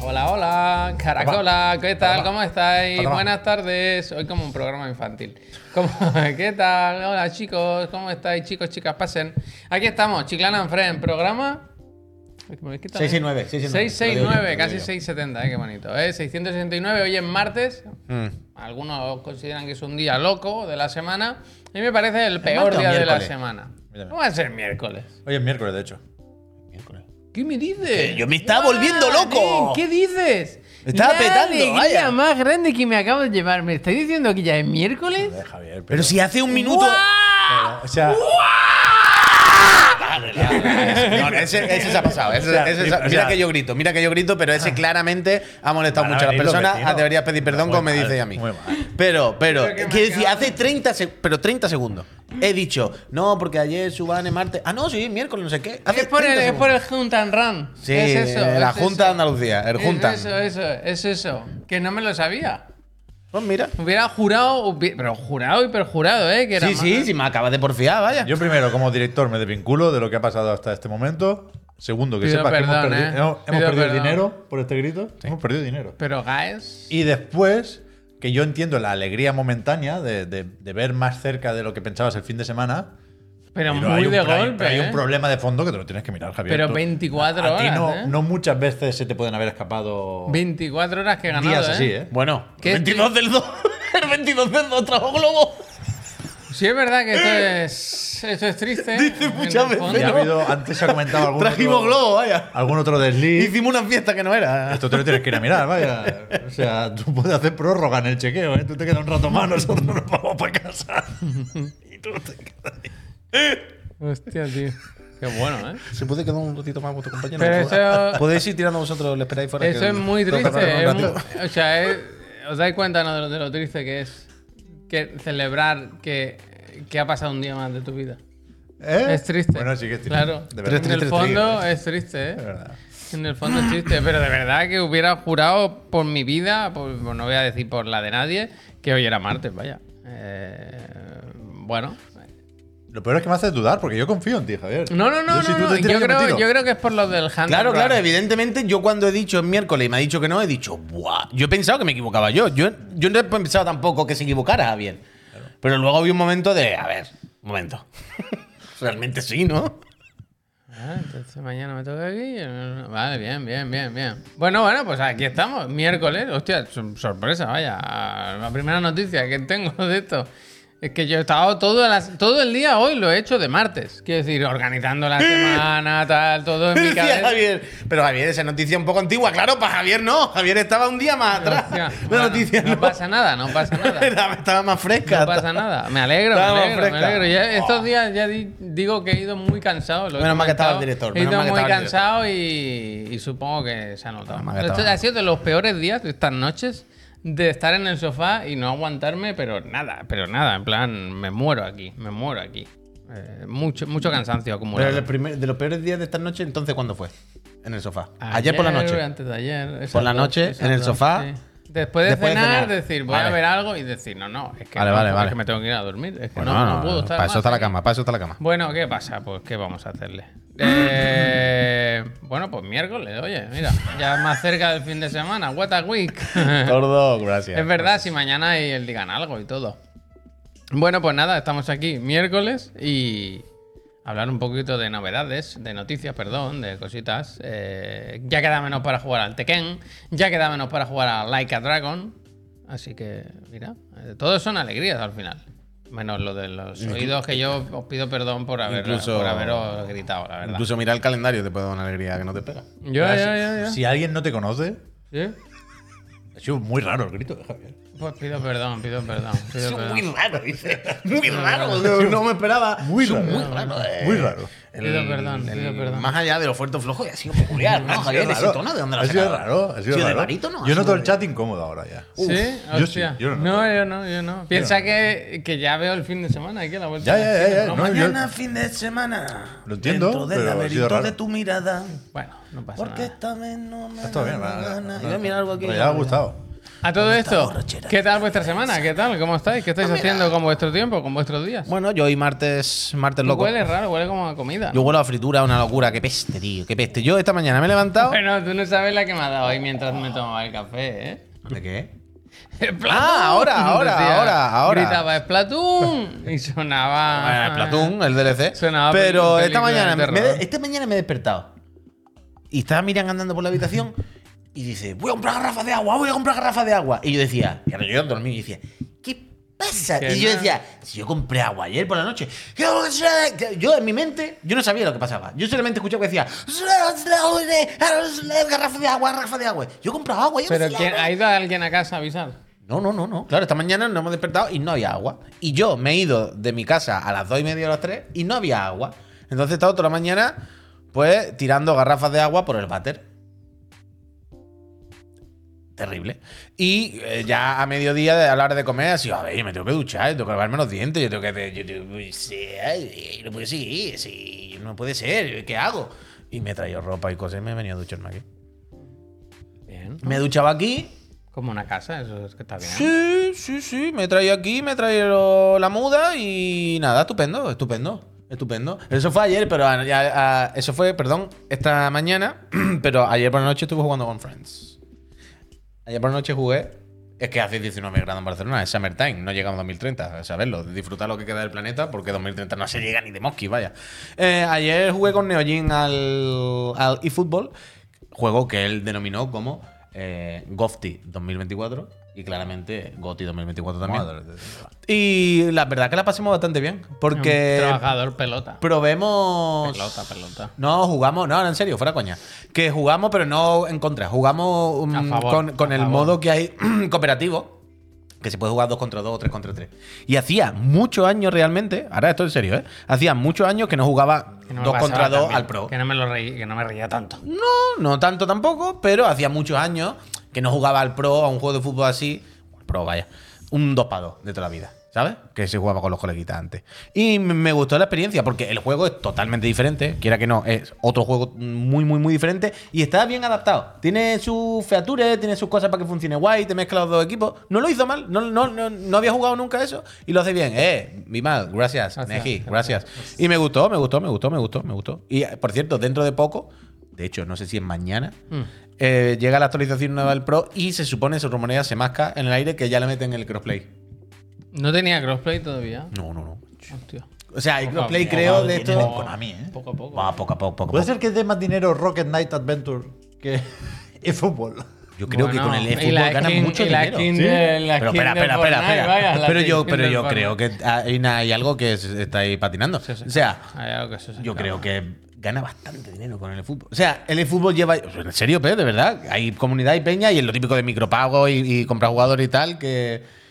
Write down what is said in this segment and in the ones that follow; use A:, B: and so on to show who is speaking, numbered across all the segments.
A: Hola, hola, caracola, ¿qué tal?
B: Toma.
A: ¿Cómo estáis?
B: Toma.
A: Buenas tardes. Hoy como un programa infantil. ¿Cómo- ¿Qué tal? Hola chicos, ¿cómo estáis? Chicos, chicas, pasen. Aquí estamos, Chiclana and Friend, programa... Ay, que me habéis quitado, eh.
B: 669, 669,
A: 669,
B: lo digo yo, lo digo
A: casi
B: yo.
A: 670, eh, qué bonito. eh. 669, hoy es martes. Algunos consideran que es un día loco de la semana. A mí me parece el peor
B: martes o
A: día de la
B: miércoles?
A: semana.
B: Mírame.
A: ¿Cómo va a ser miércoles?
B: Hoy es miércoles, de hecho.
A: ¿Qué me dices?
C: yo me estaba volviendo loco.
A: ¿Qué dices?
C: Me estaba
A: La
C: petando,
A: alegría
C: vaya.
A: más grande que me acabo de llevar. ¿Me estáis diciendo que ya es miércoles?
B: Joder, Javier, pero,
C: Pero si hace un minuto.
B: pero, o sea,
C: No, no, ese, ese se ha pasado. ese-
B: Mira,
C: ese se ha-
B: mira.
C: mira que yo grito, mira que yo grito, pero ese claramente ha molestado
B: Ah. Van a
C: mucho a las
B: venir los
C: personas.
B: vecinos.
C: Ah, Deberías pedir perdón,
B: Muy
C: como me
B: mal,
C: dice a mí.
B: muy mal.
C: Pero, pero,
A: Pero que
C: quiero
A: me
C: decir,
A: acabo-
C: hace 30, seg- pero 30 segundos. He dicho, no, porque ayer suban es martes. Ah, no, sí, miércoles, no sé qué. Hace
A: Es por, el,
C: 30
A: es por el
C: segundos.
A: Hunt and Run.
C: Sí,
A: es eso,
C: la
A: es
C: Junta de
A: eso.
C: Andalucía, el
A: Es
C: Junta.
A: Eso, eso, es eso. Que no me lo sabía.
C: Pues mira.
A: Hubiera jurado, hubi- pero jurado y perjurado, ¿eh? Que era
C: Sí, sí,
A: más-
C: sí, me acabas de porfiar, vaya.
B: yo primero, como director, me desvinculo de lo que ha pasado hasta este momento. Segundo, que
A: Pido
B: sepas
A: perdón,
B: que hemos
A: ¿eh?
B: perdido, hemos- hemos
A: Pido
B: perdido
A: perdón.
B: dinero por este grito. Hemos perdido dinero.
A: Pero guys.
B: Y después, que yo entiendo la alegría momentánea de, de- de ver más cerca de lo que pensabas el fin de semana.
A: Pero,
B: Pero
A: muy
B: hay un-
A: de
B: pero hay-
A: golpe.
B: pero Hay,
A: ¿eh?
B: un problema de fondo que te lo tienes que mirar, Javier.
A: Pero
B: Tú-
A: 24
B: a ti
A: horas.
B: no,
A: ¿eh?
B: no muchas veces se te pueden haber escapado
A: 24 horas que he ganado.
B: días así,
A: ¿eh?
B: ¿eh?
C: Bueno,
A: ¿Qué
C: el 22 del 2. El 22 del 2 trajo globo.
A: Sí, es verdad que esto es, esto es triste.
C: Dice
A: en
C: muchas
A: el
C: veces,
A: fondo.
B: Y ha
C: ¿no?
B: habido, antes se ha comentado algún
C: Trajimos
B: otro-
C: globo, vaya.
B: algún otro desliz.
C: Hicimos una fiesta que no era.
B: Esto te lo tienes que ir a mirar, vaya. O sea, tú puedes hacer prórroga en el chequeo, ¿eh? Tú te quedas un rato más, nosotros nos vamos para casa. Y tú te quedas ahí.
A: Hostia, tío. Qué bueno, ¿eh?
C: Se puede quedar un ratito más vuestro compañero.
A: Pero eso-
C: Podéis ir tirando vosotros, le esperáis fuera.
A: Eso
C: que-
A: es muy
C: que os
A: triste.
C: perdonen
A: es
C: un ratito.
A: muy- o sea, es- os dais cuenta ¿no? de, lo, de lo triste que es que celebrar que, que ha pasado un día más de tu vida.
B: ¿Eh?
A: Es triste.
B: Bueno, sí que es triste.
A: Claro.
B: De verdad.
C: es
A: en el
C: triste,
A: fondo es triste, ¿eh?
B: De verdad.
A: En el fondo es triste. Pero de verdad que hubiera jurado por mi vida, por, bueno, no voy a decir por la de nadie, que hoy era martes, vaya. Eh, bueno.
B: Lo peor es que me haces dudar, porque yo confío en ti, Javier.
A: No, no, no,
B: Yo, si
A: no,
B: tú
A: no.
B: te tiras,
A: Yo, creo,
B: me tiro.
A: yo creo que es por lo del Hunter
C: Claro, claro,
A: Run.
C: evidentemente yo cuando he dicho es miércoles y me ha dicho que no, he dicho, ¡buah! Yo he pensado que me equivocaba yo. Yo, yo no he pensado tampoco que se equivocara Javier. Pero luego había un momento de, a ver, un momento. Realmente sí, ¿no?
A: Ah, entonces mañana me toca aquí. eh, Vale, bien, bien, bien, bien. Bueno, bueno, pues aquí estamos, miércoles. Hostia, sor- sorpresa, vaya. La primera noticia que tengo de esto es que yo he estado todo, las- todo el día hoy, lo he hecho de martes. Quiero decir, organizando la semana, tal, todo en mi
C: Decía
A: cabeza.
C: Javier. Pero Javier, esa noticia un poco antigua, claro, para Javier no. Javier estaba un día más atrás.
A: Hostia,
C: La
A: bueno,
C: noticia
A: no
C: no.
A: pasa nada, no pasa nada.
C: Era- estaba más fresca.
A: No pasa nada. Me alegro, me
C: Estaba más
A: alegro, me
C: fresca.
A: alegro. Ya estos días ya di- digo que he ido muy cansado. lo he
C: Menos mal que estaba el
A: comentado.
C: director,
A: He
C: menos
A: ido
C: mal que
A: muy
C: estaba el
A: cansado y, y supongo que se ha notado.
C: mal que
A: Esto
C: estaba.
A: ha sido de los peores días, de estas noches, de estar en el sofá y no aguantarme, pero nada, pero nada. En plan, me muero aquí, me muero aquí. Eh, mucho, mucho cansancio
C: Pero
A: acumulado.
C: el primer- de los peores días de esta noche, entonces, ¿cuándo fue? En el sofá. Ayer, por la noche.
A: Antes de ayer. esas
C: Por la
A: dos,
C: noche,
A: esas
C: en el
A: dos,
C: sofá.
A: sí. Después de
C: Después de
A: cenar,
C: cenar.
A: decir, voy a
C: Vale.
A: ver algo y decir, no, no, es que,
C: Vale,
A: no,
C: vale,
A: es
C: vale.
A: que me tengo que ir a dormir. Es que no, no puedo estar.
C: para eso
A: más
C: está la
A: aquí.
C: cama, para eso está la cama.
A: Bueno, ¿qué pasa? Pues, ¿qué vamos a hacerle? Eh, bueno, pues miércoles, oye, mira, ya más cerca del fin de semana. What a week.
C: Gordo, gracias.
A: es verdad, si mañana y el digan algo y todo. Bueno, pues nada, estamos aquí miércoles y hablar un poquito de novedades, de noticias, perdón, de cositas. Eh, ya queda menos para jugar al Tekken, ya queda menos para jugar a Like a Dragon. Así que, mira, eh, todos son alegrías al final. Menos lo de los oídos, que yo os pido perdón por, haber,
C: Incluso-
A: por haberos gritado, la verdad.
C: Incluso mirar el calendario te puede dar una alegría que no te pega.
A: Yo, yo, yo, yo.
B: Si alguien no te conoce,
A: ¿Sí?
B: ha sido muy raro el grito de Javier.
A: Pues pido perdón, pido perdón. pido
C: Es
A: perdón.
C: muy raro, dice. Muy raro. No, no me esperaba.
B: Muy
C: Es
B: raro.
C: Muy raro. eh.
B: Muy raro.
A: Pido perdón, pido perdón.
C: Más allá de lo fuerte o flojo, ha sido peculiar, ¿no?
B: Ha sido
C: Javier, ese
B: raro.
C: tono, ¿de dónde lo
B: Ha
C: has
B: sido
C: sacado?
B: raro, ha sido
C: ¿Ha sido de
B: raro.
C: barítono?
B: Yo
C: ¿Ha
B: noto
C: sido
B: el
C: de-
B: chat incómodo ahahora ya.
A: ¿Sí?
B: yo
A: Hostia.
B: sí, yo lo noto.
A: no, yo no, yo no. Piensa que, que ya veo el fin de semana aquí a la vuelta.
B: Ya,
A: de la
B: ya,
A: esquina,
B: ya,
A: ¿no?
B: no, yo-
D: Mañana, fin de semana.
B: Lo entiendo,
D: Dentro del
B: pero ha sido
D: laberinto
B: raro.
D: de tu mirada.
A: Bueno, no pasa
D: Porque
A: nada.
D: esta vez no me
B: Está bien,
D: da la
B: nada,
D: gana.
B: nada.
D: Iba a mirar algo aquí.
B: Pero ya ha gustado.
A: A todo esto,
C: borrachera?
A: ¿qué tal vuestra semana? ¿Qué tal? ¿Cómo estáis? ¿Qué estáis haciendo con vuestro tiempo, con vuestros días?
C: Bueno, yo hoy martes, martes loco.
A: Huele raro, huele como a comida.
C: Yo huelo a fritura, una locura, qué peste, tío, qué peste. Yo esta mañana me he levantado.
A: Bueno, tú no sabes la que me ha dado hoy mientras me tomaba el café, ¿eh?
C: ¿De qué?
A: ¡Splatoon!
C: Ah, ahora, ahora, ahora, ahora.
A: Gritaba Splatoon y sonaba.
C: Bueno, Splatoon, el DLC.
A: Suena a
C: Pero
A: película
C: esta
A: de
C: mañana, me,
A: terror.
C: esta mañana me he despertado. Y estaba Miriam andando por la habitación y dice, voy a comprar garrafas de agua, voy a comprar garrafas de agua. Y yo decía, y ahora yo dormí y decía, ¿qué pasa?
A: Que
C: y yo
A: no.
C: decía, si yo compré agua ayer por la noche, ¿qué hago? yo en mi mente, yo no sabía lo que pasaba. Yo solamente escuchaba que decía, garrafa de agua, garrafa de agua. Yo he comprado agua. Yo
A: Pero
C: decía,
A: ¿quién- ¿ha ido alguien a casa a avisar?
C: no, no, no, no. Claro, esta mañana nos hemos despertado y no había agua. Y yo me he ido de mi casa a las dos y media o las tres y no había agua. Entonces he estado toda la mañana, pues, tirando garrafas de agua por el váter. Terrible. Y eh, ya a mediodía, de- a la hora de comer, así, a ver, yo me tengo que duchar, yo tengo que lavarme los dientes, yo tengo que. yo tengo- uy, sí, ay, no puede seguir, sí, no puede ser, ¿qué hago? Y me he traído ropa y cosas y me he venido a ducharme aquí.
A: Bien.
C: Me he duchado aquí,
A: Como una casa, eso es que está bien.
C: Sí, sí, sí. Me traí aquí, me traí lo- la muda y nada, estupendo, estupendo, estupendo. Eso fue ayer, pero a- a- a- eso fue, perdón, esta mañana, pero ayer por la noche estuve jugando con Friends. Ayer por la noche jugué. Es que hace 19 grados en Barcelona, es summertime, no llegamos a 2030, a saberlo, disfrutar lo que queda del planeta, porque 2030 no se llega ni de mosquis, vaya. Eh, ayer jugué con Neojin al, al eFootball, juego que él denominó como eh, Gofty 2024, y claramente Goti 2024 también.
B: Madre de Dios.
C: Y la verdad que la pasamos bastante bien, porque
A: Trabajador pelota.
C: probemos...
A: Pelota, pelota.
C: No, jugamos, no, en serio, fuera coña. Que jugamos, pero no en contra. Jugamos mm,
A: A favor,
C: con, con
A: a
C: el
A: favor.
C: modo que hay cooperativo, que se puede jugar 2 contra 2 o 3 contra 3. Y hacía muchos años realmente, ahora esto en serio, ¿eh? Hacía muchos años que no jugaba
A: Que no me
C: 2
A: pasaba
C: contra 2
A: también,
C: al pro.
A: Que no me, lo reí, que no me reía tanto.
C: No, no tanto tampoco, pero hacía muchos años que no jugaba al pro, a un juego de fútbol así. al Pro, vaya. Un 2 para 2 de toda la vida, ¿sabes? Que se jugaba con los coleguitas antes. Y me- me gustó la experiencia porque el juego es totalmente diferente, quiera que no, es otro juego muy, muy, muy diferente y está bien adaptado. Tiene sus features, tiene sus cosas para que funcione guay, te mezcla los dos equipos. No lo hizo mal, no, no, no, no había jugado nunca eso y lo hace bien. Eh, Bimal, gracias,
A: Gracias.
C: Neji, gracias. Y me gustó, me gustó, me gustó, me gustó, me gustó. Y eh, por cierto, dentro de poco, de hecho, no sé si es mañana,
A: Mm.
C: eh, llega la actualización nueva del Pro y se supone, se rumorea, se masca en el aire que ya le meten el crossplay.
A: No tenía crossplay todavía.
C: No, no, no.
A: Hostia.
C: O sea, el
A: Ojalá,
C: crossplay
A: ojalá
C: creo de
B: lo
C: esto.
B: tienen con Konami, ¿eh?
A: Poco a poco.
C: Va, poco a poco, poco a
B: ¿Puede
C: poco.
B: ser que dé más dinero Rocket Knight Adventure que eFootball?
C: Yo creo que
A: Bueno,
C: con el
A: y la
C: eFootball ganan
A: skin-
C: mucho
A: y la
C: dinero.
A: skin
B: ¿Sí?
A: de- la
C: Pero
A: skin
C: espera,
A: de
C: espera, espera,
A: Fortnite, vaya, la
C: espera. Pero yo,
A: skin
C: pero
A: del
C: yo
A: Fortnite.
C: creo que hay, una- hay algo que se está ahí patinando. O sea,
A: Hay algo que Ah, eso se
C: Yo
A: escapa.
C: creo que gana bastante dinero con el fútbol. O sea, el fútbol lleva. o sea, en serio, pero de verdad. Hay comunidad y peña y es lo típico de micropago y, y comprar jugadores y tal que.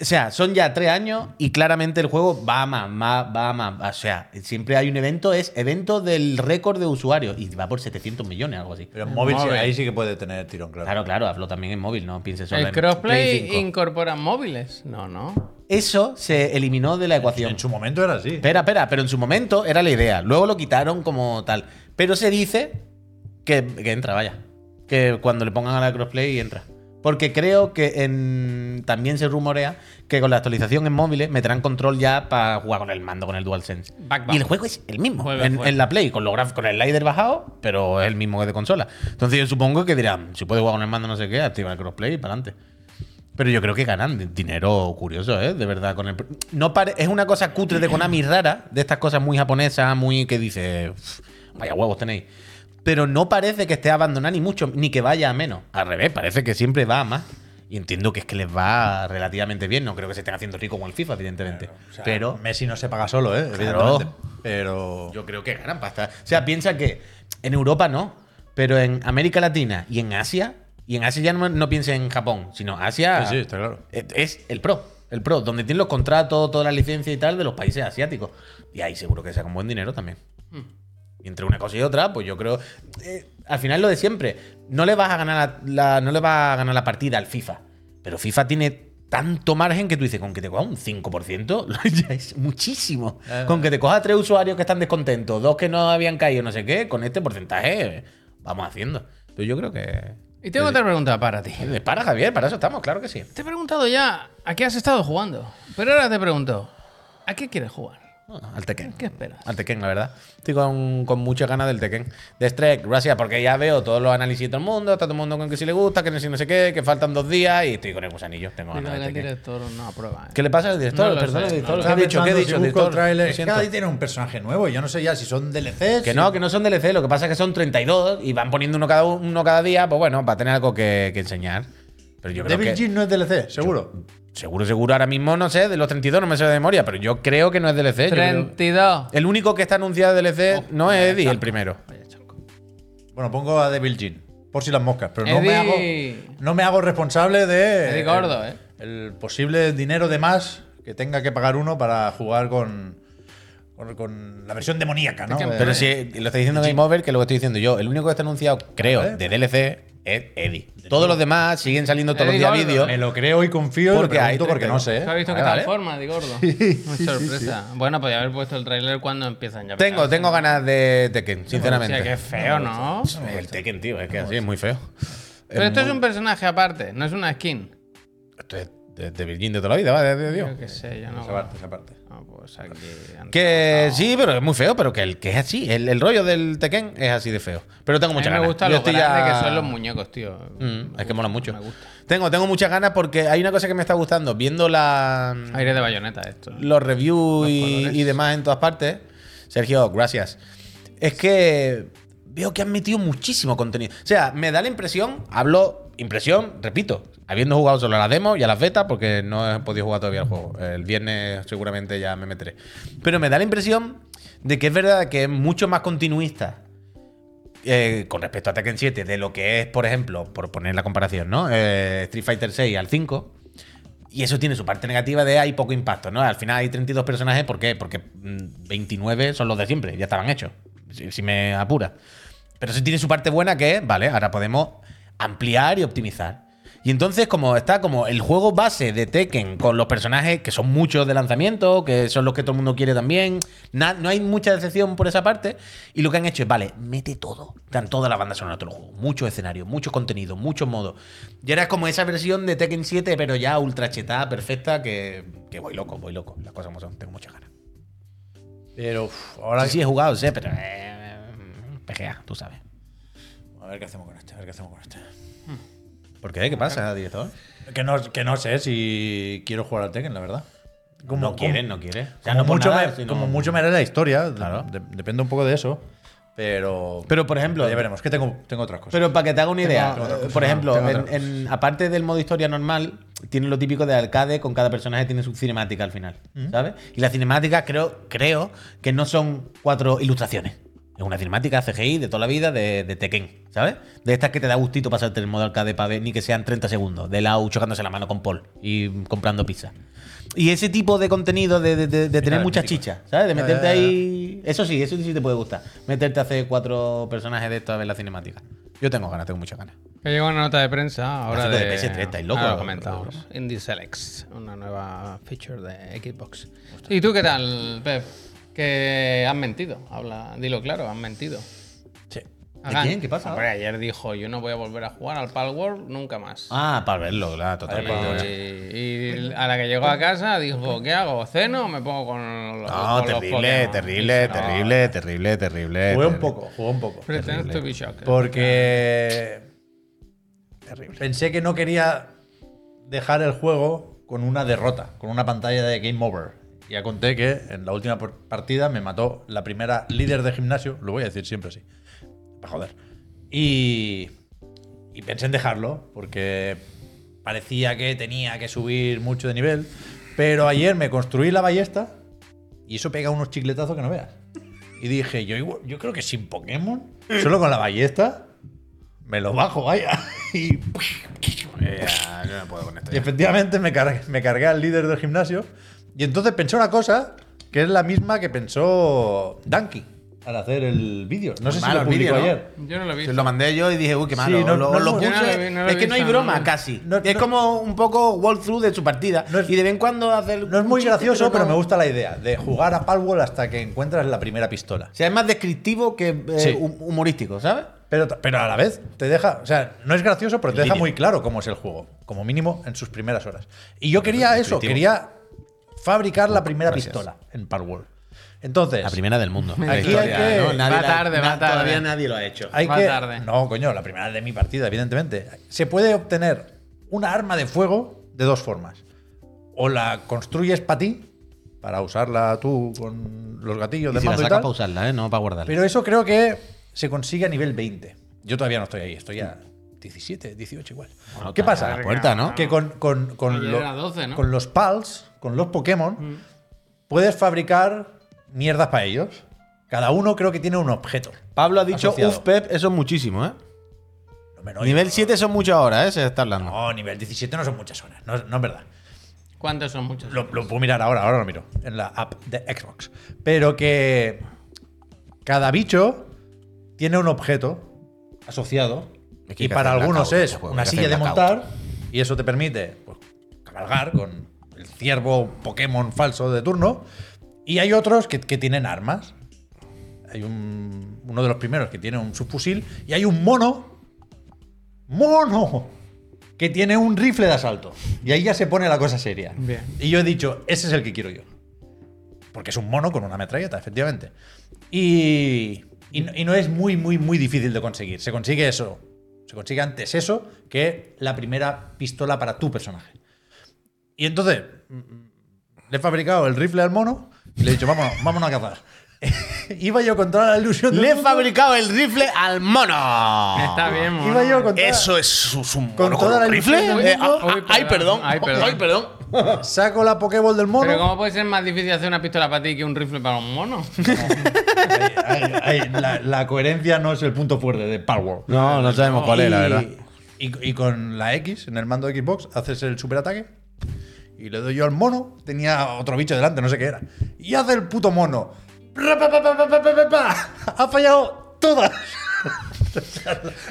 C: O sea, son ya tres años y claramente el juego va a más, más, va a más. O sea, siempre hay un evento, es evento del récord de usuarios y va por 700 millones, algo así.
B: Pero en móvil, sí,
A: móvil.
B: ahí sí que puede tener tirón, claro.
C: Mm, Claro, claro, hablo también en móvil, no pienses solo
A: El
C: en Play
A: crossplay
C: 5.
A: incorpora móviles. No, no.
C: Eso se eliminó de la ecuación.
B: En su momento era así.
C: Espera, espera, pero en su momento era la idea. Luego lo quitaron como tal. Pero se dice que, que entra, vaya. Que cuando le pongan a la crossplay entra. Porque creo que en, también se rumorea que con la actualización en móviles meterán control ya para jugar con el mando, con el DualSense.
A: Back, back.
C: y el juego es el mismo
A: Juega,
C: en,
A: juega.
C: en la Play, con, los graf- con el slider bajado, pero es el mismo que de consola. Entonces yo supongo que dirán, si puedes jugar con el mando no sé qué, activa el crossplay y para adelante. Pero yo creo que ganan di- dinero curioso, ¿eh? De verdad, con el... pr- No pare- Es una cosa cutre de Konami rara, de estas cosas muy japonesas, muy que dice... "Uf, Vaya huevos tenéis. Pero no parece que esté abandonada ni mucho, ni que vaya a menos. Al revés, parece que siempre va a más. Y entiendo que es que les va relativamente bien. No creo que se estén haciendo ricos con el FIFA, evidentemente.
B: O sea,
C: pero
B: Messi no se paga solo, ¿eh?
C: Claro.
B: Evidentemente. Pero.
C: yo creo que ganan pasta. O sea, piensa que en Europa no, pero en América Latina y en Asia, y en Asia ya no, no piensa en Japón, sino Asia
B: Sí, sí, está claro.
C: es- es el pro. El pro, donde tienen los contratos, toda la licencia y tal de los países asiáticos. Y ahí seguro que sacan buen dinero también. Y entre una cosa y otra, pues yo creo. eh, al final lo de siempre. No le vas a ganar la, la- no le vas a ganar la partida al FIFA. Pero FIFA tiene tanto margen que tú dices, con que te coja un 5%, ya es muchísimo. Con que te coja tres usuarios que están descontentos, dos que no habían caído, no sé qué, con este porcentaje eh, vamos haciendo. Entonces yo creo que
A: Y tengo otra pregunta para ti.
C: Para, Javier, para eso estamos, claro que sí.
A: Te he preguntado ya a qué has estado jugando. Pero ahora te pregunto, ¿a qué quieres jugar?
C: Ah, Al Tekken.
A: ¿Qué esperas?
C: Al Tekken, la verdad. Estoy con, con muchas ganas del Tekken. De Strike, gracias, porque ya veo todos los análisis de todo el mundo. Está todo el mundo con que si le gusta, que no si no sé qué, que faltan dos días y estoy con el gusanillo. Tengo
A: Digo,
C: ganas de
A: el
C: Tekken.
A: director no aprueba. ¿eh?
C: ¿Qué le pasa al director?
A: No lo
C: Perdón,
A: sé,
C: al
A: no
C: director.
A: lo
C: ¿Qué ha dicho? ¿Qué ha
B: Pensando
C: dicho
B: si
C: el
B: busco
C: director?
B: trailer.
C: Lo siento.
B: Cada día tiene un personaje nuevo. Yo no sé ya si son DLCs.
C: Que
B: si-
C: no, que no son DLC, lo que pasa es que son 32 y van poniendo uno cada, uno cada día, pues bueno, para tener algo que, que enseñar. Pero yo creo
B: Devil
C: que.
B: Jin no es DLC, seguro.
C: Seguro, seguro, ahora mismo no sé, de los 32 no me sé de memoria, pero yo creo que no es DLC. yo creo-
A: 32.
C: el único que está anunciado de DLC no es Eddie, el primero.
A: Vaya chonco.
B: Bueno, pongo a Devil Jin. Por si las moscas. Pero no me, hago,
A: Eddie.
B: no me hago responsable de.
A: Eddie Gordo, ¿eh?
B: El posible dinero de más que tenga que pagar uno para jugar con. Con, con la versión demoníaca, ¿no?
A: Tekken
B: Eh,
C: Pero si lo está diciendo Game Over, que lo que estoy diciendo yo, el único que está anunciado, creo, de DLC es Eddie. Todos los demás siguen saliendo todos los
A: Eddie
C: días
A: Gordo.
C: vídeos.
B: Me lo creo y confío y lo
C: Porque hay
B: pregunto porque no
C: 32.
B: sé. ¿eh?
A: ¿Has visto que
C: ¿Eh? Vale, vale.
A: transforma, de gordo? Muy sorpresa. Bueno, podía haber puesto el tráiler cuando empiezan ya. a
C: Tengo,
A: pegarse.
C: tengo ganas de Tekken, sinceramente.
A: Hostia, qué feo, ¿no?
C: El Tekken, tío, es que así es muy feo.
A: Pero esto es un personaje aparte, no es una skin.
C: Esto es de, de Virgin de toda la vida, va, de, de Dios.
A: Yo qué sé, yo no.
B: Esa parte, esa parte.
A: No, pues aquí. han
C: Que
A: trabajado.
C: sí, pero es muy feo, pero que, el, que es así. El, el rollo del Tekken es así de feo. Pero tengo
A: A mí
C: muchas
A: me
C: ganas.
A: gusta
C: Yo
A: lo
C: estoy
A: grande
C: ya-
A: que son los muñecos, tío.
C: Mm, es que mola mucho.
A: Me gusta.
C: Tengo, tengo muchas ganas porque hay una cosa que me está gustando. Viendo la,
A: Aire de bayoneta esto.
C: los reviews y,
A: colores.
C: y demás en todas partes. Sergio, gracias. Es que veo que han metido muchísimo contenido. O sea, me da la impresión, hablo impresión, repito, habiendo jugado solo a la demo y a las betas, porque no he podido jugar todavía el juego. El viernes seguramente ya me meteré. Pero me da la impresión de que es verdad que es mucho más continuista eh, con respecto a Tekken 7, de lo que es, por ejemplo, por poner la comparación, ¿no? Eh, Street Fighter 6 al 5. Y eso tiene su parte negativa de hay poco impacto, ¿no? Al final hay 32 personajes, ¿por qué? Porque mm, 29 son los de siempre, ya estaban hechos, si, si me apura. Pero sí tiene su parte buena que es, vale, ahora podemos ampliar y optimizar. Y entonces, como está como el juego base de Tekken con los personajes que son muchos de lanzamiento, que son los que todo el mundo quiere también, na- no hay mucha decepción por esa parte. Y lo que han hecho es, vale, mete todo, dan toda la banda sonora del juego, muchos escenarios, mucho contenido, muchos modos. Y ahora es como esa versión de Tekken 7, pero ya ultra chetada, perfecta, que, que voy loco, voy loco. Las cosas como son, tengo muchas ganas.
B: Pero uf, ahora.
C: Sí, sí, he jugado, sé, pero. eh, PGA, tú sabes.
B: A ver qué hacemos con este, a ver qué hacemos con este.
C: ¿Por qué? ¿Qué pasa, director?
B: Que no, que no sé si quiero jugar al Tekken, la verdad.
C: no quieren, no quieren. O sea,
B: como,
C: no por
B: mucho
C: nada,
B: me,
C: sino-
B: como mucho me haré la historia, de-
C: Claro.
B: de- depende un poco de eso. Pero.
C: Pero, por ejemplo-
B: Ya veremos, que tengo, tengo otras cosas.
C: Pero para que te haga una idea,
B: tengo otra cosa,
C: por
B: no,
C: ejemplo,
B: tengo
C: en,
B: otra
C: en- aparte del modo historia normal, tiene lo típico de arcade, con cada personaje tiene su cinemática al final,
B: Mm.
C: ¿sabes? Y las cinemáticas creo, creo que no son cuatro ilustraciones. Es una cinemática CGI de toda la vida de, de Tekken, ¿sabes? De estas que te da gustito pasarte el modo arcade para ver ni que sean 30 segundos, de Lau chocándose la mano con Paul y comprando pizza. Y ese tipo de contenido de, de- de- de tener
B: claro,
C: muchas
B: mítico.
C: chichas, ¿sabes? De
B: Ya,
C: meterte
B: ya, ya.
C: ahí y Eso sí, eso sí te puede gustar. Meterte a hacer cuatro personajes de esto a ver la cinemática. Yo tengo ganas, tengo muchas ganas.
A: Que llegó una nota de prensa ahora
C: Haciendo
A: de,
C: de PS3, estáis locos.
A: Ahora lo comentamos. Indie Selects, una nueva feature de Xbox. ¿Y tú qué tal, Pep? Que han mentido, habla, dilo claro, han mentido.
B: Sí.
A: Hagan.
C: quién? ¿Qué pasa?
A: Hombre, ayer dijo, yo no voy a volver a jugar al Palworld nunca más.
C: Ah, para verlo, claro,
A: Y,
C: totalmente.
A: y a la que llegó a casa dijo, ¿qué hago? ¿Ceno o me pongo con los
C: No,
A: con los
C: terrible,
A: Pokémon?"
C: terrible,
A: No,
C: terrible, terrible, terrible.
B: Jugué un
C: terrible.
B: poco, jugué un poco.
A: Pretends to be shocked.
B: Porque.
C: Terrible.
B: Pensé que no quería dejar el juego con una derrota, con una pantalla de game over. Ya conté que en la última por- partida me mató la primera líder de gimnasio, lo voy a decir siempre así, para joder. Y, y pensé en dejarlo porque parecía que tenía que subir mucho de nivel, pero ayer me construí la ballesta y eso pega unos chicletazos que no veas. Y dije, yo, igual- yo creo que sin Pokémon, solo con la ballesta, me lo bajo, vaya. Y
C: Eh, ya, yo no puedo con esto.
B: y
C: ya.
B: efectivamente me cargué, me cargué al líder del gimnasio. Y entonces pensé una cosa que es la misma que pensó Danky al hacer el vídeo. No sé si
C: malo
B: lo
C: el
B: publicó
C: vídeo, ¿no?
B: ayer.
A: Yo no lo vi.
C: Se Lo mandé yo y dije, uy, qué malo.
B: Sí, no-
C: lo,
B: no
C: lo
B: lo-
C: puse.
A: Yo no lo vi- no lo
C: es que
A: vi,
C: no hay
A: no,
C: broma
A: no.
C: casi.
B: No-
C: es
B: no-
C: como un poco walkthrough de su partida.
B: No es-
C: y de vez en cuando hace.
B: No es muy gracioso, pero me gusta la idea de jugar a Palworld hasta que encuentras la primera pistola.
C: O sea, es más descriptivo que eh,
B: Sí.
C: hum- humorístico, ¿sabes?
B: Pero, ta- pero a la vez te deja, o sea, no es gracioso, pero te deja
C: Lírico.
B: muy claro cómo es el juego, como mínimo en sus primeras horas. Y yo quería eso,
C: intuitivo. Oh,
B: quería fabricar la primera
C: Gracias.
B: pistola en Power World. Entonces,
C: La primera del mundo.
A: Aquí
C: La
A: hay
B: que-
C: Nadie
A: Va
C: la-
A: tarde, va
C: na- Todavía
A: tarde.
C: nadie lo ha hecho.
B: hay
A: Más
B: que
A: tarde.
B: no, coño, la primera de mi partida, evidentemente. Se puede obtener una arma de fuego de dos formas. O la construyes para ti, para usarla tú con los gatillos
C: Y
B: de
C: si la
B: mando y
C: saca
B: tal.
C: para usarla, ¿eh? No para guardarla.
B: Pero eso creo que se consigue a nivel 20. Yo todavía no estoy ahí, estoy a 17, 18 igual.
C: Bueno,
B: ¿Qué
C: está
B: pasa?
C: a la puerta, ¿no?
B: Que con, con- con
A: Ayer
B: lo-
A: era 12, ¿no? Mm.
B: con los PALs, con los Pokémon, puedes fabricar mierdas para ellos. Cada uno creo que tiene un objeto.
C: Pablo ha dicho,
B: Asociado.
C: uff, Pep, eso es muchísimo, ¿eh?
B: No me- no,
C: Nivel 7 son muchas horas, ¿eh? Se está hablando.
B: No, nivel 17 no son muchas horas, no, no es verdad.
A: ¿Cuántos son muchos?
B: Lo, lo puedo mirar ahora, ahora lo miro, en la app de Xbox. Pero que cada bicho tiene un objeto asociado.
C: Es que hay
B: Y
C: que
B: para
C: hacer la
B: algunos
C: cauta,
B: es
C: juego,
B: una
C: hay que
B: silla de
C: hacer la
B: montar. Y eso te permite pues, cabalgar con el ciervo Pokémon falso de turno. Y hay otros que, que tienen armas. Hay un- uno de los primeros que tiene un subfusil. Y hay un mono. ¡Mono! Que tiene un rifle de asalto. Y ahí ya se pone la cosa seria.
A: Bien.
B: Y yo he dicho, ese es el que quiero yo. Porque es un mono con una metralleta, efectivamente. Y, y no- y no es muy, muy, muy difícil de conseguir. Se consigue eso. Se consigue antes eso que la primera pistola para tu personaje. Y entonces, mm, mm, le he fabricado el rifle al mono y le he dicho, vámonos, vámonos a cazar. Iba yo contra la ilusión. del
C: Le he
B: mundo,
C: fabricado el rifle al mono.
A: Está bien, mono.
B: Iba yo contra.
C: Eso es un- un
B: Con
C: mono
B: toda la
C: un
B: ilusión
C: rifle.
B: del
C: Eh, ah,
B: mundo.
C: ah,
A: Uy,
C: ay,
A: perdón,
C: perdón.
A: ay, perdón.
C: Ay, perdón.
B: Saco la Pokéball del mono.
A: Pero ¿cómo puede ser más difícil hacer una pistola para ti que un rifle para un mono?
B: Ay, ay, ay, la, la coherencia no es el punto fuerte de Power.
C: No, no sabemos cuál es, la verdad.
B: Y, y con la X, en el mando de Xbox, haces el superataque. Y le doy yo al mono. Tenía otro bicho delante, no sé qué era. Y hace el puto mono. Ra, pa, pa, pa, pa, pa, pa, pa, pa. Ha fallado todas.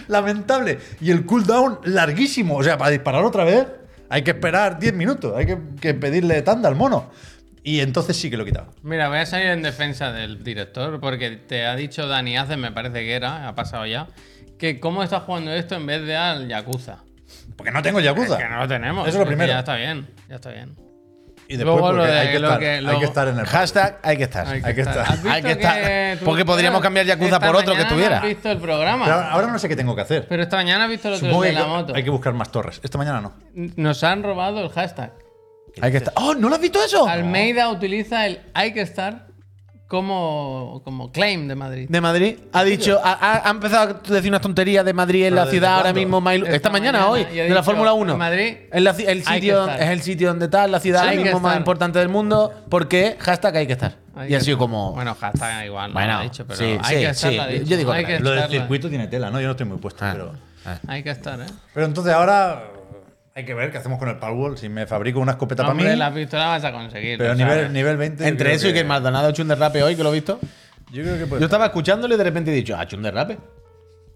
B: Lamentable. Y el cooldown larguísimo. O sea, para disparar otra vez hay que esperar 10 minutos. Hay que, que pedirle tanda al mono. Y entonces sí que lo quitaba.
A: Mira, voy a salir en defensa del director porque te ha dicho Dani Hace, me parece que era, ha pasado ya, que cómo está jugando esto en vez de al Yakuza.
B: Porque no tengo Yakuza.
A: Que no lo tenemos.
B: Eso es lo
A: que
B: primero.
A: Ya está bien, ya está bien.
B: Y después
A: Luego lo
B: porque
A: de-
B: hay, que
A: lo
B: estar,
A: que-
B: hay
A: luego- Ah.
B: que estar en el
C: Hashtag hay que estar.
B: Hay que estar.
A: ¿Has visto
C: Hay que estar.
A: tú-
C: Porque podríamos cambiar Yakuza
A: esta
C: por otro
A: mañana
C: que
A: no
C: tuviera.
A: has visto el programa.
B: Pero ahora no sé qué tengo que hacer.
A: Pero esta mañana has visto el otro
B: Supongo
A: de
B: que
A: la moto.
B: hay que buscar más torres. Esta mañana no.
A: Nos han robado el hashtag.
C: Hay que estar. ¡Oh, no lo has visto eso!
A: Almeida utiliza el hay que estar como, como claim de Madrid.
C: De Madrid. Ha dicho, ha, ha- ha empezado a decir unas tonterías de Madrid en
B: ¿Pero
C: la
B: desde
C: ciudad ahora
B: cuándo?
C: mismo. Mailu- esta,
A: Esta
C: mañana,
A: mañana,
C: hoy,
A: y ha
C: de la
A: dicho,
C: Fórmula 1.
A: Madrid,
C: Es la ci- el
A: hay
C: sitio,
A: que estar.
C: es el sitio donde está, la ciudad
A: Hay
C: ahora
A: que
C: mismo más
A: estar.
C: importante del mundo. Porque hashtag hay que estar.
A: Hay
C: y ha
A: que
C: sido
A: estar.
C: como.
A: Bueno, hashtag igual, no
C: Bueno,
A: lo he dicho, pero
C: sí,
A: hay
C: sí,
A: que estar.
C: sí.
A: lo ha dicho.
C: Yo digo
A: hay
C: claim.
A: que
B: Lo del
A: estarla.
B: circuito tiene tela, ¿no? Yo no estoy muy puesto.
C: Ah,
B: Pero,
C: ah.
A: Hay que estar, ¿eh?
B: pero entonces ahora eh, hay que ver qué hacemos con el Powerwall. Si me fabrico una escopeta para mí.
A: Hombre, la pistola vas a conseguir.
B: Pero
A: lo
B: nivel,
A: sabes.
B: nivel 20. yo
C: Entre
B: creo
C: eso y que el Maldonado ha hecho un derrape hoy, que lo he visto.
A: Pues
B: Yo creo que puede
C: Yo estaba escuchándolo y de repente he dicho, ha hecho un derrape.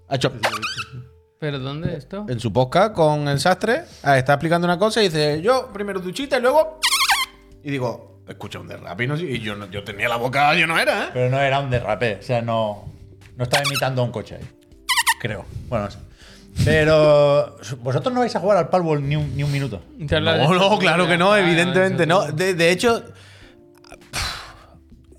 C: Ha hecho.
A: ¿Pero dónde esto?
C: En su podcast con el sastre, ah, está explicando una cosa y dice, yo primero duchita y luego. Y digo, escucha un derrape y no sé- Y yo, no- yo tenía la boca, yo no era, ¿eh?
B: Pero no era un derrape. O sea, no, no estaba imitando a un coche ahí. Creo. Bueno, no sé. Pero vosotros no vais a jugar al Powerwall ni un, ni un minuto.
A: Ya lo has
C: No,
A: dicho
C: no,
A: tú,
C: claro
A: ya.
C: que no,
A: Ah,
C: evidentemente
A: eso
C: no.
A: tú.
C: De, de hecho,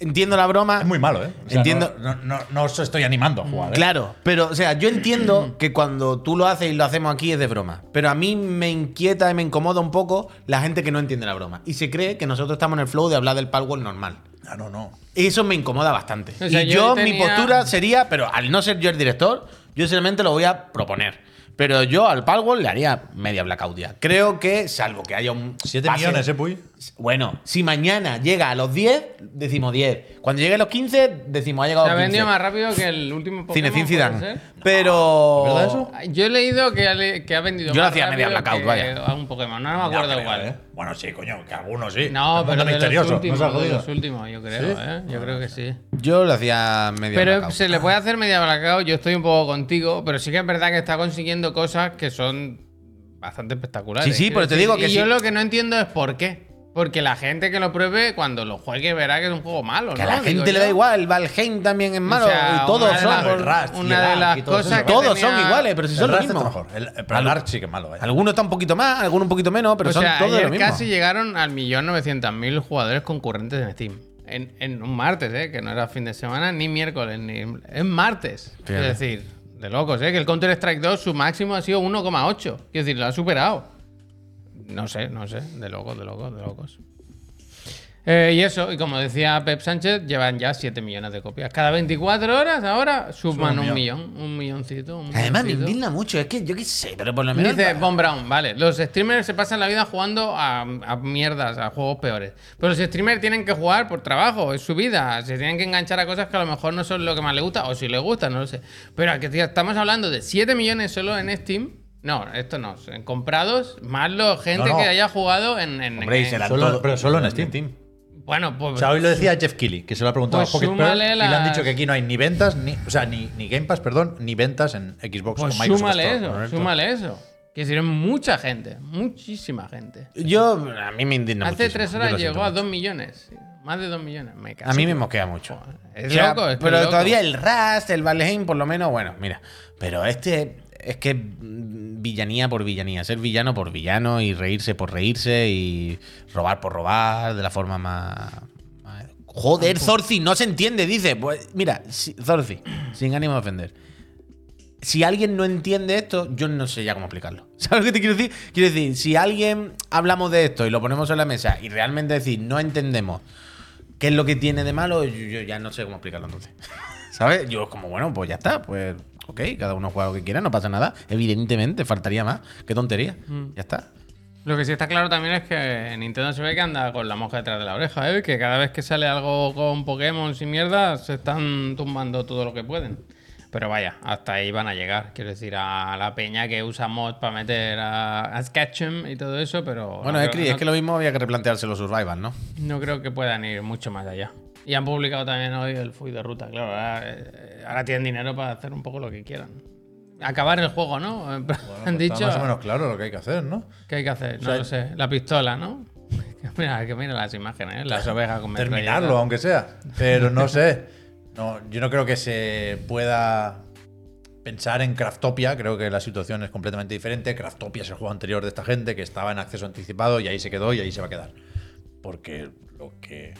C: entiendo la broma.
B: Es muy malo, ¿eh? O sea,
C: Entiendo.
B: No, no, no- no os estoy animando a jugar. ¿eh?
C: Claro, pero o sea, yo
A: Mm.
C: entiendo que cuando tú lo haces y lo hacemos aquí es de broma, pero a mí me inquieta y me incomoda un poco la gente que no entiende la broma y se cree que nosotros estamos en el flow de hablar del Palworld normal.
B: Ah, no, no.
C: Eso me incomoda bastante.
A: O sea,
C: y yo,
A: yo
C: mi
A: tenía-
C: postura sería, pero al no ser yo el director, yo simplemente lo voy a proponer. Pero yo al Palworld le haría media blackout. Creo que, salvo que haya un.
B: 7
C: pase-
B: millones, ¿eh, Puy?
C: Bueno, si mañana llega a los 10, decimos 10. Cuando llegue a los 15, decimos ha llegado
A: Se
C: a
A: ha
C: los 15.
A: vendido más rápido que el último Pokémon.
C: Cinecin
A: ¿puede
C: Zidane.
A: ser?
C: Pero.
B: ¿Verdad eso?
A: Ay, Yo he leído que ha, le- que ha vendido
C: Yo lo
A: más
C: hacía media
A: rápido
C: blackout,
A: que
C: vaya.
A: a un Pokémon. No, me acuerdo
B: creo,
A: cuál.
B: ¿eh? Bueno, sí, coño, que algunos sí.
A: No,
B: El mundo
A: pero de los
B: misterioso.
A: últimos,
B: No se ha
A: de
B: jodido.
A: los últimos, yo creo, ¿eh? Yo creo que sí.
C: Yo lo hacía media
A: Pero
C: blackout.
A: se le puede hacer media blackout, yo estoy un poco contigo, pero sí que es verdad que está consiguiendo cosas que son bastante espectaculares.
C: Sí, sí, pero te
A: Quiero
C: digo
A: decir,
C: que
A: y yo
C: sí.
A: lo que no entiendo es por qué. Porque la gente que lo pruebe, cuando lo juegue, verá que es un juego malo.
C: Que a
A: ¿no?
C: la
A: Digo
C: gente le
A: yo.
C: da igual, el Valheim también es malo,
A: O sea,
C: y todos
A: una de
C: son.
A: las-
B: El Rust y
A: una
B: el
A: de
B: Ark
A: las
B: y todo eso
A: cosas
B: es
A: que
B: malo.
C: Todos son
A: tenía-
C: iguales, pero si
B: El
C: son lo
B: Rust está
C: mismo.
B: mejor. El, pero el Arch sí que es malo, ¿eh? vaya.
C: Algunos están un poquito más, algunos un poquito menos, pero
A: o
C: son
A: sea,
C: todos lo
A: ayer
C: mismo.
A: casi llegaron al millón novecientos mil jugadores concurrentes en Steam. En, en un martes, ¿eh? que no era fin de semana, ni miércoles, ni. Es martes.
C: Fíjate.
A: Es decir, de locos, ¿eh? que el Counter-Strike 2 su máximo ha sido 1,8. Quiero decir, lo ha superado. No sé, no sé. De locos, de locos, de locos. Eh, y eso, y como decía Pep Sánchez, llevan ya 7 millones de copias. Cada 24 horas ahora suman un
B: un
A: millón, un milloncito. Un
C: Además, me
A: milloncito.
C: indigna mucho, es que yo qué sé, pero por lo menos.
A: Dice Von Brown, vale, los streamers se pasan la vida jugando a, a mierdas, a juegos peores. Pero los streamers tienen que jugar por trabajo, es su vida. Se tienen que enganchar a cosas que a lo mejor no son lo que más le gusta, o si le gusta, no lo sé. Pero aquí tío, estamos hablando de 7 millones solo en Steam. No, esto no, en comprados, más los gente
B: No, no.
A: que haya jugado en. en-
C: Hombre, y
A: en-
C: se la-
B: Solo-
C: todo-
B: pero solo en Steam.
A: Bueno, pues.
B: O sea, hoy lo decía Jeff Keighley, que se lo ha preguntado
A: Pues
B: a Pocket Pearl,
A: súmale
B: y le han
A: las-
B: dicho que aquí no hay ni ventas, ni, o sea, ni, ni Game Pass, perdón, ni ventas en Xbox
A: pues
B: o Microsoft
A: súmale
B: Store,
A: eso,
B: correcto.
A: súmale eso. Que sirve mucha gente, muchísima gente.
C: Yo, a mí me indigna
A: Hace
C: muchísimo,
A: tres
C: yo
A: horas
C: lo siento
A: llegó a
C: mucho.
A: dos millones. Más de dos millones. Me cago.
C: A mí me mosquea mucho.
A: Es
C: Yo-
A: loco, es que
C: pero
A: es loco.
C: todavía el Rust, el Valheim, por lo menos, bueno, mira. Pero este es que mm, villanía por villanía, ser villano por villano y reírse por reírse y robar por robar de la forma más. más- Joder, Zorzi, no se entiende, dice. Pues, mira, si- Zorzi, sin ánimo de ofender. Si alguien no entiende esto, yo no sé ya cómo explicarlo. ¿Sabes lo que te quiero decir? Quiero decir, si alguien hablamos de esto y lo ponemos en la mesa y realmente decir no entendemos ¿Qué es lo que tiene de malo? Yo, yo ya no sé cómo explicarlo entonces. ¿Sabes? Yo como, bueno, pues ya está. Pues, ok, cada uno juega lo que quiera, no pasa nada. Evidentemente, faltaría más. Qué tontería.
B: Mm.
C: Ya está.
A: Lo que sí está claro también es que Nintendo se ve que anda con la mosca detrás de la oreja, ¿eh? Que cada vez que sale algo con Pokémon y mierda, se están tumbando todo lo que pueden. Pero vaya, hasta ahí van a llegar. Quiero decir, a la peña que usa mods para meter a, a Sketchem y todo eso, pero.
C: Bueno,
A: no
C: Escri,
A: creo-
C: es que lo mismo había que replantearse los survival, ¿no?
A: No creo que puedan ir mucho más allá. Y han publicado también hoy el Fui de Ruta, claro. Ahora, eh, ahora tienen dinero para hacer un poco lo que quieran. Acabar el juego, ¿no?
C: pues
A: han
B: Está
A: dicho
B: más o menos claro lo que hay que hacer, ¿no?
A: que hay que hacer, no
B: sea,
A: lo sé. La pistola, ¿no? Que mira, que mira las imágenes, ¿eh? las ovejas con metralletas.
B: Terminarlo, aunque sea. Pero no sé. No, yo no creo que se pueda pensar en Craftopia. Creo que la situación es completamente diferente. Craftopia es el juego anterior de esta gente que estaba en acceso anticipado y ahí se quedó y ahí se va a quedar. Porque lo que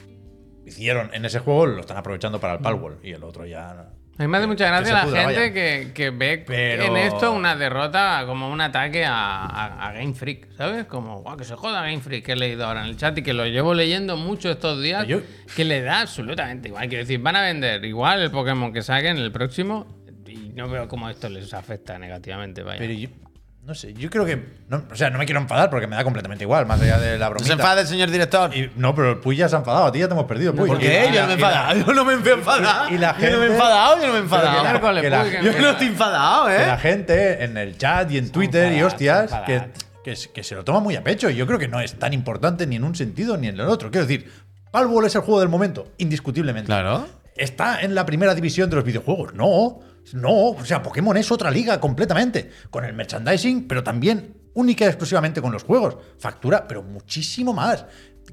B: hicieron en ese juego lo están aprovechando
C: Mm.
B: para el Palworld y el otro ya.
A: A mí me hace mucha
B: que
A: gracia
B: se
A: la
B: pudra,
A: gente
B: vaya.
A: que, que ve
B: Pero-
A: en esto una derrota como un ataque a, a- a Game Freak, ¿sabes? Como, guau, que se joda Game Freak, que he leído ahora en el chat y que lo llevo leyendo mucho estos días,
B: Yo-
A: que le da absolutamente igual. Quiero decir, van a vender igual el Pokémon que saquen el próximo y no veo cómo esto les afecta negativamente, vaya.
B: Pero yo. No sé, yo creo que. no- o sea, no me quiero enfadar porque me da completamente igual, más allá de la
C: No
B: bromita.
C: se enfade, señor director.
B: Y- no, pero el Puy ya se ha enfadado. A ti ya te hemos perdido, Puy.
C: ¿Por
B: Y la-
C: qué?
B: y
C: Yo
B: la-
C: no me he
B: y la-
C: enfadado. Yo no me he enfadado.
B: y la
C: Yo no me he
B: gente-
C: enfadado. Yo no me he enfadado.
A: Miércoles,
B: que la-
A: Puy, que-
C: Yo no estoy enfadado,
B: que la
C: ¿eh?
B: gente en el chat y en Twitter y
A: enfadadas,
B: hostias
A: son
B: que,
A: enfadadas.
B: que s- que se lo toma muy a pecho. Y yo creo que no es tan importante ni en un sentido ni en el otro. Quiero decir, Palworld es el juego del momento, indiscutiblemente.
C: Claro.
B: Está en la primera división de los videojuegos. No, no. O sea, Pokémon es otra liga completamente. Con el merchandising, pero también única y exclusivamente con los juegos. Factura, pero muchísimo más.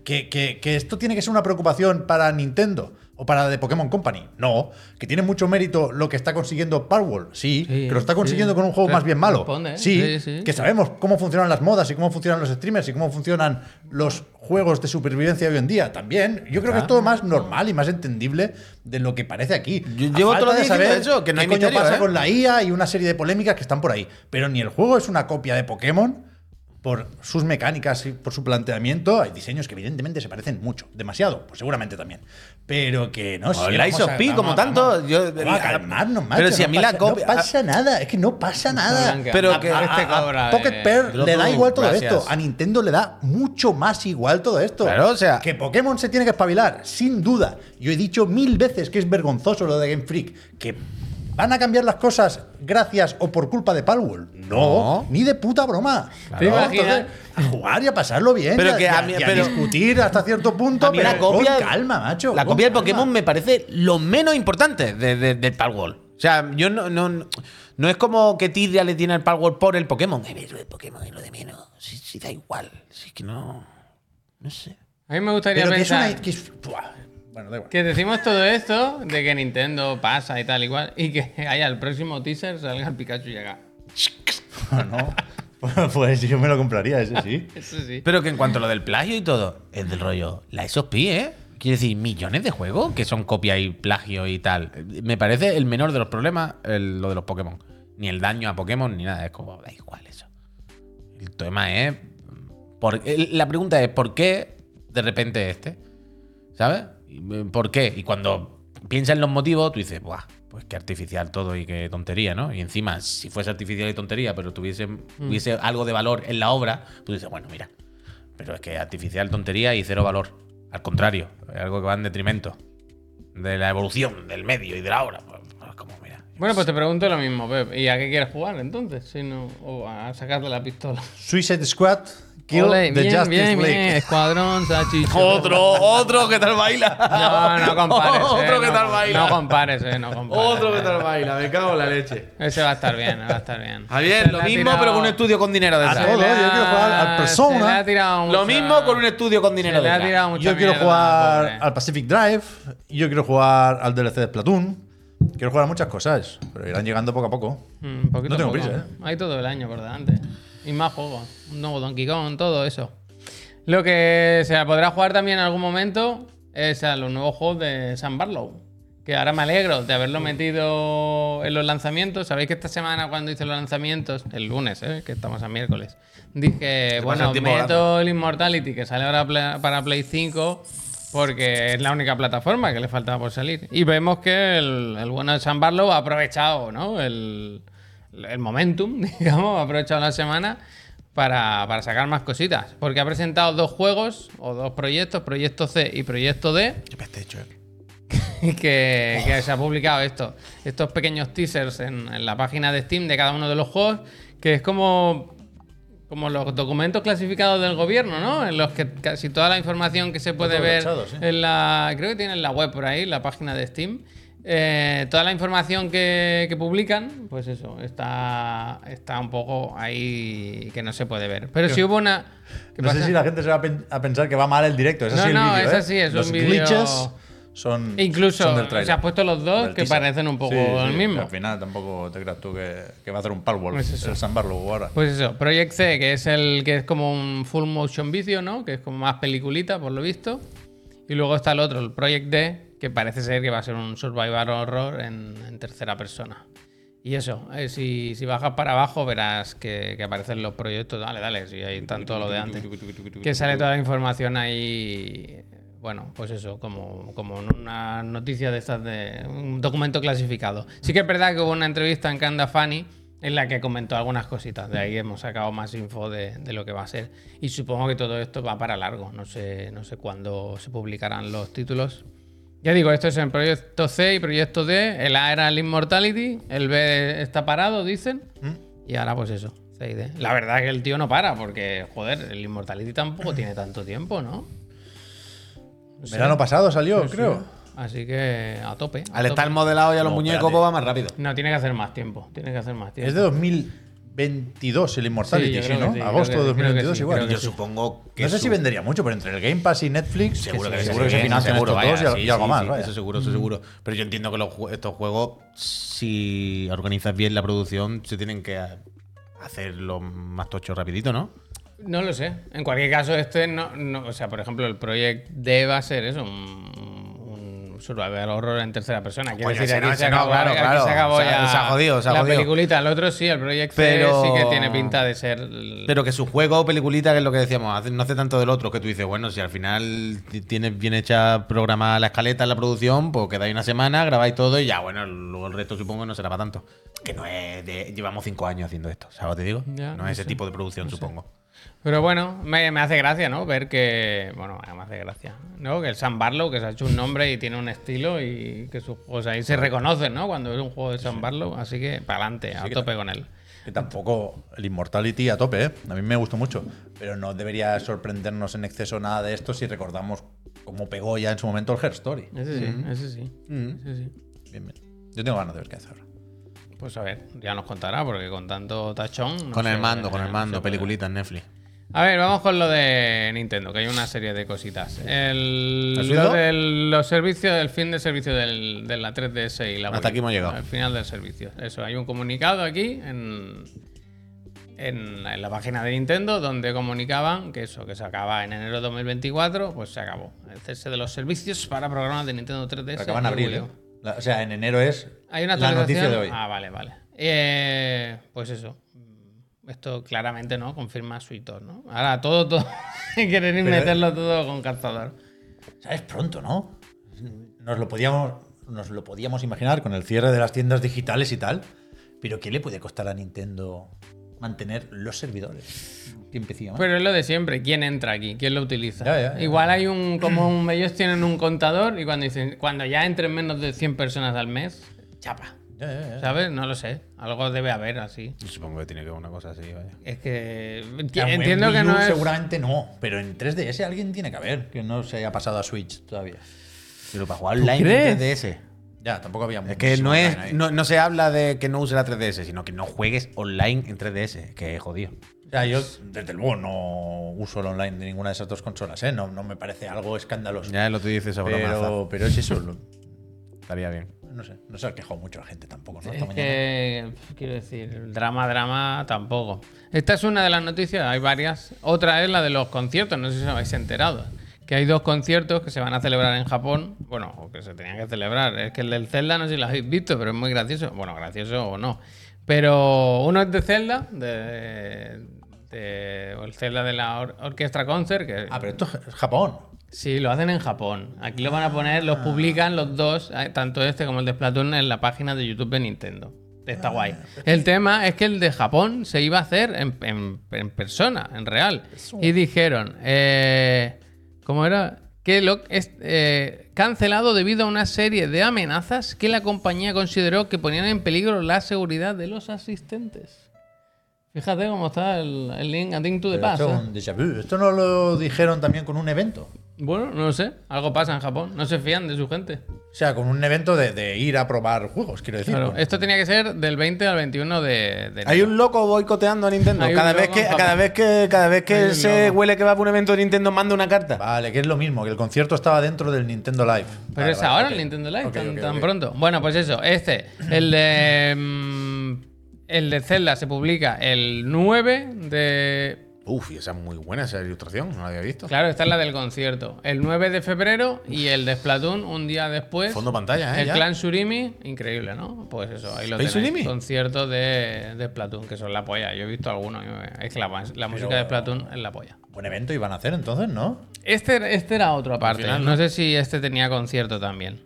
B: Que, que- que esto tiene que ser una preocupación para Nintendo o para The Pokémon Company. No. Que tiene mucho mérito lo que está consiguiendo Palworld. Sí.
A: Sí,
B: que lo está consiguiendo
A: sí.
B: con un juego
A: Claro,
B: más bien malo.
A: responde, ¿eh?
B: sí,
A: Sí, sí.
B: Que sabemos cómo funcionan las modas y cómo funcionan los streamers y cómo funcionan los juegos de supervivencia hoy en día también. Yo creo que es todo más normal y más entendible de lo que parece aquí.
C: Yo
B: A
C: llevo
B: falta
C: otro día
B: de
C: diciendo
B: saber
C: eso, que no
B: qué
C: hay
B: coño
C: misterio,
B: pasa
C: ¿eh?
B: con la IA y una serie de polémicas que están por ahí. Pero ni el juego es una copia de Pokémon por sus mecánicas y por su planteamiento. Hay diseños que evidentemente se parecen mucho, demasiado, pues seguramente también. Pero que no
C: O el Lies of P, como tanto, yo-
B: vamos a calmarnos, macho,
C: Pero si a
B: no
C: mí la
B: pasa-
C: copia-
B: No pasa nada, es que no pasa nada.
A: Blanca.
C: Pero
A: A-
C: que-
A: a-
B: A-
A: este
B: a-
A: cobra,
B: a Pocket
A: eh,
B: Pair
C: Lo
B: le da
C: Play,
B: igual todo
C: gracias.
B: esto. A Nintendo le da mucho más igual todo esto.
C: Claro, o sea-
B: Que Pokémon se tiene que espabilar, sin duda. Yo he dicho mil veces que es vergonzoso lo de Game Freak. Que van a cambiar las cosas gracias o por culpa de Palworld. No,
C: No.
B: ni de puta broma.
A: ¿Te imaginas?
B: entonces, a jugar y a pasarlo bien.
C: Pero
B: y a-
C: que
B: y
C: a
B: a,
C: mí-
B: y a
C: pero-
B: discutir hasta cierto punto.
C: A mí
B: pero
C: la copia.
B: Con calma, macho.
C: La
B: con
C: copia del
B: calma.
C: Pokémon me parece lo menos importante de- de- del Palworld. O sea, yo no, no, no es como que Tidia le tiene al Palworld por el Pokémon. A ver, el Pokémon es lo de menos. Si, si da igual. Si es que no. No sé.
A: A mí me gustaría
B: Pero que es
A: pensar.
B: una- que es- Buah. Bueno, da igual.
A: Que decimos todo esto de que Nintendo pasa y tal igual y que haya el próximo teaser salga el Pikachu y haga.
B: No. Pues yo me lo compraría, ese sí.
A: Eso sí.
C: Pero que en cuanto a lo del plagio y todo, es del rollo. La SOP, ¿eh? Quiere decir, millones de juegos que son copia y plagio y tal. Me parece el menor de los problemas el- lo de los Pokémon. Ni el daño a Pokémon ni nada. Es como, da igual eso. El tema es. por- el- la pregunta es: ¿por qué de repente este? ¿Sabes? Y, eh, ¿Por qué? Y cuando piensas en los motivos, tú dices, ¡buah! Pues qué artificial todo y qué tontería, ¿no? Y encima, si fuese artificial y tontería, pero tuviese, hubiese algo de valor en la obra, tú dices, bueno, mira. Pero es que artificial, tontería y cero valor. Al contrario, es algo que va en detrimento de la evolución, del medio y de la obra. Pues, pues, como, mira.
A: Bueno, pues te pregunto lo mismo, Pep. ¿Y a qué quieres jugar entonces? Si no, o a sacarte la pistola.
B: Suicide Squad, Kill
A: Ole,
B: the
A: bien,
B: Justice
A: bien,
B: League.
A: bien. Escuadrón, Sachi.
C: Otro, otro, ¿qué tal baila?
A: No, no compares. eh,
C: otro, ¿qué
A: no,
C: tal baila?
A: No compares, eh, no compares.
C: Otro que tal baila, me cago en la leche.
A: Ese va a estar bien, eh, va a estar bien.
C: Javier,
A: Se
C: lo
A: le ha
C: mismo,
A: tirado-
C: pero con un estudio con dinero
A: se
B: todo,
C: detrás.
A: le
B: yo quiero
A: ha-
B: jugar al Persona.
A: se le ha tirado
C: Lo
A: mucha-
C: mismo con un estudio con
A: se
C: dinero
A: le ha
C: detrás.
A: tirado mucha
B: Yo quiero
A: mierda,
B: jugar
A: pobre.
B: al Pacific Drive, y yo quiero jugar al DLC de Splatoon, quiero jugar a muchas cosas, pero irán llegando poco a poco.
A: Mm, poquito
B: No tengo
A: a poco.
B: prisa, ¿eh?
A: Hay todo el año por delante. Y más juegos. Un nuevo Donkey Kong, todo eso. Lo que se podrá jugar también en algún momento es a los nuevos juegos de San Barlow. Que ahora me alegro de haberlo metido en los lanzamientos. Sabéis que esta semana cuando hice los lanzamientos, el lunes, ¿eh? que estamos a miércoles, dije,
C: pasa el
A: bueno,
C: tiempo
A: meto el Immortality que sale ahora pla- para Play 5 porque es la única plataforma que le faltaba por salir. Y vemos que el, el bueno de San Barlow ha aprovechado ¿no? el, el momentum, digamos, ha aprovechado la semana para, para sacar más cositas. Porque ha presentado dos juegos o dos proyectos, Proyecto C y Proyecto D, y que, que se ha publicado esto, estos pequeños teasers en, en la página de Steam de cada uno de los juegos, que es como, como los documentos clasificados del gobierno, ¿no? En los que casi toda la información que se puede
B: todo
A: ver
B: tachado, sí.
A: en la. Creo que tienen la web por ahí, la página de Steam. eh, toda la información que, que publican, pues eso, está, está un poco ahí que no se puede ver. Pero si hubo una. ¿qué
B: No sé
A: pasa?
B: si la gente se va a, pen- a pensar que va mal el directo, es
A: No,
B: así el
A: no,
B: vídeo,
A: es
B: ¿eh?
A: así, es
B: Los
A: un vídeo-
B: glitches son, son
A: Incluso
B: del tráiler.
A: se has puesto los dos
B: Del
A: que
B: teaser.
A: parecen un poco
B: Sí,
A: el
B: sí,
A: mismo.
B: Al final tampoco te creas tú que, que va a hacer un palwall
A: Es eso.
B: el San Barlow ahora.
A: Pues eso, Project C, que es el que es como un full motion vicio, ¿no? Que es como más peliculita, por lo visto. Y luego está el otro, el Project D, que parece ser que va a ser un survival horror en, en tercera persona. Y eso, eh, si, si bajas para abajo verás que, que aparecen los proyectos. Dale, dale, si ahí están todo lo de antes. Que sale toda la información ahí. Bueno, pues eso, como, como en una noticia de estas de un documento clasificado. Sí que es verdad que hubo una entrevista en Canda Fanny en la que comentó algunas cositas. De ahí hemos sacado más info de, de lo que va a ser. Y supongo que todo esto va para largo. No sé, no sé cuándo se publicarán los títulos. Ya digo, esto es en proyecto C y proyecto D. El A era el Immortality, el B está parado, dicen. Y ahora pues eso, 6D. La verdad es que el tío no para, porque, joder, el Immortality tampoco tiene tanto tiempo, ¿no? No sé.
B: Verano pasado salió, creo.
A: Así que a tope. a
C: Al
A: tope.
C: estar modelado ya los
B: No,
C: muñecos,
B: espérate.
C: pues va más rápido.
A: No, tiene que hacer más tiempo. Tiene que hacer más tiempo.
B: Es de 2022 el
A: Sí,
B: Immortality,
A: yo
B: sí,
A: creo que
B: ¿no?
A: sí, creo
B: Agosto
A: que-
B: de
A: creo que
B: 2022
A: sí,
B: igual.
A: creo que
C: Yo supongo que.
B: No sé
C: su-
B: si vendería mucho, pero entre el Game Pass y Netflix,
C: Seguro que, sí,
B: seguro que
C: sí,
B: se financian
C: seguro,
B: estos
C: vaya,
B: dos y-
C: sí,
B: y algo
C: sí,
B: más.
C: sí,
B: vaya. Mm.
C: Eso seguro, eso seguro. Pero yo entiendo que los ju- estos juegos, si organizas bien la producción, se tienen que a- hacer lo más tocho rapidito, ¿no?
A: No lo sé. En cualquier caso, este no, no- O sea, por ejemplo, el Project D va a ser eso, un, un survival horror en tercera persona. Quiero
C: Coño,
A: decir,
C: ese
A: aquí
C: no,
A: se
C: ese no,
A: acabó,
C: claro,
A: aquí
C: claro.
A: se acabó
C: Se ha-
A: ya
C: se ha jodido, se ha
A: la
C: jodido.
A: peliculita. El otro sí, el Project
C: Pero-
A: C sí que tiene pinta de ser. el-
C: Pero que su juego o peliculita, que es lo que decíamos, hace- no hace tanto del otro, que tú dices, bueno, si al final ti- tienes bien hecha programada la escaleta, la producción, pues quedáis una semana, grabáis todo y ya, bueno, luego el resto supongo que no será para tanto. Que no es de- llevamos cinco años haciendo esto, ¿sabes? Te digo,
A: Ya,
C: no
A: no
C: es ese
A: sé,
C: tipo de producción, supongo.
A: Pero bueno, me, me hace gracia, ¿no? Ver que. Bueno, me hace gracia. ¿No? Que el Sam Barlow, que se ha hecho un nombre y tiene un estilo y que sus juegos ahí se reconocen, ¿no? Cuando es un juego de Sam Barlow. Así que, para adelante, a tope con él.
B: Que tampoco el Immortality a tope, ¿eh? A mí me gustó mucho. Pero no debería sorprendernos en exceso nada de esto si recordamos cómo pegó ya en su momento el Her Story.
A: Ese sí,
C: Mm.
A: ese sí. Ese sí.
B: Bien, bien. Yo tengo ganas de ver qué hace ahora.
A: Pues a ver, ya nos contará, porque con tanto tachón. no
C: con el
A: sé,
C: mando,
A: eh,
C: con el
A: no
C: mando,
A: se puede.
C: peliculita en Netflix.
A: A ver, vamos con lo de Nintendo, que hay una serie de cositas. El,
B: ¿Has
A: lo
B: oído?
A: del- los servicios, el fin de servicio del- de la 3DS y la
E: Hasta
A: Wii.
E: aquí hemos llegado.
A: Al final del servicio. Eso, hay un comunicado aquí en, en, en la página de Nintendo donde comunicaban que eso, que se acaba en enero de 2024, pues se acabó. El cese de los servicios para programas de Nintendo 3DS.
B: Pero acaban
A: y
B: en abril,
A: Wii U.
B: ¿eh? La- o sea, en enero es
A: Hay una
B: la noticia
A: actualización?
B: de hoy.
A: Ah, vale, vale. Eh, pues eso. Mm, Esto claramente no confirma Suitor, ¿no? Ahora todo, todo. Quieren ir
B: Pero-
A: meterlo todo con calzador.
B: O sea, es pronto, ¿no? Nos lo, podíamos, nos lo podíamos imaginar con el cierre de las tiendas digitales y tal. Pero ¿qué le puede costar a Nintendo mantener los servidores? Tiempecillo más.
A: Pero es lo de siempre. ¿Quién entra aquí? ¿Quién lo utiliza?
B: Ya, ya, ya.
A: Igual hay un. Como un- ellos tienen un contador y cuando dicen. Cuando ya entren menos de 100 personas al mes, chapa.
B: Ya, ya, ya.
A: ¿Sabes? No lo sé. Algo debe haber así.
E: Yo supongo que tiene que ver una cosa así, vaya.
A: Es que.
B: O sea, en
A: Entiendo
B: Wii
A: que
B: U
A: no es.
B: Seguramente no, pero en 3DS alguien tiene que haber que no se haya pasado a Switch todavía.
E: Pero para jugar online
A: crees?
E: en 3DS.
B: Ya, tampoco había
E: Es que no, es, no, no se habla de que no use la 3DS, sino que no juegues online en 3DS, que es jodido.
B: O sea, yo desde luego no uso el online de ninguna de esas dos consolas, ¿eh? No, no me parece algo escandaloso.
E: Ya lo tú dices a
B: pero, pero es eso. lo-
E: Estaría bien.
B: no sé, no se ha quejado mucho la gente tampoco, ¿no?
A: Es
B: Esta mañana.
A: que, pf, quiero decir, drama, drama tampoco. Esta es una de las noticias, hay varias. Otra es la de los conciertos, no sé si os habéis enterado. Que hay dos conciertos que se van a celebrar en Japón, bueno, o que se tenían que celebrar. Es que el del Zelda no sé si lo habéis visto, pero es muy gracioso. Bueno, gracioso o no. Pero uno es de Zelda, de, de- o el Zelda de la or- Orquestra Concert, que
B: Ah, pero esto es Japón.
A: Sí, lo hacen en Japón. Aquí lo van a poner,
B: Ah.
A: los publican los dos, eh, tanto este como el de Splatoon, en la página de YouTube de Nintendo.
B: Ah.
A: Está guay. El tema es que el de Japón se iba a hacer en, en- en persona, en real. Y dijeron, eh, ¿cómo era? Que lo, es- eh, cancelado debido a una serie de amenazas que la compañía consideró que ponían en peligro la seguridad de los asistentes. Fíjate cómo está el, el link a Link to the
B: Pero
A: Past.
B: esto
A: ¿eh?
B: es un déjà vu. Esto no lo dijeron también con un evento.
A: Bueno, no lo sé. Algo pasa en Japón. No se fían de su gente.
B: O sea, con un evento de, de ir a probar juegos, quiero decir.
A: Claro,
B: Con-
A: esto tenía que ser del 20 al 21 de, de enero.
E: pues. Hay un loco boicoteando a Nintendo.
A: Hay un
E: Cada
A: loco
E: vez, que,
A: en Japón.
E: cada vez que cada vez
A: Hay
E: que
A: un
E: se
A: loco.
E: huele que va a un evento de Nintendo, manda una carta.
B: Vale, que es lo mismo, que el concierto estaba dentro del Nintendo Live.
A: Pero es ahora el Nintendo Live, tan, tan
B: pronto.
A: pronto. Bueno, pues eso, este. El de. mm, el de Zelda se publica el 9 de.
E: Uf, y esa es muy buena esa ilustración, no la había visto.
A: Claro, esta es la del concierto. El 9 de febrero y el de Splatoon un día después.
E: Fondo pantalla, ¿eh?
A: El
E: Ya.
A: clan Surimi, increíble, ¿no? Pues eso, ahí lo
E: ¿Space
A: tenéis.
E: Surimi?
A: Conciertos de, de Splatoon, que son la polla. Yo he visto algunos. y me- Es que la, la música de Splatoon es la polla.
B: Buen evento iban a hacer entonces, ¿no?
A: Este, este era otro aparte. ¿no? sé si este tenía concierto también.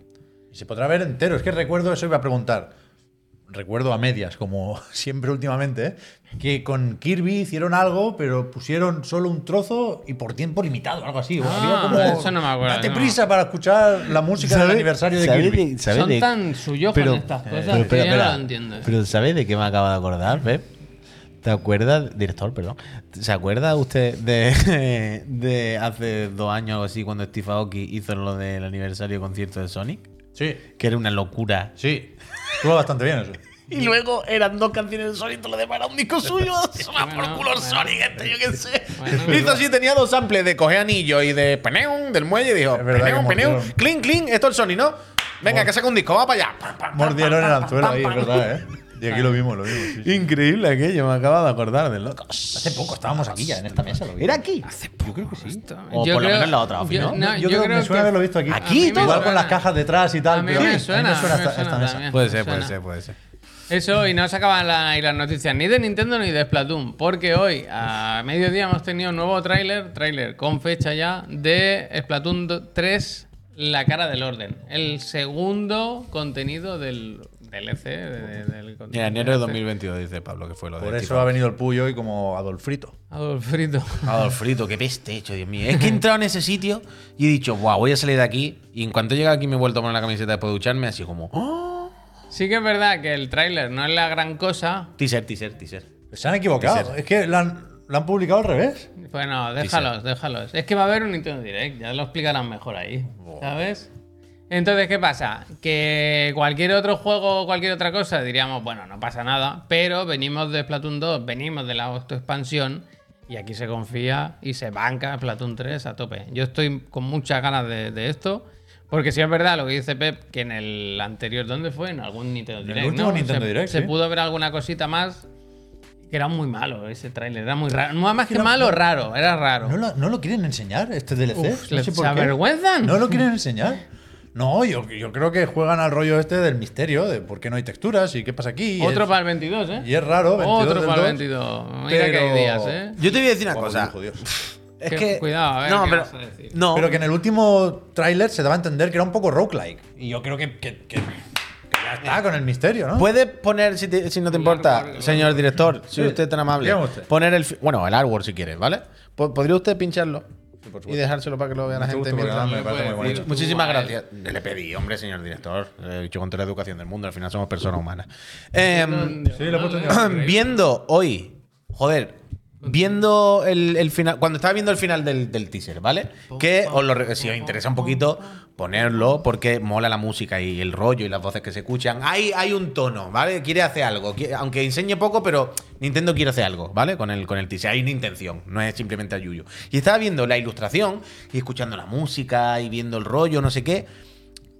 B: Y se podrá ver entero. Es que recuerdo, eso iba a preguntar. Recuerdo a medias, como siempre últimamente, ¿eh? que con Kirby hicieron algo, pero pusieron solo un trozo y por tiempo limitado, algo así.
A: Ah,
B: Había como,
A: eso no me acuerdo,
B: Date
A: no.
B: prisa para escuchar la música del aniversario de eh, Kirby.
A: Son tan suyos con estas cosas
C: pero espera,
A: que yo no
C: espera.
A: lo entiendo.
C: Pero ¿sabes de qué me acabo de acordar, Pep? ¿Te acuerdas, director, perdón? ¿Se acuerda usted de, de hace dos años o algo así cuando Steve Aoki hizo lo del aniversario concierto de Sonic?
B: Sí,
C: Que era una locura.
B: sí. Estuvo bastante bien eso.
C: Y luego eran dos canciones de Sonic, todo lo demás era un disco suyo. Se va
A: Bueno,
C: por culo el
A: bueno.
C: Sonic, este, yo qué sé.
A: Bueno,
E: Hizo así, tenía dos samples de coge anillo y de peneum del muelle y dijo,
B: Es verdad que
E: peneum, peneum,
B: mordieron.
E: clean, clean, esto es Sony, ¿no? Venga, que saca un disco, va para allá. Pa, pa, pa,
B: Mordieron
E: pa,
B: el
E: pa,
B: anzuelo
E: pa,
B: ahí, es
E: pa.
B: verdad, ¿eh? Y aquí lo vimos, lo vimos. sí, sí.
C: Increíble aquello, me acabo de acordar del loco.
B: Hace poco estábamos aquí ya en esta mesa. Lo vi.
C: ¿Era aquí?
A: yo creo que sí.
C: O por lo menos en la otra oficina,
A: Yo,
C: ¿no?
A: no,
B: Yo, creo que me suena haberlo visto aquí.
A: Aquí,
B: Igual
A: todo.
B: con las cajas detrás y tal.
A: A mí
B: pero
A: me
B: a mí
A: suena, a mí me
B: esta- esta
A: suena
B: mesa.
A: también.
C: Puede ser, puede
A: Suena.
C: ser, puede ser.
A: Eso, y no se acaban la- y las noticias ni de Nintendo ni de Splatoon, porque hoy a mediodía hemos tenido un nuevo tráiler, tráiler con fecha ya, de Splatoon do- 3, La cara del orden. El segundo contenido del DLC. de- de- del
E: En
A: contenido
E: enero de
A: DLC.
E: 2022, dice Pablo, que fue lo de este
B: Por
E: Steve
B: eso ha venido el Puyo y como Adolfrito.
A: Adolfrito.
E: Adolfrito, qué peste he hecho, Dios mío. Es que he entrado en ese sitio y he dicho, guau, voy a salir de aquí. Y en cuanto he llegado aquí me he vuelto a poner la camiseta después de ducharme, así como, ¡oh!
A: Sí que es verdad que el tráiler no es la gran cosa.
E: Teaser, teaser, teaser.
B: Se han equivocado. Es que lo han, lo han publicado al revés.
A: Bueno, déjalos, déjalos. Es que va a haber un Nintendo Direct, ya lo explicarán mejor ahí, ¿sabes? Entonces, ¿qué pasa? Que cualquier otro juego o cualquier otra cosa diríamos, bueno, no pasa nada, pero venimos de Splatoon 2, venimos de la autoexpansión Y aquí se confía y se banca Platoon 3 a tope. Yo estoy con muchas ganas de, de esto. Porque si es verdad lo que dice Pep, que en el anterior, ¿dónde fue? En algún Nintendo
B: el
A: Direct.
B: último
A: ¿no?
B: Nintendo
A: se,
B: Direct,
A: se
B: sí.
A: pudo ver alguna cosita más que era muy malo ese tráiler. Era muy raro. No más que malo, raro. Era raro.
B: ¿No lo, no lo quieren enseñar este DLC?
A: Uf,
B: no
A: les- se
B: sé por qué.
A: avergüenzan.
B: No lo quieren enseñar. No, yo, yo creo que juegan al rollo este del misterio, de por qué no hay texturas y qué pasa aquí. y
A: Otro
B: es-
A: para el 22, ¿eh?
B: y es raro, 22
A: Otro
B: del
A: para el
B: 2,
A: 22. Mira que hay
B: pero-
A: días, ¿eh?
C: Yo te voy a decir una
B: Guau,
C: cosa.
B: hijo de Dios.
C: Es
A: Que-
C: que.
A: cuidado, a ver
C: No,
A: qué
C: pero.
A: vas a decir.
C: No.
B: Pero que en el último tráiler se daba a entender que era un poco roguelike. Y yo creo que, que- que- que ya está con el misterio, ¿no?
C: ¿Puedes poner, si, te- si no te importa, señor director, si usted es tan amable,
B: Dígame usted.
C: poner el. fi- Bueno, el artwork si quiere, ¿vale? Po- ¿Podría usted pincharlo?
B: por supuesto.
C: y dejárselo para que lo vea la
B: Mucho
C: gente
B: gusto, porque
C: mientras-
B: además me parece
A: Puedes
B: muy bonito.
A: decir-
C: Muchísimas
A: Tú, a él.
C: gracias. Le pedí, hombre, señor director. Le he dicho con toda la educación del mundo, al final somos personas humanas. Em,
B: Sí, lo he puesto en
C: viendo hoy, joder, viendo el, el final, cuando estaba viendo el final del, del teaser, ¿vale? Que os lo, re- si os interesa un poquito, ponerlo porque mola la música y el rollo y las voces que se escuchan. Hay, hay un tono, ¿vale? Quiere hacer algo, qui- aunque enseñe poco, pero Nintendo quiere hacer algo, ¿vale? Con el, con el teaser, hay una intención, no es simplemente a Yuyu. Y estaba viendo la ilustración y escuchando la música y viendo el rollo, no sé qué.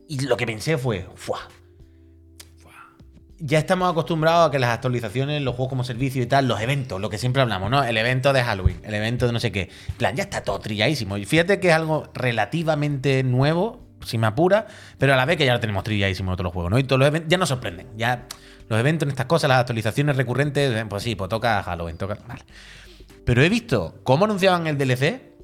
C: Y lo que pensé fue, ¡fuah! ya estamos acostumbrados a que las actualizaciones, los juegos como servicio y tal, los eventos, lo que siempre hablamos, ¿no? El evento de Halloween, el evento de no sé qué. En plan, ya está todo trilladísimo. Y fíjate que es algo relativamente nuevo, si me apura, pero a la vez que ya lo tenemos trilladísimo en todos los juegos, ¿no? Y todos los eventos ya nos sorprenden. Ya los eventos en estas cosas, las actualizaciones recurrentes, eh, pues sí, pues toca Halloween, toca. Vale. Pero he visto cómo anunciaban el DLC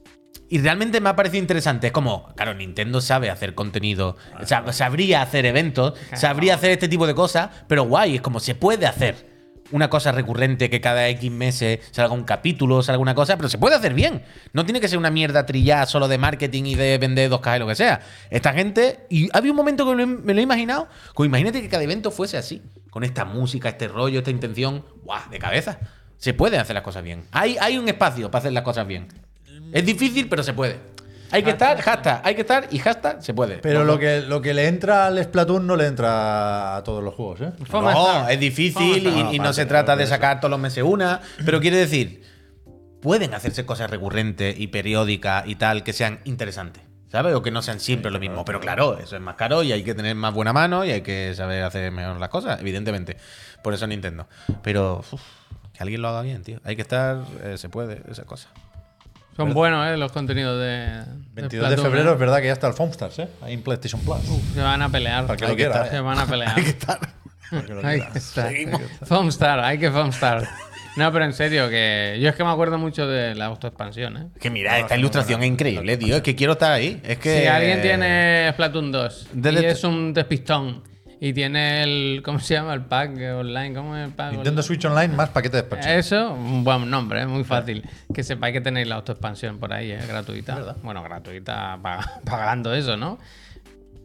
C: y realmente me ha parecido interesante. Es como, claro, Nintendo sabe hacer contenido, sab- sabría hacer eventos, sabría hacer este tipo de cosas, pero guay, es como se puede hacer una cosa recurrente que cada X meses salga un capítulo, salga una cosa, pero se puede hacer bien. No tiene que ser una mierda trillada solo de marketing y de vender dos cajas y lo que sea. Esta gente, y había un momento que me lo he- me lo he imaginado, como imagínate que cada evento fuese así, con esta música, este rollo, esta intención, guau, de cabeza. Se pueden hacer las cosas bien. Hay, hay un espacio para hacer las cosas bien. Es difícil, pero se puede. Hay que estar, hashtag, hay que estar y hashtag se puede.
B: Pero lo que, lo que le entra al Splatoon no le entra a todos los juegos, ¿eh?
A: Foma
C: No,
A: está.
C: es difícil
B: Vamos a
C: y, y
B: estar.
C: no se trata de sacar todos los meses una, pero quiere decir, pueden hacerse cosas recurrentes y periódicas y tal que sean interesantes, ¿sabes? O que no sean siempre lo mismo. Pero claro, eso es más caro y hay que tener más buena mano y hay que saber hacer mejor las cosas, evidentemente. Por eso Nintendo. Pero uf, que alguien lo haga bien, tío. Hay que estar, eh, se puede, esas cosas.
A: Son buenos, ¿eh? Los contenidos de. de
B: 22 de
A: Splatoon,
B: febrero
A: ¿eh?
B: es verdad que ya está el Foamstars, ¿eh? Ahí en PlayStation Plus.
A: Se van a pelear.
B: Para que lo
A: Hay
B: quiera,
A: estar. Se
B: eh.
A: van a pelear.
B: Hay que estar. Porque lo
A: Hay
B: queda.
A: que estar. Foamstar, hay que Foamstar. No, pero en serio, que yo es que me acuerdo mucho de la autoexpansión, ¿eh?
C: Que mira, esta ilustración es increíble, tío. Es que quiero estar ahí. Es que
A: Si alguien tiene Splatoon 2
C: Del-
A: y es un despistón y tiene el. ¿Cómo se llama? El pack online. ¿Cómo es el pack?
B: Nintendo
A: online?
B: Switch Online más paquete de expansión.
A: Eso, un buen nombre, es muy fácil. Que sepáis que tenéis la autoexpansión por ahí, es gratuita. Bueno, gratuita pa- pagando eso, ¿no?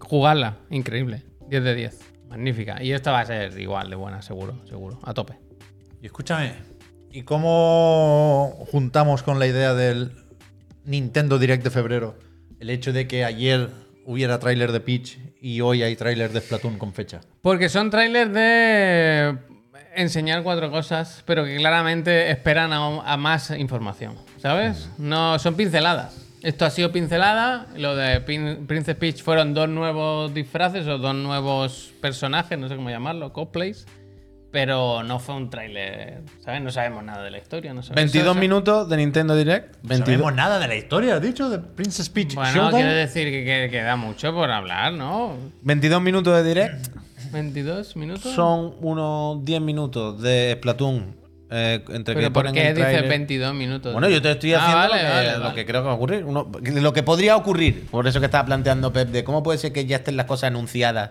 A: Jugarla, increíble. 10 de 10, magnífica. Y esta va a ser igual de buena, seguro, seguro, a tope.
B: Y escúchame, ¿y cómo juntamos con la idea del Nintendo Direct de febrero el hecho de que ayer hubiera tráiler de Peach y hoy hay tráiler de Splatoon con fecha?
A: Porque son trailers de enseñar cuatro cosas, pero que claramente esperan a, a más información, ¿sabes? No, son pinceladas. Esto ha sido pincelada. Lo de Pin- Princess Peach fueron dos nuevos disfraces o dos nuevos personajes, no sé cómo llamarlo, cosplays. Pero no fue un tráiler, ¿sabes? No sabemos nada de la historia. No sabemos
C: 22
A: Eso-
C: minutos de Nintendo Direct.
B: No
C: 22.
B: sabemos nada de la historia, has dicho, de Princess Peach
A: Bueno,
B: Showtime.
A: quiero decir que que queda mucho por hablar, ¿no?
C: 22 minutos de direct
A: 22 minutos.
C: son unos 10 minutos de Splatoon. eh, entre que
A: ¿Pero por
C: ponen
A: qué
C: el
A: dices
C: tráiler.
A: 22 minutos?
C: Bueno, yo te estoy
A: Ah,
C: haciendo
A: vale,
C: lo, que,
A: vale,
C: lo
A: vale.
C: que creo que va a ocurrir. Uno- lo que podría ocurrir. Por eso que estaba planteando Pep de cómo puede ser que ya estén las cosas anunciadas,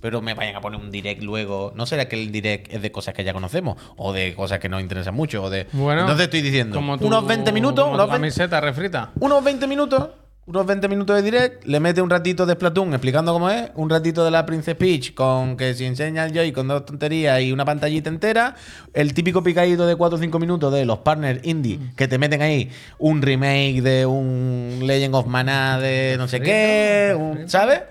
C: pero me vayan a poner un direct luego. ¿No será que el direct es de cosas que ya conocemos? O de cosas que nos interesan mucho. O de...
A: Bueno,
C: Entonces estoy diciendo,
A: Como tu-
C: unos 20 minutos,
A: como tu
C: unos 20,
A: camiseta refrita.
C: unos 20 minutos, unos 20 minutos de direct, le mete un ratito de Splatoon explicando cómo es, un ratito de la Princess Peach con que si enseña el Joy con dos tonterías y una pantallita entera, el típico picadito de 4 o 5 minutos de los partners indie
A: Mm.
C: que te meten ahí un remake de un Legend of Mana de no sé qué, un- ¿sabes?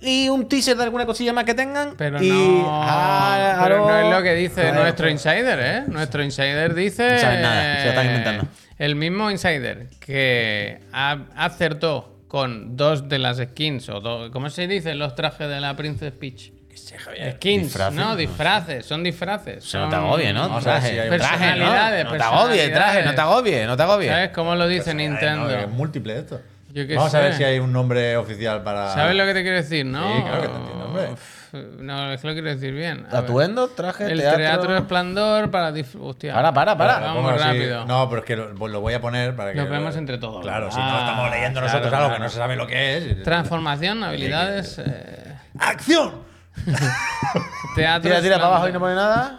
C: y un teaser de alguna cosilla más que tengan.
A: Pero,
C: y-
A: no,
C: Ah,
A: pero no
C: claro.
A: es lo que dice
C: Claro.
A: nuestro insider, ¿eh? Nuestro insider dice.
C: No saben nada, se lo están
A: eh,
C: inventando.
A: El mismo insider que a- acertó con dos de las skins, o dos, ¿cómo se dice? Los trajes de la Princess Peach. Skins,
C: Disfraces,
A: no,
C: no
A: disfraces, son disfraces.
C: Se no te
A: son-
C: agobie, ¿no?
B: Vamos a ver
C: Traje.
B: si hay un-
C: traje, ¿no?
A: Personalidades,
C: No te agobie, traje, no te agobie, no te agobie.
A: ¿Sabes cómo lo dice Nintendo?
B: Ay, no, es múltiple esto.
A: Yo qué
B: Vamos a
A: sé.
B: ver si hay un nombre oficial para.
A: ¿Sabes lo que te quiero decir, no?
B: Sí, claro que te entiendo, hombre.
A: Uf, No, es que lo quiero decir bien. A ver.
C: Atuendo, traje,
A: El
C: teatro.
A: teatro, esplendor para dif- Hostia.
C: Para, para, para.
B: Lo
A: Vamos
B: pongo así.
A: rápido.
B: No, pero es que lo, lo voy a poner para que.
A: Lo vemos entre todos.
B: Claro, si no
A: Ah,
B: estamos leyendo
A: claro,
B: nosotros algo
A: claro.
B: que no se sabe lo que es.
A: Transformación, habilidades. eh,
B: ¡Acción!
A: teatro.
C: Tira, tira para abajo y no
A: esplendor.
C: pone nada.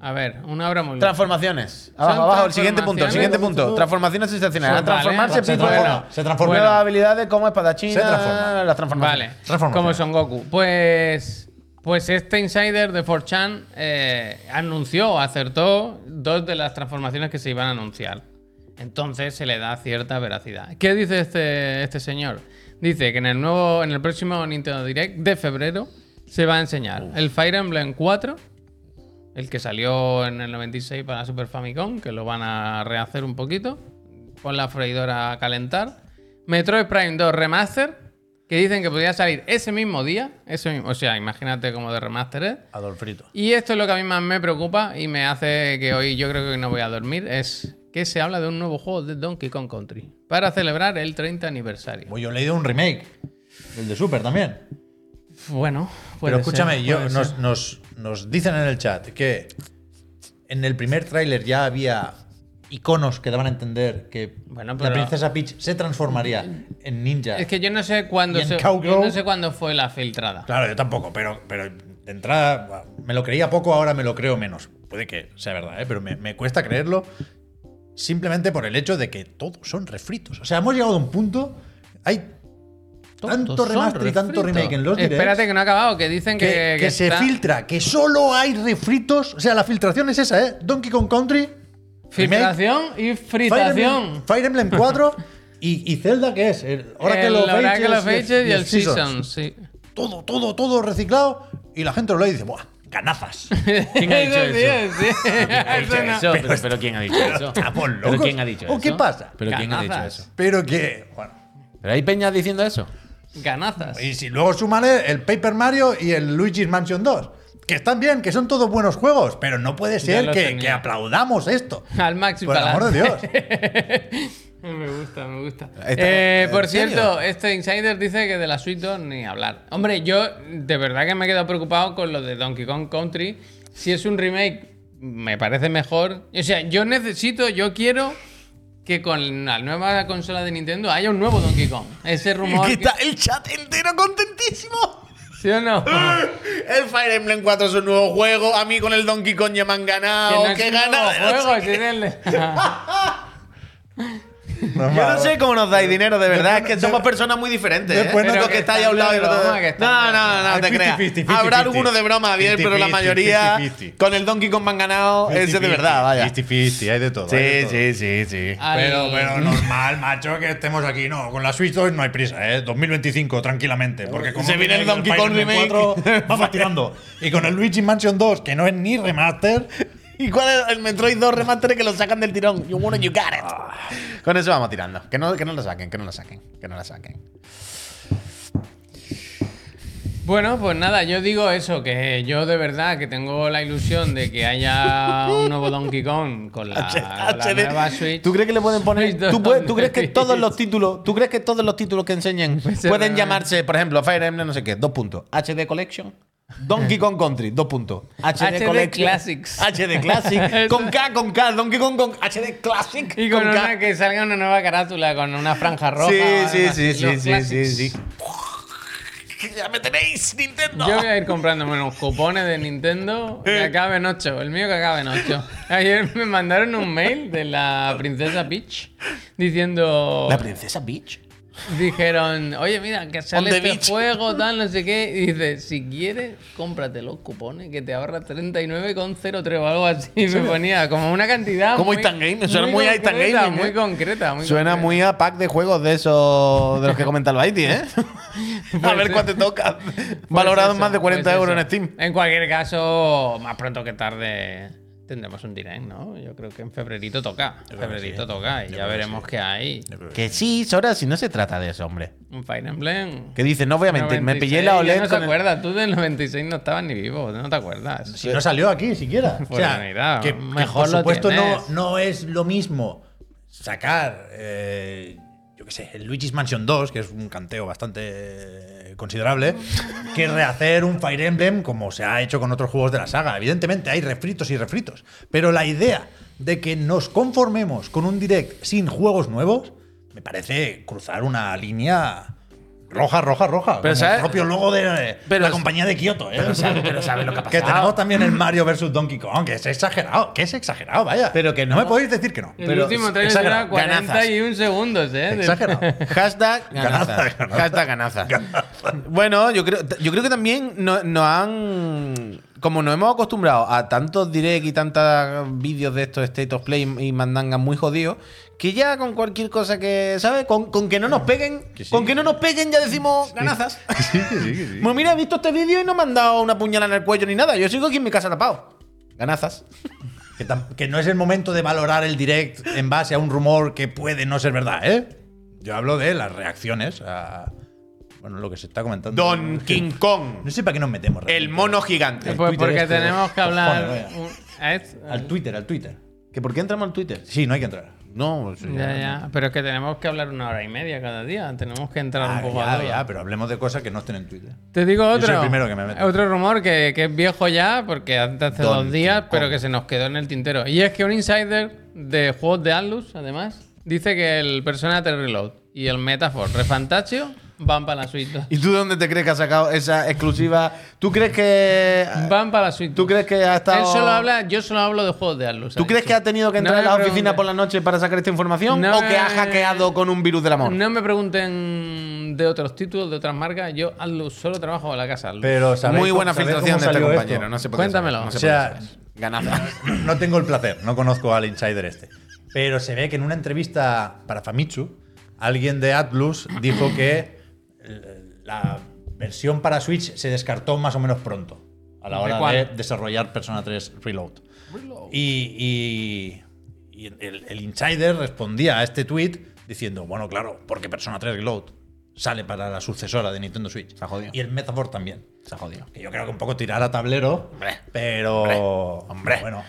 A: A ver, una obra
C: Mm.
A: muy
C: Transformaciones. Abajo, abajo. El siguiente punto, el siguiente punto. Transformaciones sensacionales. A transformarse,
A: Vale,
C: pico.
A: bueno,
B: se transforma.
C: Nuevas habilidades como espadachín.
B: Se transforma.
C: Las
A: Vale,
C: transformaciones.
B: Transformación.
A: como Son Goku. Pues, pues este insider de 4chan eh, anunció, acertó dos de las transformaciones que se iban a anunciar. Entonces se le da cierta veracidad. ¿Qué dice este, este señor? Dice que en el nuevo, en el próximo Nintendo Direct de febrero se va a enseñar el Fire Emblem 4, el que salió en el 96 para Super Famicom, que lo van a rehacer un poquito. Pon la freidora a calentar. Metroid Prime 2 Remaster, que dicen que podría salir ese mismo día. Ese mismo- o sea, imagínate cómo de remaster es.
B: Adolfrito.
A: Y esto es lo que a mí más me preocupa y me hace que hoy yo creo que no voy a dormir. Es que se habla de un nuevo juego de Donkey Kong Country para celebrar el 30 aniversario.
B: Bueno, yo he leído un remake. El de Super también.
A: Bueno, puede
B: Pero escúchame,
A: ser,
B: yo,
A: puede ser.
B: nos, nos- nos dicen en el chat que en el primer tráiler ya había iconos que daban a entender que
A: Bueno,
B: la
A: pero- Mm,
B: princesa Peach se transformaría en ninja.
A: Es que yo no sé cuándo
B: Y en
A: se-
B: Cowgirl-
A: yo no sé cuándo fue la filtrada.
B: Claro, yo tampoco, pero, pero de entrada me lo creía poco, ahora me lo creo menos. Puede que sea verdad, ¿eh? pero me, me cuesta creerlo simplemente por el hecho de que todos son refritos. O sea, hemos llegado a un punto, hay
A: Todos
B: tanto
A: son
B: remaster y tanto
A: refritos.
B: remake en los directs.
A: Espérate que no ha acabado, que dicen que,
B: que, que
A: que
B: se
A: está-
B: filtra, que solo hay refritos. O sea, la filtración es esa, ¿eh? Donkey Kong Country,
A: filtración y
B: Fire Emblem,
A: fritación.
B: Fire Emblem 4 y, y Zelda, ¿qué es? El Oracle
A: El
B: of Ages,
A: Oracle of
B: y el-
A: Ages y el
B: Seasons.
A: Season, sí.
B: Todo, todo, todo reciclado. Y la gente lo lee y dice, ¡buah! ¡Ganazas!
A: ¿Quién
C: ha dicho
A: eso? sí, sí. Eso no.
C: Eso, pero, pero ¿quién ha dicho eso?
B: estamos
C: ¿Pero
B: locos.
C: quién ha dicho eso?
B: ¿O qué pasa?
C: ¿Pero quién ha dicho
A: Ganazas.
C: eso?
B: Pero que. Bueno.
C: ¿Pero hay peñas diciendo eso?
A: Ganazas.
B: Y si luego suman el Paper Mario y el Luigi's Mansion 2. Que están bien, que son todos buenos juegos, pero no puede ser
A: lo
B: que,
A: tenía.
B: que aplaudamos esto.
A: Al Max y
B: Por el
A: pa'lante.
B: amor de Dios.
A: Me gusta, me gusta.
C: Está-
A: Eh,
C: ¿en
A: por
C: serio?
A: cierto, este insider dice que de la Switch 2 ni hablar. Hombre, yo de verdad que me he quedado preocupado con lo de Donkey Kong Country. Si es un remake, me parece mejor. O sea, yo necesito, yo quiero que con la nueva consola de Nintendo haya un nuevo Donkey Kong. Ese rumor.
C: Que
A: que-
C: está el chat entero contentísimo.
A: ¿Sí o no?
C: El Fire Emblem 4 es un nuevo juego. A mí con el Donkey Kong ya me han ganado.
A: no es
C: ¡Oh, ¡Qué
A: un nuevo
C: ganas!
A: juego, si es el-
C: Yo no sé cómo nos dais dinero, de verdad. Es que somos personas muy diferentes. ¿eh?
B: Después no
C: Pero
B: toca-
C: que estáis a un lado y el otro.
A: de broma, que están
C: No,
A: de
C: no, no,
B: Hay
C: te
B: 50,
C: creas.
B: 50,
C: Habrá
B: 50.
C: algunos de broma, bien, pero la
B: 50,
C: mayoría
B: 50.
C: con el Donkey Kong me han ganado. Ese de verdad, vaya.
B: 50-50, hay de todo. hay de
C: Sí,
B: todo.
C: sí, sí, sí.
A: Al-
B: Pero, pero normal, macho, que estemos aquí. No, con la Switch 2 no hay prisa, ¿eh? 2025, tranquilamente. Porque como
C: Se viene el Donkey Kong
B: Fire Emblem
C: remake.
B: 4, vamos tirando. Y con el Luigi Mansion 2, que no es ni remaster.
C: ¿Y cuál es el Metroid 2 remaster que lo sacan del tirón? You want it, you got it. Con eso vamos tirando. Que no, que no lo saquen, que no lo saquen, que no lo saquen.
A: Bueno, pues nada, yo digo eso, que yo de verdad que tengo la ilusión de que haya un nuevo Donkey Kong con Ah, la, con la
C: HD.
A: nueva Switch.
C: ¿Tú crees que le pueden
A: Switch
C: poner? ¿Tú,
A: dos
C: puedes- tú crees que
A: Donkey.
C: todos los títulos? ¿Tú crees que todos los títulos que enseñen
A: ser
C: pueden
A: verdad.
C: llamarse, por ejemplo, Fire Emblem no sé qué, dos puntos, HD Collection, Donkey Kong Country, dos puntos, HD,
A: HD
C: Collection,
A: Classics.
C: HD Classic, con K, con K, Donkey Kong con HD Classic,
A: Y con,
C: K.
A: una que salga una nueva carátula con una franja roja.
C: Sí,
A: o algo
C: sí, sí,
A: así,
C: sí,
A: los
C: sí, sí,
A: clásicos.
C: sí. Ya me tenéis, Nintendo.
A: Yo voy a ir comprándome unos cupones de Nintendo que acaben 8. El mío que acabe en 8. Ayer me mandaron un mail de la princesa Peach diciendo...
C: La princesa Peach.
A: Dijeron, oye, mira, que sale
C: On the
A: este
C: beach.
A: juego, tal, no sé qué. Y dice, si quieres, cómprate los cupones que te ahorras 39,03 o algo así. Y me ponía como una cantidad.
C: Como
A: muy-
C: Instant Gaming, suena muy a Instant
A: concreta,
C: Gaming, ¿eh?
A: Muy concreta, muy
C: Suena
A: concreta.
C: muy a pack de juegos de esos de los que comenta el Baiti, ¿eh?
E: A ver cuánto te toca. Valorado en
A: Pues eso,
E: más de 40
A: pues
E: euros
A: eso.
E: en Steam.
A: En cualquier caso, más pronto que tarde tendremos un direct, ¿no? Yo creo que en febrerito toca. En febrerito toca y ya veremos qué hay.
C: Que sí, Sora, si no se trata de eso, hombre.
A: Un Fire Emblem.
C: Que dice, no voy a mentir, me pillé la
A: 96,
C: OLED.
A: ya No te
C: con el-
A: acuerdas, tú del 96 no estabas ni vivo, no te acuerdas.
B: Si no salió aquí siquiera. O
A: Pues
B: sea,
A: mira,
B: que, que
A: mejor
B: por
A: lo
B: supuesto no,
A: tienes.
B: no es lo mismo sacar, eh, yo qué sé, el Luigi's Mansion 2, que es un canteo bastante eh, considerable, que rehacer un Fire Emblem como se ha hecho con otros juegos de la saga. Evidentemente hay refritos y refritos, pero la idea de que nos conformemos con un direct sin juegos nuevos me parece cruzar una línea roja, roja, roja. como
E: ¿sabes?
B: el propio logo de
E: Pero
B: la
E: es-
B: compañía de Kioto, ¿eh? O sea,
E: Pero sabes lo que ha pasado.
B: que tenemos también el Mario vs Donkey Kong, que es exagerado, que es exagerado, vaya.
C: Pero que
B: No
C: no-
B: me podéis decir que no.
A: El
B: Pero
A: último
B: es
A: trailer
B: exagerado,
A: dura 41 segundos, ¿eh? De-
B: Exagerado.
C: Hashtag
B: Ganazas,
C: ganazas.
B: ganazas.
C: Hashtag ganazas. Bueno, yo creo, yo creo que también no- nos han. Como nos hemos acostumbrado a tantos direct y tantos vídeos de estos State of Play y mandanga muy jodidos, que ya con cualquier cosa que. ¿Sabes? Con, con que no nos peguen. Con que no nos peguen ya decimos ganazas. Bueno, mira, he visto este vídeo y no me han dado una puñalada en el cuello ni nada. Yo sigo aquí en mi casa tapado. Ganazas.
B: que, tam- que no es el momento de valorar el direct en base a un rumor que puede no ser verdad, ¿eh? Yo hablo de las reacciones a. Bueno, lo que se está comentando.
E: Don King Kong.
B: No sé para qué nos metemos.
E: El
B: realmente.
E: mono gigante.
A: Pues
B: Twitter
A: porque
B: este,
A: tenemos que
B: cojones,
A: hablar.
B: vaya.
A: un- ¿Ah, es-
B: Al Twitter, al Twitter.
C: ¿Que por qué entramos al Twitter?
B: Sí, no hay que entrar.
C: No, eso ya-
A: Ya, ya. Pero es que tenemos que hablar una hora y media cada día. Tenemos que entrar
B: Ah,
A: un poco a
B: ya,
A: duda.
B: ya, pero hablemos de cosas que no estén en Twitter.
A: Te digo
B: Yo soy
A: otro.
B: el primero que me meto.
A: Otro rumor que, que es viejo ya, porque hace, hace
C: Don
A: dos días,
C: King
A: pero
C: Kong.
A: que se nos quedó en el tintero. Y es que un insider de juegos de Atlus, además, dice que el Persona 3 Reload y el Metaphor Refantachio van para la suite.
C: ¿Y tú dónde te crees que has sacado esa exclusiva? ¿Tú crees que.
A: Van para la suite.
C: ¿Tú crees que ha estado.?
A: Él solo habla, yo solo hablo de juegos de Atlus.
C: ¿Tú crees que ha tenido que entrar
A: No
C: a la
A: me
C: oficina
A: preguntes.
C: por la noche para sacar esta información?
A: No
C: ¿O que ha
A: me-
C: hackeado con un virus del amor?
A: No me pregunten de otros títulos, de otras marcas. Yo Atlus solo trabajo en la casa Atlus.
B: Pero ¿sabéis
C: Muy
B: cómo-
C: buena
B: ¿sabéis
C: filtración de
B: cómo
C: este
B: salió
C: compañero.
B: esto?
C: No sé por qué
A: Cuéntamelo.
C: sabe,
B: O
C: no sé por qué
B: sea,
C: sabe. Ganaza.
B: no tengo el placer, no conozco al insider este. Pero se ve que en una entrevista para Famitsu, alguien de Atlus dijo que l- la versión para Switch se descartó más o menos pronto a la
A: ¿De
B: hora
A: cuál?
B: de, desarrollar Persona 3 Reload. Y, y- y el, el insider respondía a este tweet diciendo, bueno, claro, porque Persona 3 Reload sale para la sucesora de Nintendo Switch.
C: ha jodido.
B: Y el Metaphor también.
C: Se ha jodido.
B: Que yo creo que un poco tirar a tablero,
E: Hombre,
B: pero...
E: hombre.
B: Bueno,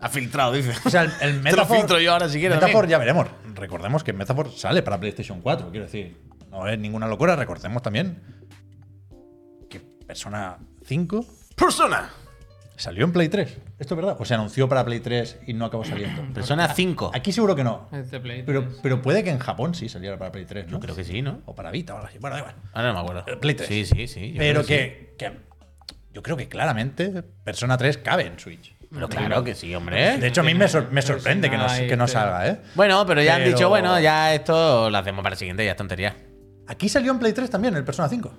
E: Ha filtrado, dice.
B: o sea, el, el
E: Te lo
B: Metaphor.
E: filtro yo ahora si quieres.
B: Metaphor ya veremos. Recordemos que Metaphor sale para PlayStation 4, quiero decir. No es ninguna locura, recordemos también que Persona 5
E: también. Persona.
B: salió en Play 3. Esto es verdad. O se anunció para Play 3 y no acabó saliendo.
C: Persona 5.
B: Aquí seguro que no.
A: Este Play
B: Pero,
A: 3.
B: pero puede que en Japón sí saliera para Play 3, ¿no?
C: Yo creo que sí, ¿no?
B: O para Vita o algo así. Bueno, da igual. Eh,
C: Ahora no me acuerdo.
B: Play tres.
C: Sí, sí, sí. yo
B: Pero
C: creo sí.
B: que, que- Yo creo que claramente Persona 3 cabe en Switch.
C: Pero claro que sí, hombre.
B: De hecho, a mí me, sor- me sorprende que no, que no salga, ¿eh?
C: Bueno, pero ya han
B: Pero-
C: dicho, bueno, ya esto lo hacemos para el siguiente, ya es tontería.
B: Aquí salió en Play 3 también el Persona 5.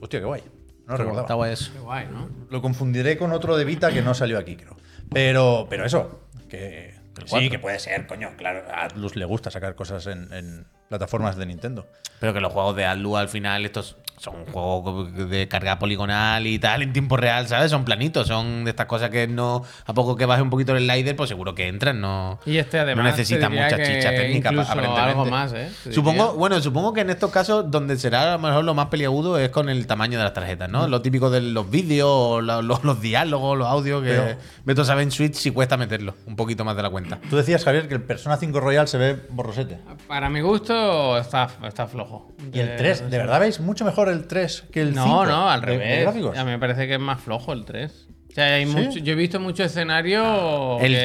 B: Hostia, qué guay. No lo recordaba.
C: Está guay eso.
A: Qué guay, ¿no?
B: Lo confundiré con otro de Vita que no salió aquí, creo. Pero, pero eso, que, que sí, que puede ser, coño. Claro, a Atlus le gusta sacar cosas en, en plataformas de Nintendo.
C: Pero que los juegos de Atlus al final estos son juegos de carga poligonal y tal en tiempo real, ¿sabes? Son planitos, son de estas cosas que no a poco que baje un poquito el slider, pues seguro que entran, no
A: Y este además.
C: no
A: te
C: necesita
A: diría
C: mucha
A: que
C: chicha técnica pa-
A: incluso
C: aparentemente.
A: algo más, ¿eh? Te
C: Supongo,
A: diría.
C: bueno, supongo que en estos casos donde será a lo mejor lo más peliagudo es con el tamaño de las tarjetas, ¿no?
A: Mm.
C: Lo típico de los vídeos, o la- los, los diálogos, los audios que
B: Pero-
C: Beto sabe en Switch si cuesta meterlo un poquito más de la cuenta.
B: Tú decías, Javier, que el Persona 5 Royal se ve borrosete.
A: Para mi gusto está, está flojo.
B: Y el 3, ¿de verdad veis mucho mejor el 3 que el 5?
A: eh, No, no, al
B: de- de
A: revés.
B: gráficos?
A: A mí me parece que es más flojo el 3. O sea, hay mucho- yo he visto muchos escenarios.
C: El
A: que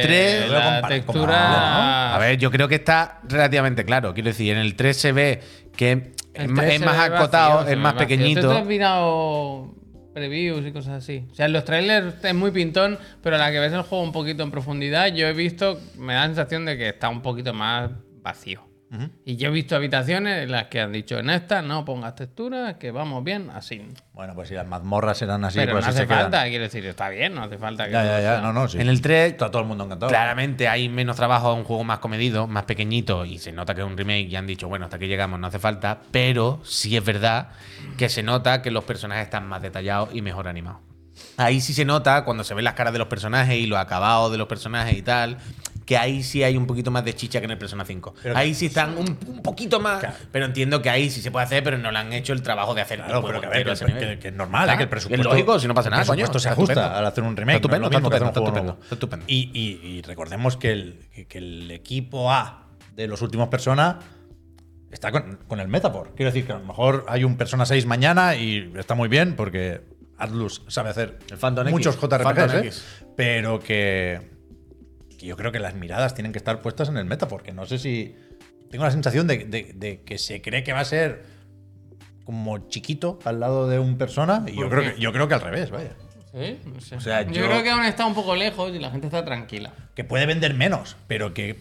A: La
C: 3,
B: lo compara-
A: textura.
B: comparado,
C: A ver, yo creo que está relativamente claro. Quiero decir, en el 3 se ve que es,
A: el
C: ma-
A: 3
C: es
A: se
C: más
A: ve vacío,
C: acotado,
A: se
C: es
A: ve
C: más
A: vacío.
C: pequeñito.
A: ¿Tú te has mirado previews y cosas así? O sea, en los trailers es muy pintón, pero a la que ves el juego un poquito en profundidad, yo he visto, me da la sensación de que está un poquito más vacío. Y yo he visto habitaciones en las que han dicho, en esta no pongas texturas, que vamos bien, así.
B: Bueno, pues si las mazmorras eran así,
A: Pero
B: pues
A: no
B: así
A: hace
B: se quedan.
A: falta, quiero decir, está bien, no hace falta que...
B: Ya,
A: todo
B: ya, ya.
A: sea-
B: No, no, sí.
C: En el 3,
B: Está todo el mundo
C: Oh.
B: encantado.
C: claramente hay menos trabajo, es un juego más comedido, más pequeñito, y se nota que es un remake y han dicho, bueno, hasta aquí llegamos, no hace falta, pero sí es verdad que se nota que los personajes están más detallados y mejor animados. Ahí sí se nota cuando se ven las caras de los personajes y los acabados de los personajes y tal, que ahí sí hay un poquito más de chicha que en el Persona 5.
B: Pero
C: ahí sí están un, un poquito más, pero entiendo que ahí sí se puede hacer, pero no le han hecho el trabajo de hacer
B: Claro,
C: el
B: pero
C: juego
B: que, a ver,
C: entero a
B: que-
C: ese
B: que-
C: nivel.
B: que es normal,
C: Claro,
B: ¿eh? que el presupuesto.
C: es lógico, si no pasa nada,
B: el presupuesto
C: coño,
B: se
C: está
B: ajusta
C: estupendo.
B: al hacer un remake.
C: Está
B: no es lo
C: estupendo,
B: mismo que
C: está
B: hacer un
C: estupendo,
B: juego
C: está estupendo,
B: nuevo. Y, y- y recordemos que el, que- que el equipo A de los últimos personas está con, con el Metaport. Quiero decir que a lo mejor hay un Persona 6 mañana y está muy bien porque Atlus sabe hacer
C: El Phantom X.
B: muchos JRPGs,
C: Phantom
B: ¿eh?
C: X.
B: pero que, que yo creo que las miradas tienen que estar puestas en el Metaport, que no sé si... Tengo la sensación de- de- de que se cree que va a ser como chiquito al lado de un persona. Y yo
A: ¿Por
B: creo,
A: qué?
B: que, yo creo que al revés, vaya.
A: Sí, no sé.
B: sea,
A: yo,
B: yo-
A: creo que aún está un poco lejos y la gente está tranquila.
B: Que puede vender menos, pero que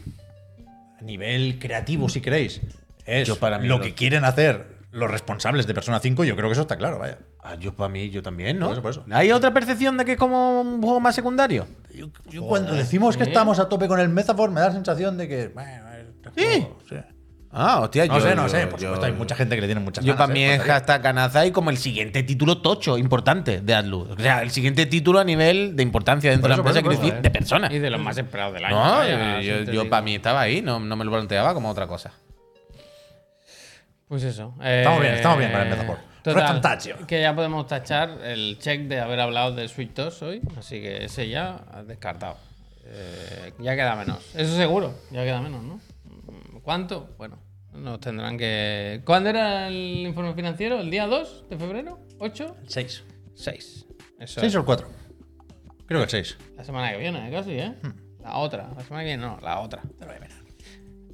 B: a nivel creativo, si queréis, es
C: Yo para mí
B: lo
C: no.
B: que quieren hacer los responsables de Persona 5. Yo creo que eso está claro, vaya.
C: Ah, yo para mí, yo también, ¿no?
B: Por eso, por eso.
C: ¿Hay otra percepción de que es como un juego más secundario?
B: Yo, yo cuando decimos que
A: sí.
B: estamos a tope con el Metafor, me da la sensación de que. bueno, este juego, sí.
C: Ah, hostia,
B: No
C: yo.
B: sé, no
C: yo-
B: sé. Por
C: yo-
B: supuesto, hay mucha gente que le tiene muchas
C: Yo
B: ganas,
C: para
B: ¿eh?
C: mí es
B: Faltaría.
C: hasta Kanazai como el siguiente título tocho, importante de Atlus. O sea, el siguiente título a nivel de importancia dentro
B: Por
C: de
B: eso,
C: la empresa,
B: por
C: quiero
B: eso, eh.
C: decir, de persona.
A: pues, Y de los más esperados del año.
C: No,
A: vaya,
C: yo,
A: así te digo.
C: para mí estaba ahí, no, no me lo planteaba como otra cosa.
A: Pues eso.
B: Estamos bien, estamos bien para
A: para
B: el Metafor. Restantaggio.
A: Que ya podemos tachar el check de haber hablado del Switch 2 hoy, así que ese ya ha descartado. Eh, ya queda menos. Eso seguro, ya queda menos, ¿no? Mm, ¿Cuánto? Bueno, nos tendrán que. ¿Cuándo era el informe financiero? ¿El día 2 de febrero? ¿8?
B: Seis.
A: 6. Eso
B: ¿Seis
A: es.
B: o el cuatro? Creo que el seis.
A: La semana que viene, casi, ¿eh? La otra. La semana que viene, no, la otra.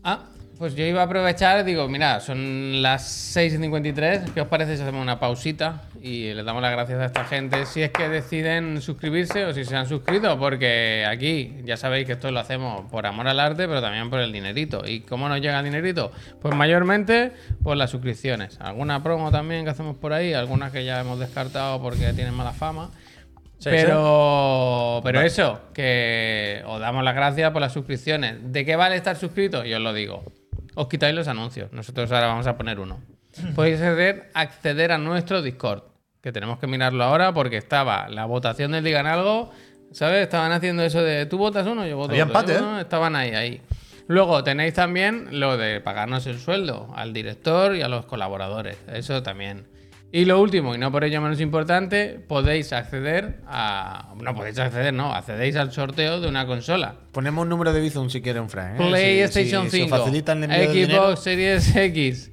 A: Ah, pues yo iba a aprovechar, digo, mira, son las 6.53, ¿qué os parece si hacemos una pausita y le damos las gracias a esta gente si es que deciden suscribirse o si se han suscrito? Porque aquí ya sabéis que esto lo hacemos por amor al arte, pero también por el dinerito. ¿Y cómo nos llega el dinerito? Pues mayormente por las suscripciones. Alguna promo también que hacemos por ahí, algunas que ya hemos descartado porque tienen mala fama.
B: Sí,
A: pero pero eso, que os damos las gracias por las suscripciones. ¿De qué vale estar suscrito? Yo os lo digo. Os quitáis los anuncios. Nosotros ahora vamos a poner uno. Podéis acceder, acceder a nuestro Discord, que tenemos que mirarlo ahora porque estaba la votación del Digan Algo, ¿sabes? Estaban haciendo eso de tú votas uno, yo voto
B: Había
A: otro, yo
B: empate,
A: voto
B: ¿eh?
A: uno, Estaban ahí, ahí. Luego tenéis también lo de pagarnos el sueldo al director y a los colaboradores. Eso también. Y lo último, y no por ello menos importante, podéis acceder a. No podéis acceder, no, accedéis al sorteo de una consola.
C: Ponemos un número de Bizum si ¿eh? quiere un Frank.
A: PlayStation 5,
C: facilitan el envío de dinero.
A: Xbox Series X,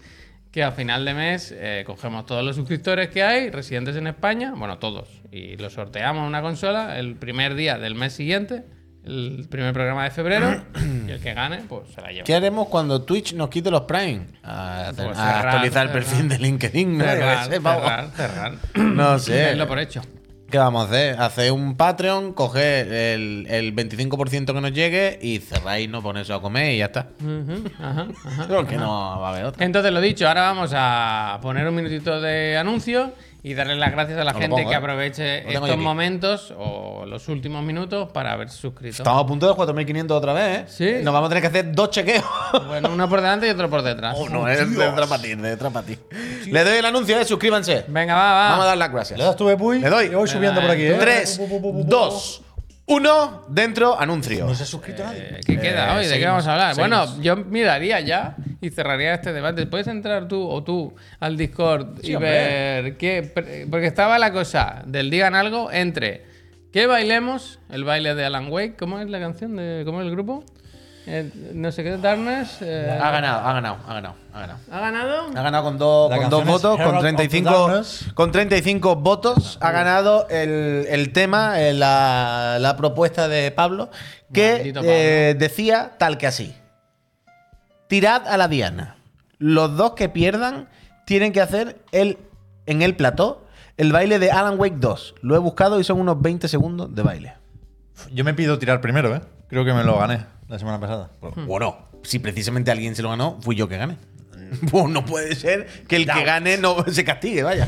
A: que a final de mes eh, cogemos todos los suscriptores que hay, residentes en España, bueno, todos, y los sorteamos en una consola el primer día del mes siguiente, el primer programa de febrero, y el que gane, pues se la lleva.
C: ¿Qué haremos cuando Twitch nos quite los Prime? A,
A: Pues
C: a
A: cerrar,
C: actualizar el
A: cerrar.
C: perfil de LinkedIn. ¿no?
A: Cerrar,
C: Yo qué sé, vamos.
A: cerrar, cerrar.
C: No sé.
A: Dadlo por hecho.
C: ¿Qué vamos a hacer? Hacer un Patreon, coger el, el 25% que nos llegue y cerráis, no ponéis a comer y ya está.
A: Ujú, ajá, ajá.
C: Creo que no va a haber otra.
A: Entonces, lo dicho, ahora vamos a poner un minutito de anuncio y darle las gracias a la
C: Os lo
A: gente
C: pongo,
A: que
C: ¿eh?
A: aproveche
C: Lo tengo
A: estos
C: aquí.
A: momentos o los últimos minutos para haber suscrito.
C: Estamos a punto de 4.500 otra vez, ¿eh?
A: Sí.
C: Nos vamos a tener que hacer dos chequeos.
A: Bueno, uno por delante y otro por detrás.
C: Oh, no, es de trapatín, de trapatín. Le doy el anuncio, ¿eh? Suscríbanse.
A: Venga, va, va.
C: Vamos a dar las gracias.
B: Le das tú, Bepuy.
C: Le doy.
B: Yo voy subiendo por aquí, ¿eh?
C: 3, 2, 1, dentro, anuncio.
B: No se ha suscrito nadie.
A: Eh, ¿Qué queda hoy? ¿De qué
C: seguimos,
A: vamos a hablar?
C: seguimos.
A: Bueno, yo miraría ya y cerraría este debate. Puedes entrar tú o tú al Discord y
C: hombre.
A: ver qué. pre- Porque estaba la cosa del digan algo entre que bailemos, el baile de Alan Wake, ¿cómo es la canción? De, ¿Cómo es el grupo? Eh, no sé qué, Darkness. eh,
C: Ha ganado, ha ganado, ha ganado, ha ganado.
A: ¿Ha ganado?
C: Ha ganado con, dos-
B: La
C: con dos
B: canción es
C: votos,
B: Herald
C: con
B: of the
C: 35,
B: Darkness.
C: con 35 votos. Ha ganado el, el tema, eh, la, la propuesta de Pablo, que
A: Maldito Pablo.
C: eh, decía tal que así. Tirad a la diana. Los dos que pierdan tienen que hacer el, en el plató el baile de Alan Wake 2. Lo he buscado y son unos 20 segundos de baile.
B: Yo me pido tirar primero, ¿eh? Creo que me lo gané la semana pasada. Hmm.
C: Bueno, si precisamente alguien se lo ganó, fui yo que gané. Pues no puede ser que el que gane no se castigue, vaya.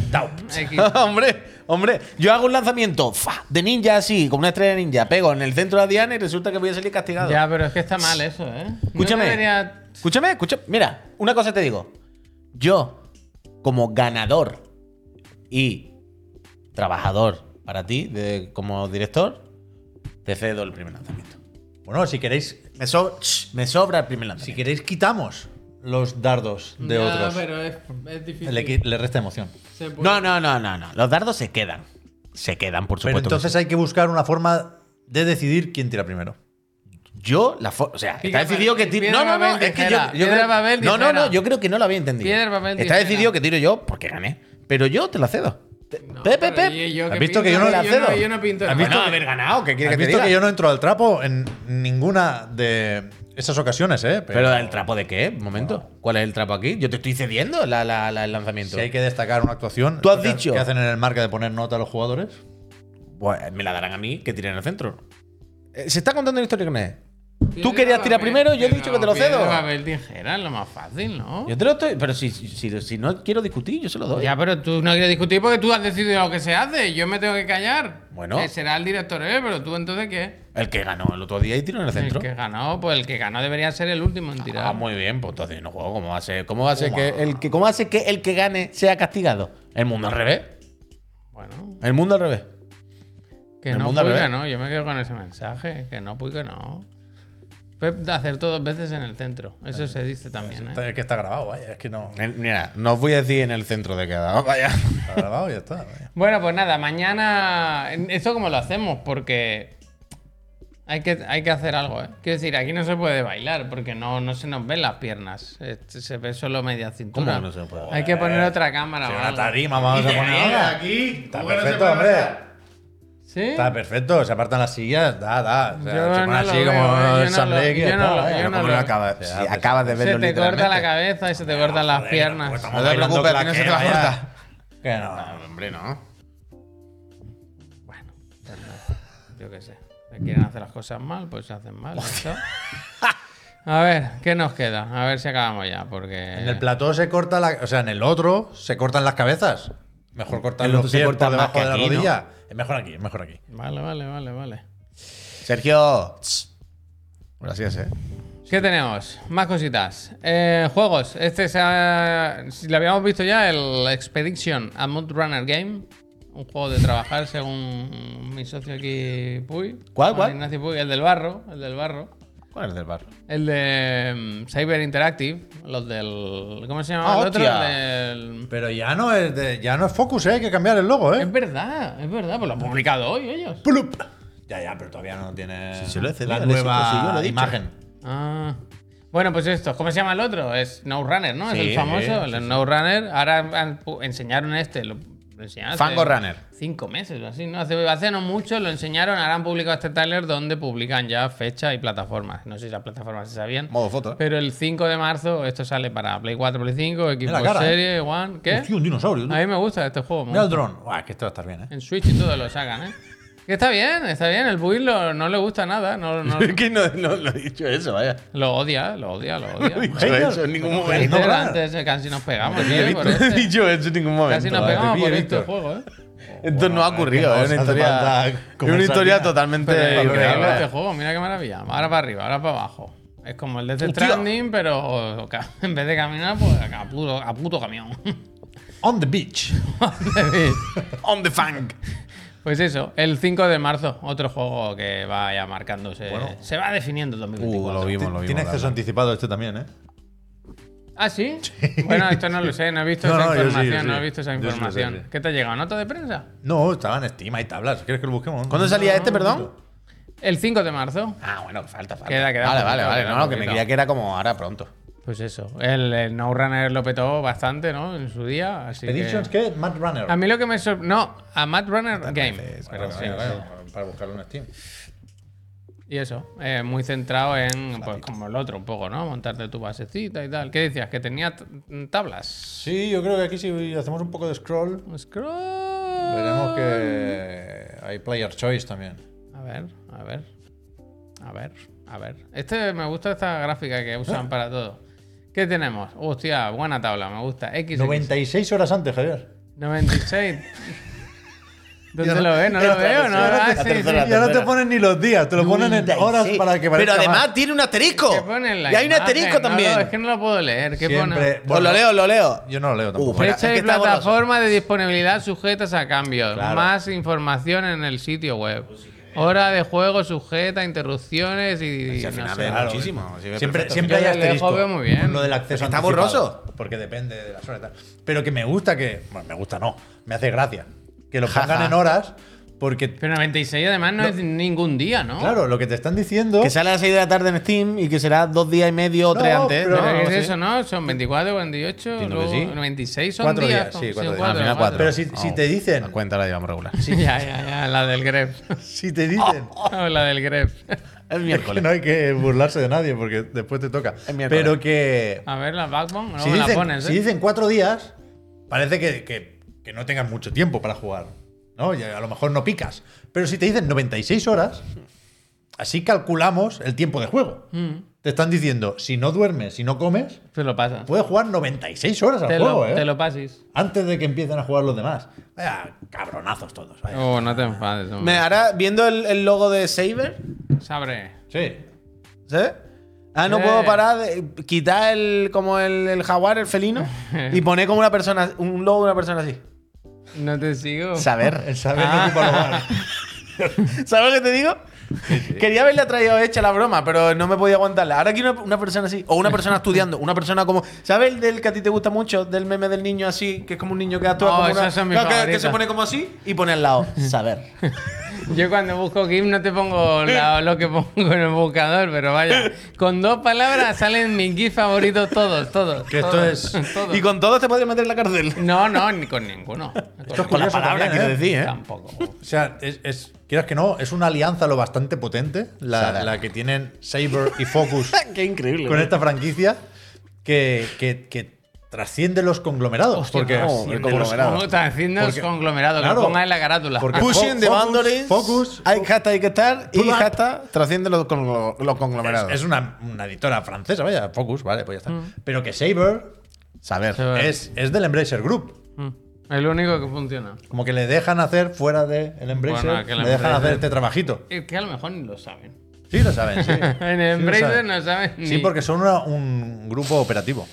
C: hombre, hombre, yo hago un lanzamiento fa, de ninja así, con una estrella de ninja, pego en el centro de la diana y resulta que voy a salir castigado.
A: Ya, pero es que está mal eso, ¿eh? No
C: Escúchame.
A: debería-
C: Escúchame, escúchame. Mira, una cosa te digo. Yo, como ganador y trabajador para ti, de- como director, te cedo el primer lanzamiento.
B: Bueno, si queréis,
C: Me, so- me sobra el primer
B: si
C: lanzamiento.
B: queréis quitamos los dardos de
A: Ya,
B: otros.
A: pero es, es difícil.
B: Le, qui- le resta emoción.
A: Se puede-
C: No, no, no, no, no. Los dardos se quedan. Se quedan, por
B: Pero
C: supuesto. que
B: entonces hay que buscar una forma de decidir quién tira primero.
C: sí. yo, la fo- o sea,
A: Piedra,
C: está decidido que tiro.
A: piedra,
C: No, no, no.
A: papel,
C: Es que yo,
A: tijera.
C: yo creo-
A: Piedra, papel,
C: no, no,
A: tijera.
C: no. Yo creo que no lo había entendido.
A: Piedra, papel,
C: está
A: tijera.
C: decidido que tiro yo porque gané. Pero yo te la cedo. Te-
A: No,
C: pep,
A: pero
C: pep, pep.
A: y yo
B: ¿Has
A: que
B: visto que
A: pinto-
B: yo no la
A: yo
B: cedo?
A: Yo no pinto
B: ¿Has
A: nada.
B: visto
C: Bueno, haber ganado, ¿qué quieres
B: Has
C: que te
B: visto
C: diga?
B: que yo no entro al trapo en ninguna de esas ocasiones, ¿eh?
C: Pero el trapo de qué? Un momento. ¿Cuál es el trapo aquí? Yo te estoy cediendo la, la- la- el lanzamiento.
B: Si hay que destacar una actuación.
C: Tú has
B: ¿qué-
C: dicho.
B: ¿Qué hacen en el marca de poner nota a los jugadores?
C: Bueno, me la darán a mí que tire en el centro. Eh, Se está contando una historia que no es.
A: Piedra,
C: querías tirar
A: papel,
C: primero, yo he
A: pero
C: dicho que te lo
A: piedra,
C: cedo.
A: papel, tijera es lo más fácil, ¿no?
C: Yo te lo estoy. Pero si, si, si no quiero discutir, yo se lo doy.
A: Ya, pero tú no quieres discutir porque tú has decidido lo que se hace. Yo me tengo que callar.
C: Bueno.
A: Que será el director, ¿eh? Pero tú entonces qué?
C: El que ganó el otro día y tiró en el centro.
A: El que ganó, pues el que ganó debería ser el último en tirar.
C: Ah, muy bien, pues entonces no juego. ¿Cómo va a ser, cómo va a ser que, el que, cómo hace que el que gane sea castigado? El mundo al revés.
A: bueno,
C: El mundo al revés.
A: que
C: el
A: no
C: mundo al
A: puy que
C: revés.
A: no. Yo me quedo con ese mensaje. Que no puy que no. Pep acertó dos veces en el centro. Eso se dice también, ¿eh?
B: Es que está grabado, vaya. Es que no.
C: El- Eh, mira, no os voy a decir en el centro de queda. Vaya.
B: Está grabado y ya está. vaya.
A: Bueno, pues nada, mañana. ¿Eso cómo lo hacemos? Porque. Hay que, hay que hacer algo, ¿eh? Quiero decir, aquí no se puede bailar porque no, no se nos ven las piernas. Eh, Se ve solo media cintura.
C: ¿Cómo que no se puede
A: Hay que poner otra cámara.
B: Si
A: o
B: una
A: algo.
B: tarima, vamos a poner ahora.
D: aquí.
B: Está perfecto, hombre.
A: ¿Sí?
B: Está perfecto. Se apartan las sillas. Da, da. O sea,
A: Yo
B: se
A: no
B: pone
A: lo
B: así
A: veo,
B: como
A: eh, yo no
B: asamblea
A: lo-
B: aquí,
A: yo no
B: está,
A: lo-
B: vaya.
A: yo no
C: ¿Cómo
A: lo-
C: no acabas?
B: Se
C: si
B: hace,
C: acabas de verlo
A: se te corta la
C: literalmente.
A: cabeza y se te cortan las
B: Joder,
A: piernas.
B: pues estamos
C: No te
B: bailando
C: preocupes,
B: con
C: que no se
B: que,
C: te va a
B: vaya.
C: cortar.
B: Que no.
C: Ah, hombre, no.
A: Bueno, pues nada, yo qué sé. Si quieren hacer las cosas mal, pues se hacen mal. ya está. A ver, ¿qué nos queda? A ver si acabamos ya, porque.
B: En el plató se corta la. O sea, en el otro se cortan las cabezas. Mejor cortar
C: El
B: los
C: otro se
B: pies
C: corta
B: por debajo
C: más que
B: de la
C: aquí, ¿no?
B: rodilla. Es mejor aquí, es mejor aquí.
A: Vale, vale, vale, vale.
C: Sergio. Gracias, eh.
A: ¿Qué tenemos? Más cositas. Eh, juegos. Este es. ah, si lo habíamos visto ya, el Expedition a Mud Runner Game. Un juego de trabajar, según mi socio aquí, Puy.
C: ¿Cuál,
A: Juan
C: cuál?
A: Ignacio Puy, el del barro. El del barro.
C: ¿Cuál es el del bar?
A: El de mm, Cyber Interactive. Los del. ¿Cómo se llama
C: Ah,
A: el otro?
C: hostia.
A: El del-
B: Pero ya no es, de- ya no es Focus, ¿eh? Hay que cambiar el logo, ¿eh?
A: Es verdad, es verdad. Pues lo han publicado hoy ellos.
B: Plup. Ya, ya, pero todavía no tiene
C: Si se lo he cedido,
B: la
C: le-
B: nueva
C: si yo lo he dicho.
B: imagen.
A: Ah. Bueno, pues esto, ¿cómo se llama el otro? Es No Runner, ¿no? es
C: Sí,
A: el famoso,
C: sí,
A: el No Runner. Ahora han pu- enseñaron este, lo, lo enseñaron. hace
C: Fango Runner.
A: Cinco meses o así, ¿no? Hace, hace no mucho lo enseñaron, ahora han publicado este trailer donde publican ya fecha y plataformas. No sé si las plataformas se sabían.
C: Modo foto, eh.
A: Pero el 5 de marzo esto sale para Play 4, Play 5, Xbox
B: la cara,
C: ¿eh?
A: Series, One. ¿Qué?
B: Hostia, un dinosaurio. tú.
A: A mí me gusta este juego. me
B: Mira el
A: gusta.
B: dron. Buah, que esto va a estar bien, ¿eh?
A: En Switch y todo lo sacan, ¿eh? Que está bien, está bien. El Build lo- no le gusta nada. No, no-
C: Es que no, no, no he dicho eso, vaya.
A: lo odia, lo odia, lo odia.
C: No he dicho eso en ningún
A: Pero
C: momento.
A: antes eh, casi nos pegamos,
C: Ni he
A: tío,
C: visto-
A: por
C: no he
A: este.
C: dicho eso en ningún momento.
A: Casi nos
C: vaya.
A: pegamos
B: pille,
A: por
B: Víctor.
A: este juego, ¿eh.
C: Esto no ha ocurrido,
B: es que
C: es una
B: nos hace falta
C: historia, es una
B: conversación.
C: historia totalmente
A: Pero es increíble
C: increíble.
A: este juego, mira qué maravilla. Ahora para arriba, ahora para abajo. Es como el de este
C: Hostia.
A: Stranding, pero ca- en vez de caminar, pues a puto, a puto camión.
B: On the beach.
C: On the funk.
A: Pues eso, el 5 de marzo, otro juego que vaya marcándose.
B: Bueno. Uh,
A: Se va definiendo el 2024.
C: lo vimos, lo vimos.
B: Tiene acceso anticipado este también, ¿eh?
A: ¿Ah, sí? Bueno, esto no lo sé, no he visto
B: No,
A: esa
B: no, yo sí,
A: información,
B: yo sí.
A: no he visto esa
B: Yo sí lo sé,
A: información.
B: sí.
A: ¿Qué te ha llegado? ¿Nota de prensa?
B: No, estaba en Steam, hay tablas. ¿Quieres que lo busquemos?
C: ¿Cuándo salía este, perdón?
A: El 5 de marzo.
C: Ah, bueno, falta, falta.
A: Queda, queda
C: Vale,
A: poquito,
C: vale, vale.
A: queda
C: No, no, que me
A: poquito.
C: creía que era como ahora pronto.
A: Pues eso, el, el No Runner lo petó bastante, ¿no? En su día, así
B: Expeditions,
A: que...
B: ¿qué? Mad Runner.
A: A mí lo que me sorprendió... No, a Mad Runner Game.
B: Bueno,
A: Pero sí,
B: vale,
A: sí.
B: vale, Para buscarlo en Steam.
A: Y eso, eh, muy centrado en, pues como el otro un poco, ¿no? Montarte tu basecita y tal. ¿Qué decías? Que tenía t- tablas.
B: Sí, yo creo que aquí si hacemos un poco de scroll,
A: Scroll.
B: veremos que hay player choice también.
A: A ver, a ver. A ver, a ver. Este me gusta esta gráfica que usan para todo. ¿Qué tenemos? Hostia, buena tabla, me gusta. X.
B: 96 horas antes, Javier.
A: 96. ¿Dónde lo ve? No lo veo, no.
B: Ya
A: Ah,
B: no
A: sí,
B: te-
A: sí.
B: ya no te ponen ni los días, te lo ponen en horas para que
C: Pero
B: parezca
C: además
B: más.
C: tiene un asterisco.
A: ¿Qué pone en la
C: y hay un
A: imagen?
C: asterisco
A: No,
C: también.
A: no, es que no lo puedo leer. ¿Qué
B: Siempre-
A: pone?
C: Os lo leo, os lo leo.
B: Yo no lo leo tampoco.
C: Uh, pero-
A: Fecha
C: es que
A: y
C: está borroso.
A: plataforma de disponibilidad sujetas a cambios.
B: Claro.
A: Más información en el sitio web. Hora de juego sujeta a interrupciones y.
F: Y al
A: no
F: final
A: sé.
F: ve
B: claro, eh.
F: muchísimo. sí, ve
B: Siempre,
F: perfecto.
B: siempre hay
A: Yo desde
B: asterisco.
A: lejos veo muy bien.
B: con Lo del acceso
C: Está
B: anticipado,
C: borroso.
B: Porque depende de las horas. y tal. Pero que me gusta que. Bueno, me gusta no. Me hace gracia. Que lo
C: Ja,
B: pongan
C: ja.
B: en horas. Porque,
A: Pero 96 además no, es ningún día, ¿no?
B: claro, lo que te están diciendo.
F: Que sale a las 6 de la tarde en Steam y que será dos días y medio o
B: No,
F: tres antes.
B: pero-
F: ¿no?
A: Pero es
F: Sí.
A: eso, ¿no? Son 24, 28,
F: Entiendo que
A: luego
F: sí.
A: 96 son
B: Cuatro
A: días.
B: días,
A: son-
B: sí, cuatro
A: son
B: días. Al
C: Ah,
F: final
A: cuatro.
B: Pero si, si
F: Oh.
B: te
F: La
B: dicen.
F: cuenta la llevamos regular.
A: ya, ya, ya, la del Grep.
B: Si te dicen.
A: No, la del Grep.
F: El
B: es que
F: miércoles.
B: no hay que burlarse de nadie porque después te toca.
F: miércoles.
B: Pero que.
A: A ver, la Backbone, no
B: Si
A: me la
B: dicen,
A: pones,
B: si
A: ¿eh?
B: dicen cuatro días, parece que, que- que no tengas mucho tiempo para jugar. ¿no? Y a lo mejor no picas. Pero si te dicen 96 horas, así calculamos el tiempo de juego.
A: Mm.
B: Te están diciendo, si no duermes, si no comes,
A: Te lo pasa.
B: puedes jugar 96 horas al
A: Te
B: juego,
A: lo,
B: ¿eh?
A: te lo pases.
B: Antes de que empiecen a jugar los demás. Vaya, cabronazos todos. vaya.
A: Oh, no te enfades, hombre.
C: Me, ahora, viendo el, el logo de Saber,
A: Sabre.
B: Sí.
C: ¿sabes? Ah, no
A: Eh.
C: puedo parar de quitar el, como el, el jaguar, el felino, y poner como una persona, un logo de una persona así.
A: No te sigo.
C: Saber.
B: El saber no
A: Ah.
B: ocupa lugar.
C: ¿Sabes lo que te digo? Quería haberle traído hecha la broma, pero no me podía aguantarla. Ahora aquí una, una persona así, o una persona estudiando, una persona como. ¿Sabes el del que a ti te gusta mucho? Del meme del niño así, que es como un niño que actúa
A: No,
C: como una.
A: esas son mis
C: Claro, que- que,
A: favoritas.
C: se pone como así y pone al lado. Saber.
A: Yo cuando busco GIF no te pongo la- lo que pongo en el buscador, pero vaya. Con dos palabras salen mis GIF favoritos todos, todos.
B: Que esto
A: todos,
B: es-
A: todos.
C: y con todo te podría meter en la cárcel.
A: No, no, ni con ninguno.
B: Esto es
A: Con-
B: curioso
C: palabra,
B: también,
C: quiero
B: ¿eh?
C: decir, ¿eh?
A: Tampoco.
B: O sea, es, es- quieras que no, es una alianza lo bastante potente la, la que tienen Saber y Focus
C: Qué increíble.
B: con esta franquicia que, que- que trasciende los conglomerados. porque
C: no, el conglomerado.
A: ¿Cómo están haciendo los
B: Porque-
A: conglomerados?
B: claro.
A: que pongan en la carátula.
B: Porque-
C: Pushing the
B: Focus,
C: boundaries.
B: focus,
C: Hay hashtag hay que estar. Y
B: Pull up.
C: hashtag trasciende los, conglo- los
B: es,
C: conglomerados. Mm.
B: es una, una editora francesa, vaya, Focus, vale, pues ya está. Pero que Saber
C: Saber.
A: Se ve.
B: es, es del Embracer Group.
A: Mm. El único que funciona.
B: Como que le dejan hacer fuera del Embracer,
A: Bueno, que
B: le
A: el
B: dejan
A: Embracer-
B: hacer este trabajito.
A: Es que a lo mejor ni lo saben.
B: Sí, lo saben, sí.
A: En
B: Sí
A: el
B: lo
A: Embracer
B: saben.
A: no saben ni...
B: Sí, porque son una- un grupo operativo.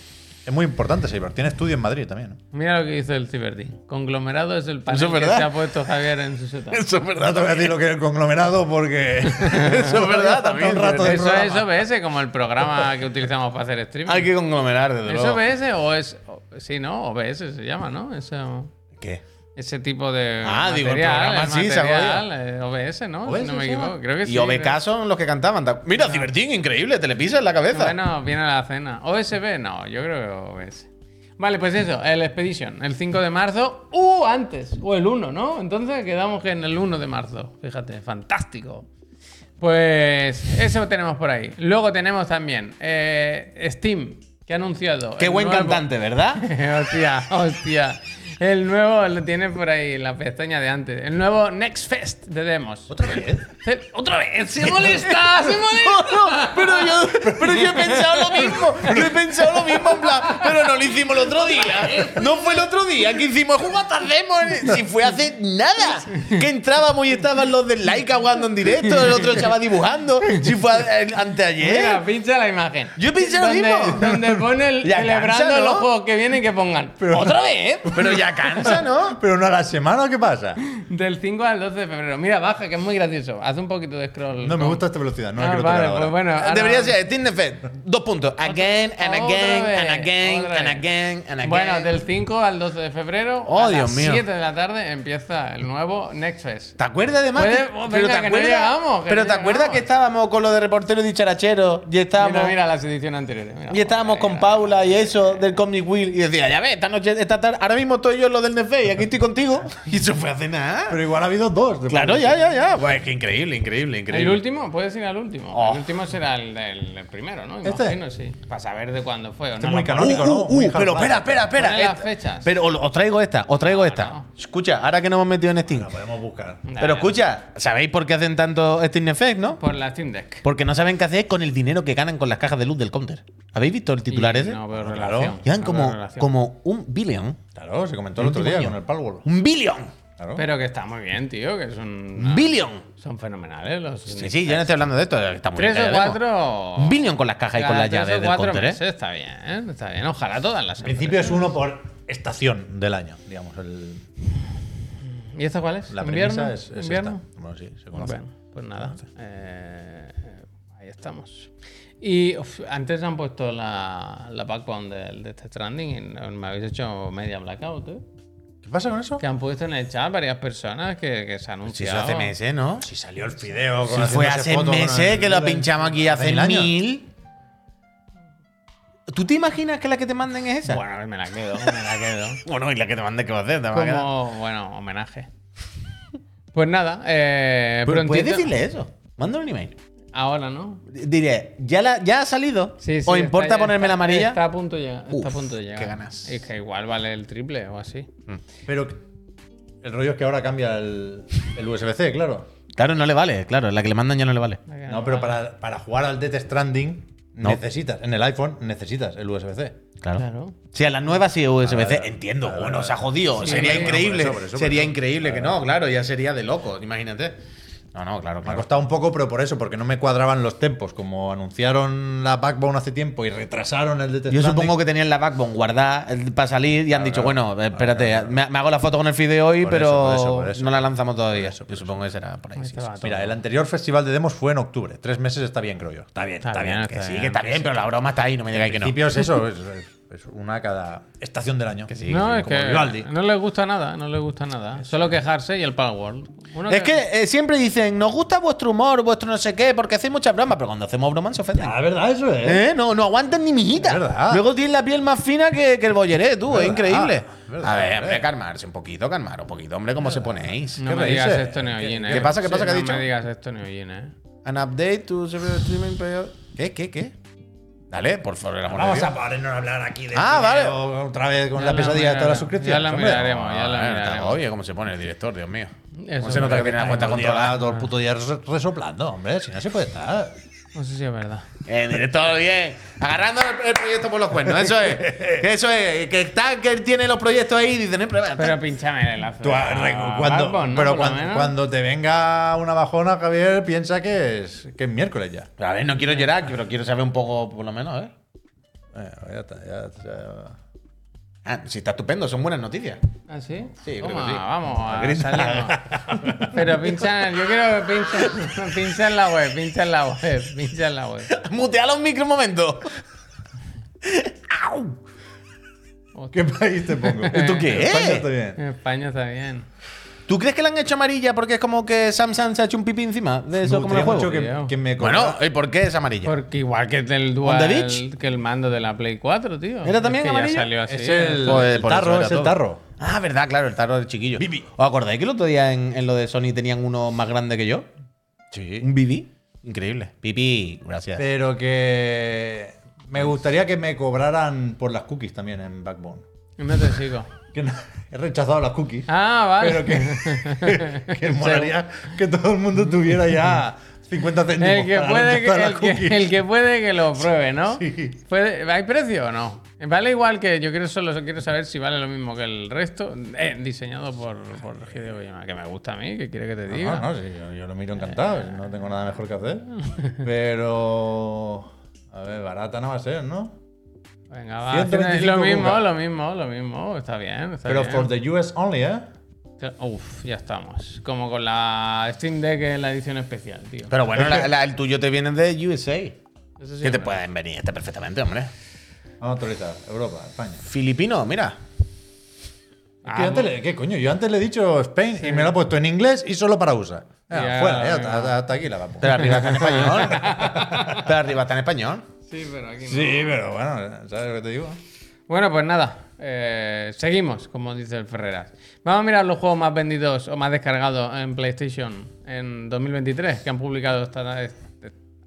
B: Es muy importante, Saber. Tiene estudio en Madrid también. ¿eh?
A: Mira lo que dice el Ciberdi. Conglomerado es el panel
C: Eso es
A: que
C: verdad.
A: se ha puesto Javier en su seta.
C: Eso es
B: No te voy a decir lo que es el conglomerado porque. Eso
C: es verdad,
B: Un
C: también,
B: rato de
A: Eso
B: programa.
A: es OBS, como el programa que utilizamos para hacer streaming.
C: Hay que conglomerar,
A: ¿Es
C: desde luego.
A: OBS o es.? o- Sí, ¿no? OBS se llama, ¿no? Esa-
C: ¿Qué?
A: ese tipo de.
C: Ah, digo, el programa
A: el
C: sí, se ha
A: material, eh, OBS, ¿no? si no me equivoco. Creo que sí.
C: y OBK son los que cantaban. ta- Mira, Cibertín, increíble, te le pisas en la cabeza.
A: Bueno, viene la cena. ¿OSB? No, yo creo que OBS. Vale, pues eso, el Expedition, el 5 de marzo, uh, antes, o el 1, ¿no? Entonces quedamos que en el 1 de marzo, fíjate, fantástico. Pues eso tenemos por ahí. Luego tenemos también eh, Steam, que ha anunciado.
C: Qué
A: el
C: buen
A: nuevo-
C: cantante, ¿verdad?
A: hostia, hostia. El nuevo, lo tienes por ahí, la pestaña de antes. El nuevo Next Fest de demos.
B: ¿Otra vez?
A: Se- ¡Otra vez! ¡Se molesta! ¡Se
C: No,
A: molesta!
C: no, pero yo, pero yo he pensado lo mismo. Yo he pensado lo mismo, en plan, pero no lo hicimos el otro día. No fue el otro día que hicimos jugatas demos. en- Si fue hace nada. Que entrábamos y estaban los del like jugando en directo, el otro estaba dibujando. Si fue a- el-
A: Mira,
C: anteayer.
A: pincha la imagen.
C: Yo pensé lo
A: Donde-
C: mismo.
A: Donde pone el
C: Ya
A: celebrando
C: cansa, ¿no?
A: los juegos que vienen que pongan.
C: Otra vez. Pero ya cansa, ¿no?
B: ¿Pero una a la semana o qué pasa?
A: Del 5 al 12 de febrero. Mira, baja, que es muy gracioso. Haz un poquito de scroll.
B: No me
A: Con-
C: este
B: gusta esta velocidad, no la
A: Ah,
B: quiero
A: vale,
B: tocar ahora.
A: pues bueno. ahora-
C: Debería ser Steam Defense. Dos puntos. Again and
A: Otra
C: again
A: vez,
C: and again
A: otra
C: and
A: vez.
C: again and again.
A: Bueno, del 5 al 12 de febrero,
C: Oh,
A: a
C: Dios
A: las
C: mío.
A: 7 de la tarde empieza el nuevo Next Fest.
C: ¿Te acuerdas de Mati?
A: Puede- oh, venga, que no llegamos, que
C: pero
A: no
C: te acuerdas
A: llegamos.
C: que estábamos con lo de reportero dicharachero y estábamos
A: Mira, mira las ediciones anteriores. mira. Eh,
C: y estábamos con Paula y eso del Comic Wheel y decía, ya ves, esta noche esta tarde, ahora mismo estoy yo en lo del Nefe y aquí estoy contigo. Y eso fue hace nada.
B: Pero igual ha habido dos. de
C: Claro, ya, ya, ya. Buah, es que increíble, increíble,
A: El
C: increíble.
A: último, puedes ir al último.
C: Oh.
A: El último será el del el primero, ¿no?
B: ¿Este?
A: Imagino, sí. Para saber de cuándo fue. o
B: Este
A: no
B: es muy
A: lo-
B: canónico.
C: Uh, uh,
B: ¿no? Muy
C: uh, pero
B: Half-Life.
C: espera, espera, espera.
A: Ponle las
C: Esta-
A: fechas.
C: Pero os os traigo esta, os traigo esta.
A: no.
C: Escucha, ahora que nos hemos metido en Steam.
B: La podemos buscar.
A: Nah,
C: Pero escucha, ¿sabéis por qué hacen tanto Steam Effect, no?
A: Por la Steam Deck.
C: Porque no saben qué hacer con el dinero que ganan con las cajas de luz del counter. ¿Habéis visto el titular
A: Y
C: ese?
A: No veo
B: Claro.
A: relación.
C: Ganan
A: no veo
C: como,
A: relación.
C: como un billón.
B: Claro, se comentó el otro día con el Palworld.
C: ¡Un billón!
B: Claro.
A: Pero que está muy bien, tío. Que son.
C: ¡Un billón!
A: Son fenomenales los.
C: Ah. Sí, sí, yo no estoy hablando de esto. Está muy
A: Tres
C: bien,
A: o
C: ya veremos.
A: cuatro.
C: Un billón con las cajas y con
A: cada
C: las
A: tres o
C: llaves del
A: cuatro
C: counter, ¿eh?
A: meses, Está bien, está bien. Ojalá todas las.
B: En principio es uno por estación del año, digamos. El,
A: ¿Y esta cuál es?
B: la
A: ¿Invierno?
B: premisa es, es
A: ¿Invierno?
B: esta. Bueno, sí, se conoce.
A: Bueno, pues nada. eh, ahí estamos. Y uf, antes han puesto la, la backbone del- de, este Stranding y no- me habéis hecho media blackout, ¿eh?
B: ¿Qué pasa con eso?
A: Que han puesto en el chat varias personas que, que se han
C: Pues Si
A: anunciado.
C: eso hace meses, ¿no?
B: Si salió el fideo.
C: Si fue hace meses que lo pinchamos aquí hace mil. ¿Tú te imaginas que la que te manden es esa?
A: Bueno, me la quedo, me la quedo.
C: Bueno, y la que te manden, ¿qué va a hacer? Te va a quedar.
A: Como, bueno, homenaje. Pues nada, eh,
C: Pero Puedes
A: prontito-
C: decirle eso. Mándale un email.
A: Ahora, ¿no?
C: Diré, ¿ya, la, ya ha salido?
A: Sí, sí,
C: ¿O
A: está-
C: importa
A: está-
C: ponerme la amarilla?
A: Está a punto de llegar. Está a
C: Uf,
A: punto de llegar.
C: qué ganas.
A: Es que igual vale el triple o así.
B: Pero el rollo es que ahora cambia el, el USB-C, claro.
C: Claro, no le vale, claro. La que le mandan ya no le vale.
B: No, pero para, para jugar al Death Stranding
C: No.
B: necesitas, en el iPhone necesitas el USB-C.
C: Claro.
A: Claro.
C: Sí, a las nuevas sí USB-C.
B: Claro,
C: Entiendo,
B: claro,
C: bueno,
B: claro.
C: se ha jodido.
B: Ah, Sí,
C: sería
B: bueno, por
C: increíble.
B: eso, por eso, por
C: sería
B: eso.
C: increíble que no, claro, ya sería de loco, imagínate. No, no,
B: Me
C: claro,
B: ha
C: claro.
B: costado un poco, pero por eso, porque no me cuadraban los tiempos. Como anunciaron la Backbone hace tiempo y retrasaron el Death
C: Yo
B: Stranding,
C: supongo que tenían la backbone guardada eh, para salir y han dicho, bueno, espérate, Me, me hago la foto con el fideo hoy,
B: Por
C: pero
B: eso, por eso, por eso.
C: no la lanzamos todavía. Yo supongo que será por ahí. sí,
A: Este
C: sí.
A: va todo.
B: Mira, el anterior festival de demos fue en octubre. Tres meses está bien, creo yo. Está bien,
A: Está
B: está, bien.
A: bien,
B: que
C: Que
B: sí.
C: sí, que está bien, pero la broma está ahí, no me digáis que
B: En
C: no.
B: principio es eso, es, es una cada estación del año.
A: no, es
B: como
A: que
B: Vivaldi.
A: no le gusta nada, no le gusta nada. Solo quejarse y el Power World. Uno
C: Es que eh, siempre dicen, nos gusta vuestro humor, vuestro no sé qué, porque hacéis muchas bromas, pero cuando hacemos bromas se ofenden.
B: Ah, es verdad, eso es.
C: ¿Eh? No, no aguantan ni mijita.
B: Es verdad.
C: Luego tienen la piel más fina que, que el bolleré, tú. Es
B: verdad,
C: increíble.
B: es verdad,
C: a ver,
B: es
C: hombre,
B: verdad.
C: calmarse un poquito, calmar un poquito. Hombre, ¿cómo se ponéis?
A: No
B: ¿Qué
A: me
B: me
A: digas
B: dices?
A: esto, Neoyin, eh.
C: ¿Qué pasa? ¿Qué pasa? ¿Qué ha dicho?
A: No me digas esto, Neoyin, eh.
C: An update to server streaming period. ¿Qué, qué, qué? Dale, por favor, el amor de
B: Vamos
C: Dios.
B: a ponernos a hablar aquí de
C: Ah,
B: dinero
C: vale.
B: otra vez con
A: Ya
B: la
A: la
B: pesadilla de todas las
A: miraremos,
B: suscripciones.
A: ya la
B: hombre.
A: miraremos, ya la
C: Ah, está-
A: miraremos.
C: Oye, cómo se pone el director, Dios mío.
A: Eso
C: ¿Cómo se nota que
A: es
C: tiene la
B: Ay,
C: cuenta
B: todo el día-
C: controlada?
B: Todo el puto día res- resoplando, hombre. Si no se puede estar.
A: No sé si es verdad.
C: El director, Eh, bien. Agarrando el, el proyecto por los cuernos, eso es. Que eso es. Que, está, que él tiene los proyectos ahí y dice, no hay problema.
A: Pero pinchame el lazo.
B: Tú, ah,
C: ah,
A: de la
B: re- cuando,
A: Backbone, Ah, ¿no?
B: pero
A: Por lo
B: cuan-
A: menos.
B: cuando te venga una bajona, Javier, piensa que es, que es miércoles ya.
C: A ver, no quiero llorar, pero quiero saber un poco, por lo menos, a ver.
B: Eh, ya está, ya está.
C: Ah, sí, está estupendo, son buenas noticias.
A: ¿Ah, sí?
C: Sí, creo
A: Toma,
C: que sí.
A: vamos, a
C: Grita.
A: salimos. Pero pincha, yo quiero que pincha, pincha en la web, pincha en la web, pincha en la web.
C: Mutealo un micro un momento. ¡Au!
B: ¿Qué país te pongo?
C: ¿Tú qué?
B: España está bien.
A: En España está bien.
C: ¿Tú crees que la han hecho amarilla porque es como que Samsung se ha hecho un pipí encima de eso
B: Me
C: como en
B: gustaría
C: el juego?
B: mucho
A: Tío.
B: que, que me
C: Bueno, eh.
B: contara-
C: ¿y por qué es amarilla?
A: Porque igual que el
C: ¿On the
A: dual,
C: beach?
A: que el mando de la Play 4, tío.
C: ¿Era también
A: es que ya
C: amarillo?
A: salió así.
B: es el,
C: Pues,
B: el
C: por eso
B: tarro,
C: era
B: es el
C: todo.
B: tarro.
C: Ah, verdad, claro, el tarro del chiquillo. ¿Os acordáis que el otro día en, en lo de Sony tenían uno más grande que yo?
B: Sí.
C: ¿Un BB? Increíble. Pipi, gracias.
B: Pero que me gustaría que me cobraran por las cookies también en Backbone.
A: No te sigo.
B: Que no- he rechazado las cookies.
A: Ah, vale.
B: Pero que, que molaría que todo el mundo tuviera ya 50 céntimos.
A: el, que
B: para
A: puede que,
B: rechazar
A: el,
B: las
A: que,
B: cookies.
A: el que puede que lo pruebe, ¿no?
B: Sí.
A: ¿Puede- ¿Hay precio o no? Vale igual que yo quiero solo quiero saber si vale lo mismo que el resto. Eh, diseñado por, por Hideo Kojima, que me gusta a mí, que quiere que te diga.
B: Ah, No, no, sí, yo, yo lo miro encantado.
A: Eh.
B: si No tengo nada mejor que hacer. Pero. A ver, barata no va a ser, ¿no?
A: Venga, va. Lo
B: 125
A: mismo,
B: cuca.
A: lo mismo, lo mismo. Está bien. Está
B: Pero
A: bien.
B: for the US only, ¿eh?
A: Uf, ya estamos. Como con la Steam Deck en la edición especial, tío.
C: Pero bueno, la- la- el tuyo te viene de USA.
A: Eso sí
C: que
A: es
C: te
A: verdad.
C: pueden venir este perfectamente, hombre.
B: Vamos a actualizar. Europa, España.
C: Filipino, mira.
A: Ah,
B: Es que antes le- ¿Qué coño? Yo antes le he dicho Spain y me lo ha puesto en inglés y solo para USA. Ya,
A: Ya,
B: fuera, ya,
A: venga.
B: hasta, hasta aquí la vamos.
C: Pero arriba está en español. Pero arriba está en español.
A: Sí, pero aquí no.
B: Sí, pero bueno, ¿sabes lo que te digo?
A: Bueno, pues nada. eh, seguimos, como dice el Ferreras. Vamos a mirar los juegos más vendidos o más descargados en PlayStation en 2023 que han publicado esta- este-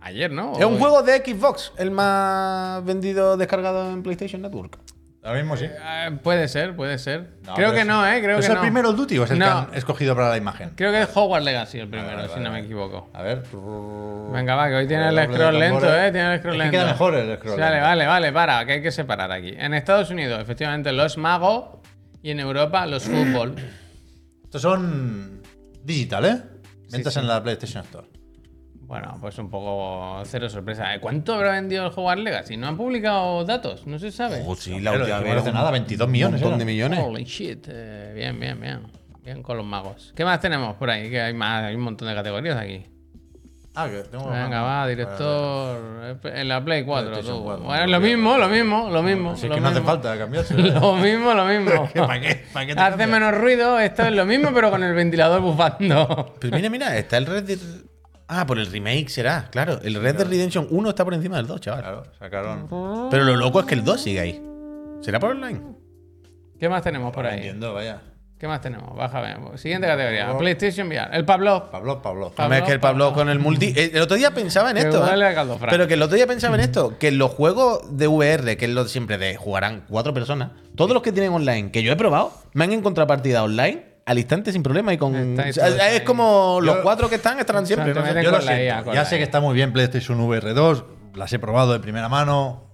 A: ayer, ¿no?
E: Es un
A: Hoy.
E: juego de Xbox, el más vendido descargado en PlayStation Network.
B: Ahora mismo sí.
A: Eh, puede ser, puede ser.
B: No,
A: creo
B: pero
A: que
B: es-
A: no, ¿eh? Creo
B: ¿Es
A: que
B: el
A: no.
B: primero el Duty o es el que
A: No.
B: han escogido para la imagen?
A: Creo que es Hogwarts Legacy el primero, si
B: Vale, vale,
A: no me
B: vale.
A: equivoco.
B: A ver.
A: Venga, va, que hoy tiene el
B: Doble de
A: scroll lento,
B: tambores.
A: eh. Tiene el scroll
B: Es que
A: lento.
B: queda mejor el scroll
A: Vale,
B: lento.
A: vale, vale, para, que hay que separar aquí. En Estados Unidos, efectivamente, los magos y en Europa, los fútbol.
B: Estos son digital, ¿eh? Ventas
A: sí.
B: en la PlayStation Store.
A: Bueno, pues un poco cero sorpresa. ¿Eh? ¿Cuánto habrá vendido el Hogwarts Legacy? No han publicado datos, no se sabe.
C: Oh, sí,
B: Pero
C: última
B: no
C: vez
B: hace
C: un
B: nada, 22 millones.
C: montón de
B: eran.
C: millones.
A: Holy shit. eh, bien, bien, bien. Bien con los magos. ¿Qué más tenemos por ahí? Que hay más, hay un montón de categorías aquí.
B: Ah, que tengo
A: Venga, va, director. eh, En la Play 4.
B: PlayStation
A: tú.
B: 4,
A: Bueno,
B: no
A: lo
B: creo.
A: mismo, lo mismo, lo mismo.
B: Si es
A: lo
B: que no hace
A: mismo.
B: falta cambiarse. ¿eh?
A: Lo mismo, lo mismo.
B: ¿Para qué? ¿Para qué te
A: Hace
B: cambias?
A: menos ruido, esto es lo mismo, pero con el ventilador bufando.
C: Pero mira, mira, está el Red Dead. Ah, por el remake será, claro. El Red Dead Redemption 1 está por encima del 2, chaval.
B: Claro, sacaron. No
A: Oh.
C: Pero lo loco es que el 2 sigue ahí. ¿Será por online?
A: ¿Qué más tenemos por ahí?
B: entiendo, vaya.
A: ¿Qué más tenemos? Baja, ven. Siguiente
C: Oh.
A: categoría. PlayStation VR. El Pablo.
B: Pablo, Pablo.
A: Pablo,
C: Hombre, es que el Pablo con el multi. eh, El otro día pensaba en
A: Que
C: esto.
A: huele
C: ¿eh?
A: a caldo fran.
C: Pero que el otro día pensaba en esto: que los juegos de VR, que es lo de siempre de jugarán cuatro personas, todos los que tienen online, que yo he probado, me han en contrapartida online al instante sin problema y con.
A: Está ahí
C: o sea,
A: todo
C: es
A: ahí.
C: como los
B: Yo-
C: cuatro que están estarán siempre.
A: Exactamente.
C: no
A: Meten
C: sé.
B: Yo lo
A: con la
B: siento.
A: IA, con
B: ya
A: la
B: sé que
A: IA.
B: está muy bien PlayStation VR 2, las he probado de primera mano.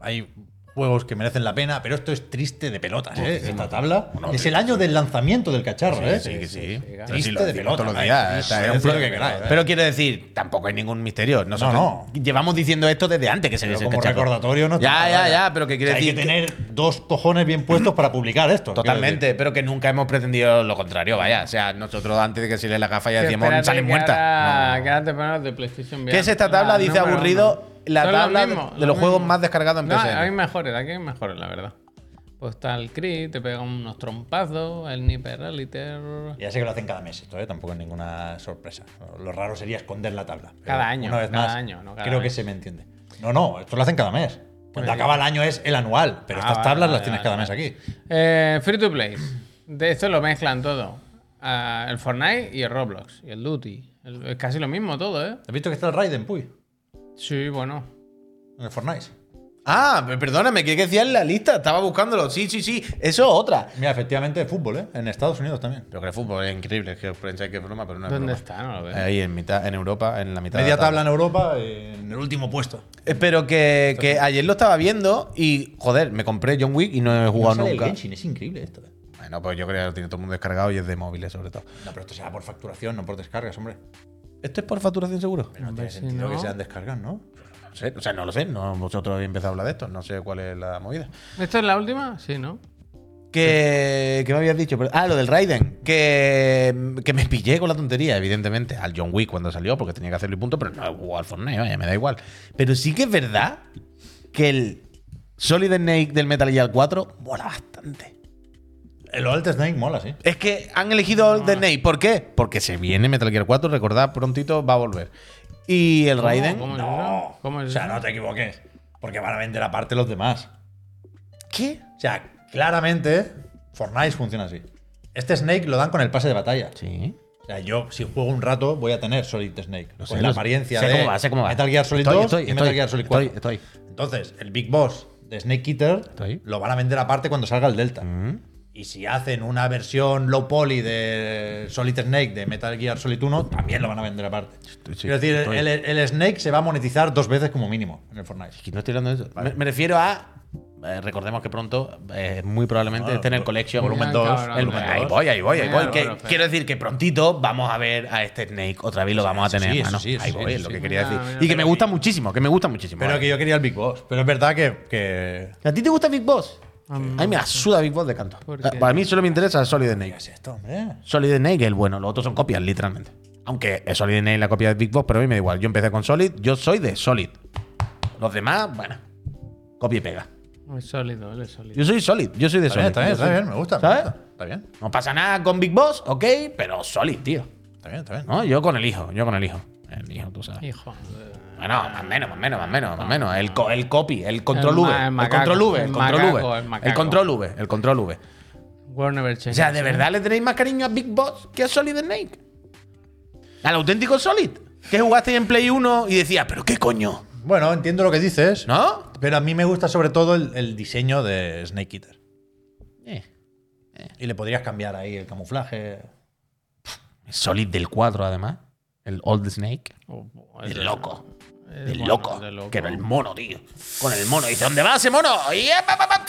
B: Hay juegos que merecen la pena, pero esto es triste de pelotas, ¿eh? Esta tabla es el año del lanzamiento del cacharro, ¿eh?
C: Sí, que sí.
A: claro.
C: Sí, sí,
B: Triste
C: lo
B: de
C: decimos
B: pelota,
C: todos los
B: ¿eh?
C: días,
B: Sí,
C: está- es
B: sí,
C: un
B: sí,
C: problema que
B: sí,
C: queráis.
B: sí.
C: Pero quiero decir, tampoco hay ningún misterio. Nosotros
B: ¿eh? No,
C: llevamos diciendo esto desde antes que se
B: Pero
C: les
B: como recordatorio no está
C: Ya,
B: mal,
C: ya,
B: vaya.
C: ya, pero que
B: O
C: quiere
B: sea, hay que
C: decir.
B: tener dos cojones bien puestos para publicar esto.
C: Totalmente, pero que nunca hemos pretendido lo contrario, vaya. O sea, nosotros antes de que se le la gafa ya decíamos,
A: Espérate,
C: sale
A: que
C: muerta.
A: ahora- que ahora te ponen los de PlayStation VR.
C: ¿Qué es esta tabla?
A: La
C: Dice
A: número
C: aburrido
A: uno.
C: la
A: Son los
C: tabla de-
A: mismos,
C: de los juegos
A: mismos.
C: más descargados en
A: No,
C: PCN.
A: hay mejores, aquí hay mejores, la verdad. Pues está el Creed, te pegan unos trompazos, el Nipper Realiter.
B: Ya sé que lo hacen cada mes esto, ¿eh? tampoco es ninguna sorpresa. Lo raro sería esconder la tabla. Pero
A: Cada año,
B: Una vez
A: cada
B: más,
A: año, no cada
B: creo que
A: mes.
B: se me entiende. No, no, esto lo hacen cada mes. Cuando
A: me
B: acaba el año es el anual, pero
A: Ah,
B: estas
A: vale,
B: tablas
A: vale,
B: las tienes
A: vale,
B: cada
A: vale.
B: mes aquí.
A: Eh, free to play. De esto lo mezclan todo. Ah, el Fortnite y el Roblox. Y el Duty. El- es casi lo mismo todo, ¿eh?
B: ¿Has visto que está el Raiden, puy?
A: Sí, bueno.
B: En el Fortnite.
C: Ah, pe- perdóname, que decía en la lista, estaba buscándolo. Sí, sí, sí, eso es otra.
B: Mira, efectivamente, fútbol, ¿eh? En Estados Unidos también.
C: Pero que el fútbol es increíble, es que pensáis que es broma, pero no es
A: ¿Dónde
C: broma.
A: está? No lo
E: Eh.
A: veo.
C: Ahí en mitad, en Europa, en la mitad. de
B: Media
C: la tabla.
B: tabla en Europa, eh, en el último puesto.
C: Eh, Pero que, que ayer lo estaba viendo y, joder, me compré John Wick y no he jugado
B: No sale el
C: nunca.
B: Genshin, es increíble esto. ¿eh?
C: Bueno, pues yo creo que lo tiene todo el mundo descargado y es de móviles, sobre todo.
B: No, pero esto será por facturación, no por descargas, hombre.
C: ¿Esto es por facturación seguro?
B: Pero no tiene
A: si
B: sentido
A: no.
B: que sean descargas, ¿no?
C: No sé, o sea, no lo sé. No, vosotros habéis empezado a hablar de esto. No sé cuál es la movida.
A: ¿Esta es la última? Sí, ¿no?
C: Que, que me habías dicho, Pero- ah, lo del Raiden. Que, que me pillé con la tontería, evidentemente, al John Wick cuando salió, porque tenía que hacerlo y punto, pero no he jugado al Fortnite, vaya, me da igual. Pero sí que es verdad que el Solid Snake del Metal Gear 4 mola bastante.
B: El Old Snake mola, sí.
C: Es que han elegido All the Snake. ¿Por qué? Porque se viene Metal Gear 4, recordad, prontito va a volver. Y el Raiden.
A: ¿Cómo es eso?
B: No.
A: ¿Cómo es
B: o sea,
A: eso?
B: no te equivoques. Porque van a vender aparte los demás.
C: ¿Qué?
B: O sea, claramente, Fortnite funciona así. Este Snake lo dan con el pase de batalla.
C: Sí.
B: O sea, yo si juego un rato voy a tener Solid Snake.
C: Lo
B: con
C: sé,
B: Pues la
C: lo sé.
B: apariencia
C: Sé
B: de
C: cómo va, sé cómo va.
B: Metal Gear Solid
C: Estoy,
B: 2
C: estoy,
B: y Metal
C: estoy,
B: Gear Solid
C: estoy,
B: 4.
C: estoy.
B: Entonces, el Big Boss de Snake Eater
C: Estoy. Mm.
B: lo van a vender aparte cuando salga el Delta. Y si hacen una versión low poly de Solid Snake de Metal Gear Solid 1, también lo van a vender aparte.
C: Estoy- sí,
B: Quiero decir,
C: estoy.
B: el, el Snake se va a monetizar dos veces como mínimo en el Fortnite.
C: Que No estoy hablando de eso. Me, me refiero a. eh, recordemos que pronto, eh, muy probablemente, esté en el collection.
B: Volumen
A: Ah,
B: 2.
A: cabrón.
C: El-
A: Volumen
C: ahí
A: dos.
C: voy, ahí voy, ahí
A: Venga,
C: voy. Que-
A: profe.
C: quiero decir que prontito vamos a ver a este Snake otra vez, lo vamos
B: sí,
C: a tener.
B: eso
C: mano.
B: sí, eso
C: ahí
B: sí,
C: voy,
B: eso
C: es lo
B: sí.
C: que quería decir.
A: Mira, mira,
C: y que
A: pero
C: me gusta muchísimo, que me gusta muchísimo.
B: Pero
C: vale.
B: que yo quería el Big Boss. Pero es verdad que. que...
C: ¿A ti te gusta Big Boss?
A: A
B: Mm.
A: mí
C: A mí me asuda Big Boss de canto. Ah,
A: ¿Por qué?
C: Para mí solo me interesa Solid Snake.
B: ¿Qué es esto, hombre?
C: Solid Snake es el bueno, los otros son copias, literalmente. Aunque es Solid Snake la copia de Big Boss, pero a mí me da igual. Yo empecé con Solid, yo soy de Solid. Los demás, bueno, copia y pega.
A: Es sólido, él es sólido.
C: Yo soy Solid, yo soy de
B: Está bien, está
C: Solid.
B: bien,
C: Yo
B: está
C: soy-
B: bien, me gusta. ¿eh? me
C: ¿Sabes?
B: gusta. Está bien,
C: No pasa nada con Big Boss, ok, pero Solid, tío.
B: está bien, está bien.
C: No, yo con el hijo, yo con el hijo. El hijo, tú sabes.
A: Hijo. eh,
E: Bueno, más menos, más menos, más menos, más menos. El, co- el copy, el control
A: El
E: V.
A: ma- el
E: El,
A: macaco,
E: control V,
A: el
E: el control
A: macaco,
E: V.
A: el macaco.
E: El control V, el control V.
A: World never
E: O
A: changes.
E: sea, ¿de verdad le tenéis más cariño a Big Boss que a Solid Snake? Al auténtico Solid. Que jugaste en Play 1 y decías, ¿pero qué coño?
B: Bueno, entiendo lo que dices,
E: ¿No?
B: pero a mí me gusta sobre todo el, el diseño de Snake Eater. Y le podrías cambiar ahí el camuflaje.
E: Solid del 4, además. El Old Snake.
A: Oh, oh, es-
E: Del loco.
A: es
E: Del
A: bueno,
E: loco.
A: del
E: Que era el mono, tío. Con el mono. Dice, ¿dónde va ese mono? Y, ¡eh, pa, pa, pa!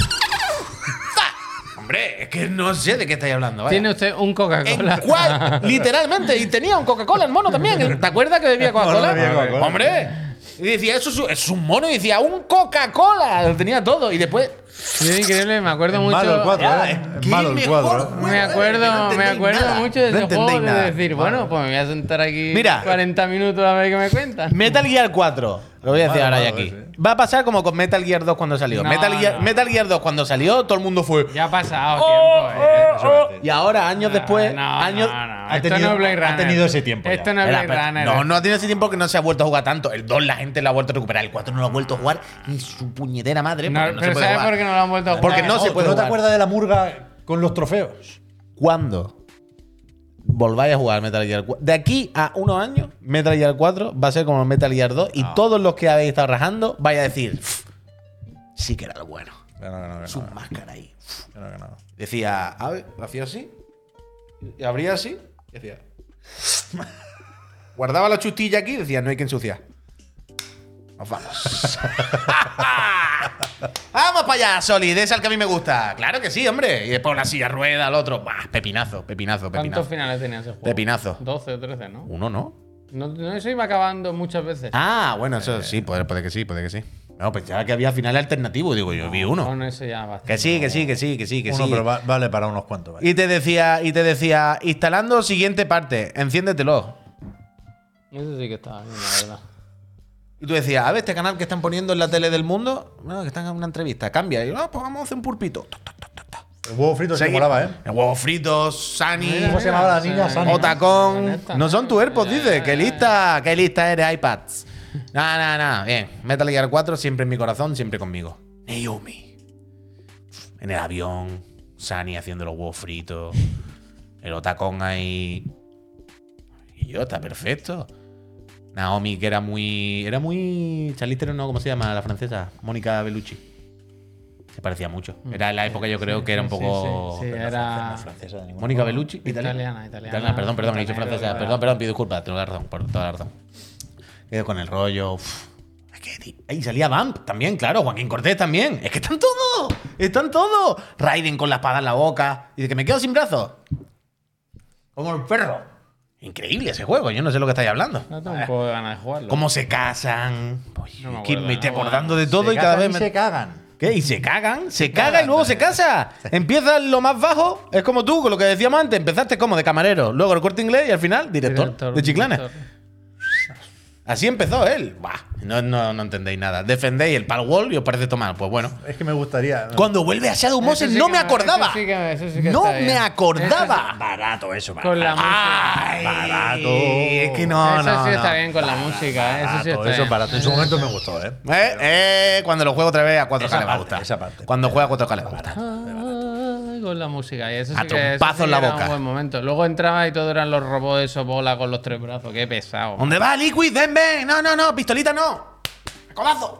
E: ¡Fa! ¡Ah! Hombre, es que no sé de qué estáis hablando. vaya.
A: Tiene usted un Coca-Cola.
E: ¿En cuál? Literalmente. Y tenía un Coca-Cola el mono también. ¿Te acuerdas que bebía Coca-Cola?
B: No, no bebía Coca-Cola.
E: Hombre. Y decía, eso es un, es un mono. Y decía, un Coca-Cola. Lo tenía todo. Y después.
A: Sí, increíble, me acuerdo mucho.
B: Malo el cuadro, ¿eh? Es Malo el cuadro. ¿eh?
A: Me acuerdo, me acuerdo mucho de
B: No
A: ese juego
B: entendéis
A: de
B: nada.
A: decir, bueno, pues me voy a sentar aquí
C: Mira.
A: 40 minutos a ver qué me cuentan.
C: Metal Gear 4. Lo voy a decir
B: Vale,
C: ahora ya
B: vale,
C: aquí.
B: sí.
C: Va a pasar como con Metal Gear 2 cuando salió.
A: No,
C: Metal, Gear,
A: no.
C: Metal Gear 2 cuando salió, todo el mundo fue.
A: Ya ha
C: Oh,
A: pasado tiempo, eh.
B: Eso iba a decir.
C: Y ahora, años después.
A: no,
C: años,
A: no, no.
B: ha
A: Esto
B: tenido-
A: no es Blade
B: ha
A: Runner.
B: tenido ese tiempo ya.
A: Esto no es
C: Espera,
A: Blade
C: espera.
A: Runner.
C: no, no ha tenido ese tiempo que no se ha vuelto a jugar tanto. El 2 la gente lo ha vuelto a recuperar. El 4 no lo ha vuelto a jugar ni su puñetera madre.
A: No,
C: Porque no, se
A: pero
C: puede
A: ¿sabes
C: jugar.
A: por qué no lo han vuelto a jugar?
C: Porque no
B: Oh,
C: se
B: ¿tú
C: puede
B: ¿No te
C: jugar.
B: acuerdas de la murga con los trofeos?
C: ¿Cuándo volváis a jugar Metal Gear 4? De aquí a unos años, Metal Gear 4 va a ser como Metal Gear 2 y todos los que habéis estado rajando vais a decir, "Pff, sí que era lo bueno.
B: No, no, no, no,
C: Su máscara ahí. Pff".
B: no, no, no.
C: Decía, a ver, hacía así, y abría así, y decía. Guardaba la chustilla aquí y decía, no hay que ensuciar. Nos vamos. ¡Vamos para allá, Solid! Es al que a mí me gusta. Claro que sí, hombre. Y después una silla rueda, al otro. Bah, pepinazo, pepinazo,
A: ¿Cuántos
C: pepinazo.
A: finales tenía ese juego?
C: Pepinazo.
A: 12 o 13, ¿no?
C: Uno, ¿no?
A: ¿no? No se iba acabando muchas veces.
C: Ah, bueno, eso sí, puede, puede que sí, puede que sí. No, pues ya que había final alternativo, digo yo, vi uno.
A: Con ese ya bastante.
C: Que sí, que sí, que sí, que sí, que
B: Uno,
C: sí.
B: pero va- vale para unos cuantos. vale.
C: Y te decía, y te decía, instalando siguiente parte, enciéndetelo.
A: Eso sí que estaba bien, la verdad.
C: Y tú decías, a ver, este canal que están poniendo en la tele del mundo, bueno, que están en una entrevista, cambia. Y yo, ah, pues vamos a hacer un pulpito. Ta, ta, ta, ta, ta.
B: El huevo frito se
C: Seguí.
B: molaba, ¿eh?
C: Huevos fritos, Sani,
B: ¿Cómo se llamaba la niña?
A: Sí.
B: Sani.
A: La
C: Otacón. Eh.
A: neta,
C: No son tu AirPods,
A: ya,
C: dice.
A: ya,
C: Qué
A: ya,
C: lista, qué lista eres, iPads. Nah, nah, nah. Bien. Metal Gear 4 siempre en mi corazón, siempre conmigo. Naomi. En el avión. Sani haciendo los huevos fritos. El Otacón ahí. Y yo, está perfecto. Naomi, que era muy. Era muy. Charlister, no, ¿cómo se llama la francesa? Mónica Bellucci. Se parecía mucho. Era la época, yo creo, que era un
A: Mm. sí,
C: poco.
A: sí, sí,
B: No,
A: era
B: francesa, francesa de ningún-
C: Mónica Bellucci,
A: italiana, italiana.
C: Italiana, perdón, perdón, he dicho
A: Italiana,
C: francesa.
A: italiana.
C: Perdón, perdón, pido disculpas, tengo la razón, por toda la razón. Quedo Eh, con el rollo. uf. Es que, tío, ahí salía Vamp también, claro, Joaquín Cortés también. Es que están todos, están todos. Raiden con la espada en la boca. Dice que me quedo sin brazos. Como el perro. Increíble ese juego, yo no sé lo que estáis hablando.
A: No tengo un poco de ganas de jugarlo.
C: Cómo se casan. Oye,
A: No me
C: es que
A: acuerdo,
C: me estoy
A: no,
C: acordando de
A: se
C: todo y cada vez me.
B: se cagan.
C: ¿Qué? Y se cagan, se caga y luego se casa. Empieza en lo más bajo, es como tú, con lo que decíamos antes. Empezaste como de camarero, luego el corte inglés y al final director, de Chiclana.
A: director.
C: Así empezó él. Buah, no, no, no entendéis nada. Defendéis el pal wall y os parece tomar. Pues bueno.
B: Es que me gustaría.
C: Cuando vuelve a Shadow
A: Eso
C: Moses
A: sí
C: no
A: que
C: me
A: me-
C: acordaba.
A: eso sí que- eso sí que
C: no
A: está bien.
C: me acordaba.
B: Barato eso, barato.
A: Con la música.
C: Ay,
B: Barato.
C: Es que no,
A: eso
C: no,
A: sí está
C: Ah, no.
A: bien con la música, ¿eh? eso sí
B: Barato,
A: está
B: eso
A: bien.
B: barato. En su momento me gustó, ¿eh?
C: Eh, eh, cuando lo juego otra vez a 4K
B: Esa
C: le va a
B: parte,
C: gustar.
B: esa parte.
C: Cuando juega a 4K le va a gustar.
A: Ay, con la música y eso
C: A
A: sí que, eso
C: trompazo
A: sí
C: en la
A: que era
C: boca.
A: un buen momento. Luego entraba y todo eran los robots de esos bola con los tres brazos, qué pesado.
C: ¿Dónde va Liquid? Ven, ven. No, no, no. Pistolita no. Codazo.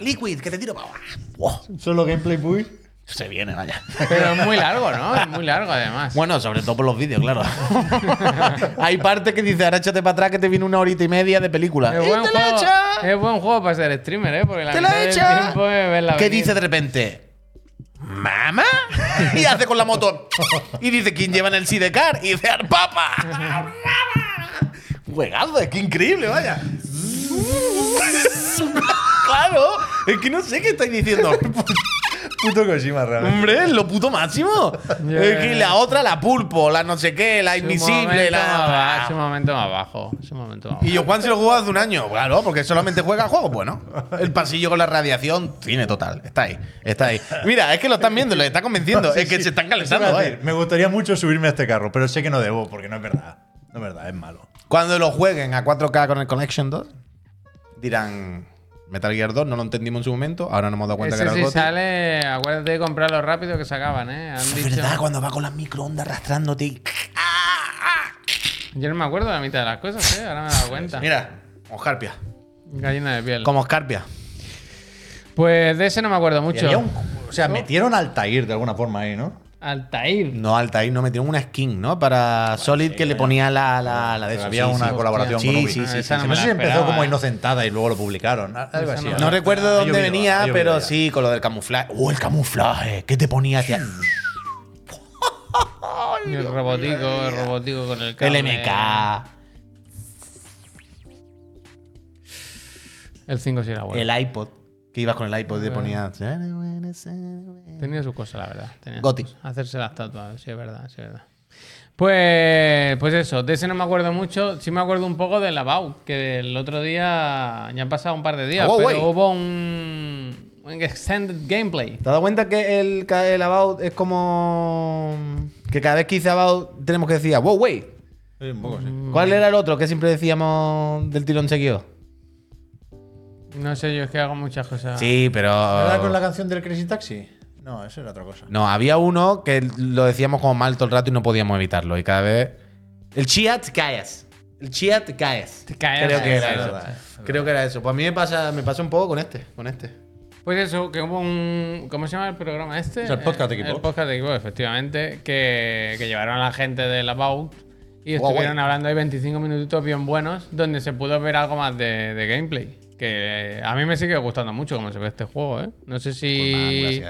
C: Liquid, que te tiro para
B: Solo gameplay muy.
C: Se viene, vaya.
A: Pero es muy largo, ¿no? Es muy largo además.
C: Bueno, sobre todo por los vídeos, claro. Hay parte que dice, ahora échate para atrás que te viene una horita y media de película.
A: es,
C: ¡Y
A: buen
C: te la
A: juego,
C: echa!
A: es buen juego para ser streamer, ¿eh? Porque la
C: ¡Te la
A: mitad del
C: echa!
A: tiempo es verla
C: ¿Qué
A: venir.
C: dice de repente? ¿Mamá? Y hace con la moto. Y dice, ¿quién lleva en el sidecar? Y dice, ¡al papa! ¡Mamá! Juegazo, es que increíble, vaya. claro, es que no sé qué estáis diciendo.
B: Puto Kojima, realmente.
C: Hombre, lo puto máximo.
A: Ya.
C: Es que la otra, la pulpo, la no sé qué, la
A: Es un
C: invisible,
A: momento más bajo,
C: la.
A: Es un momento más bajo. Es un momento más bajo.
C: Y yo, Juan se lo jugó hace un año, claro, porque solamente juega juegos bueno. El pasillo con la radiación, cine total. Está ahí, está ahí. Mira, es que lo están viendo, les está convenciendo.
B: Sí,
C: es que
B: sí.
C: se están
B: Eso iba
C: calentando, ¿eh?
B: a
C: vaya.
B: decir, Me gustaría mucho subirme a este carro, pero sé que no debo porque no es verdad. No es verdad, es malo.
C: Cuando lo jueguen a 4K con el Connection 2, dirán Metal Gear 2, no lo entendimos en su momento, ahora no hemos dado cuenta
A: Ese
C: que
A: sí
C: era el GOTY.
A: sale, acuérdate de comprarlo rápido que se acaban, ¿eh? Han
C: Es
A: dicho...
C: verdad, cuando va con las microondas arrastrándote y...
A: Yo no me acuerdo de la mitad de las cosas, ¿eh? Ahora me he dado cuenta.
C: Mira, Oscarpia.
A: Gallina de piel.
C: Como Oscarpia.
A: Pues de ese no me acuerdo
B: Y
A: mucho.
B: había un- o sea, metieron al Tair de alguna forma ahí, ¿no?
A: Altair.
C: No, Altair, no, metieron una skin, ¿no? Para Solid que le ponía la, la, la de
B: Pero
C: eso,
B: había
C: sí,
B: una
C: sí.
B: colaboración
C: sí,
B: con Ubisoft.
C: Sí, sí, sí.
A: Esa no
B: No,
A: me
B: sé
A: la
B: si empezó
A: esperaba,
B: como
A: eh.
B: inocentada y luego lo publicaron. Algo así. Ah,
A: no
C: No recuerdo
B: Ha
C: dónde
B: llovido, ha
C: venía,
B: llovido
C: pero
B: ya.
C: sí, con lo del camuflaje. ¡Oh, el camuflaje! ¿Qué te ponía hacia.?
A: Y el robotico, el robotico con el cable.
C: El MK,
A: El 5 sí era bueno.
C: el iPod. Que ibas con el iPod y te ponía.
A: Tenía su cosa, la verdad. Tenía su
C: Gothic.
A: cosa. Hacerse las tatuas, sí, es verdad, sí, es verdad. Pues, pues eso, de ese no me acuerdo mucho. Sí me acuerdo un poco de la BAU, que el otro día, ya han pasado un par de días,
C: Oh,
A: pero
C: wey.
A: hubo un, un extended gameplay.
C: ¿Te has dado cuenta que el, ca- el About es como. Que cada vez que dice About tenemos que decir, wow, wey.
B: Sí, un poco, sí.
C: ¿Cuál era el otro que siempre decíamos del tirón seguido?
A: No sé, yo es que hago muchas cosas.
C: Sí, pero.
B: Ah. ¿Verdad con la canción del Crazy Taxi? No, eso era otra cosa.
C: No, había uno que lo decíamos como mal todo el rato y no podíamos evitarlo. Y cada vez. El Chiat Caes. El Chiat Caes.
A: Te caes.
C: Creo que era
A: Sí,
C: eso. Creo que era eso. Pues a mí me pasa, me pasa un poco con este. Con este.
A: Pues eso, que hubo un. ¿Cómo se llama el programa este?
B: Es el podcast de Equipo.
A: El podcast de equipo, efectivamente. Que, que llevaron a la gente de la About y estuvieron hablando ahí 25 minutitos bien buenos, donde se pudo ver algo más de, de gameplay. Que a mí me sigue gustando mucho cómo se ve este juego, ¿eh? No sé
B: Pues
A: si.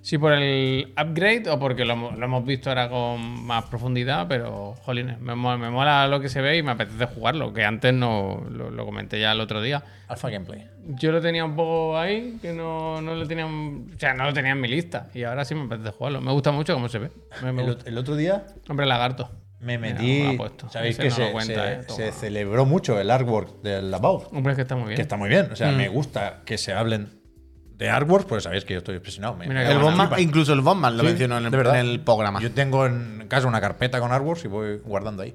A: si por el upgrade o porque lo, lo hemos visto ahora con más profundidad, pero jolines, me, mo- me mola lo que se ve y me apetece jugarlo, que antes no lo- lo comenté ya el otro día.
B: Alpha Gameplay.
A: Yo lo tenía un poco ahí, que no, no lo tenía. O sea, no lo tenía en mi lista. Y ahora sí me apetece jugarlo. Me gusta mucho cómo se ve. Me, me
B: El,
A: gusta.
B: ot- el otro día
A: Hombre, lagarto.
B: me
A: Mira,
B: metí.
A: lo ha puesto.
B: Sabéis
A: Ese
B: que
A: no
B: se,
A: lo cuenta,
B: se-
A: eh.
B: se
A: Toma.
B: celebró mucho el artwork del About.
A: Hombre, es que está muy bien. Mm.
B: Que está muy bien. O sea, me gusta que se hablen de artworks, porque sabéis que yo estoy obsesionado. Me-
A: Mira
B: me
A: qué
C: El
A: bueno.
C: Bondman-
B: flipa.
C: incluso el Bondman lo
B: Sí,
C: mencionó en el,
B: de verdad.
C: en el programa.
B: Yo tengo en casa una carpeta con artworks y voy guardando ahí.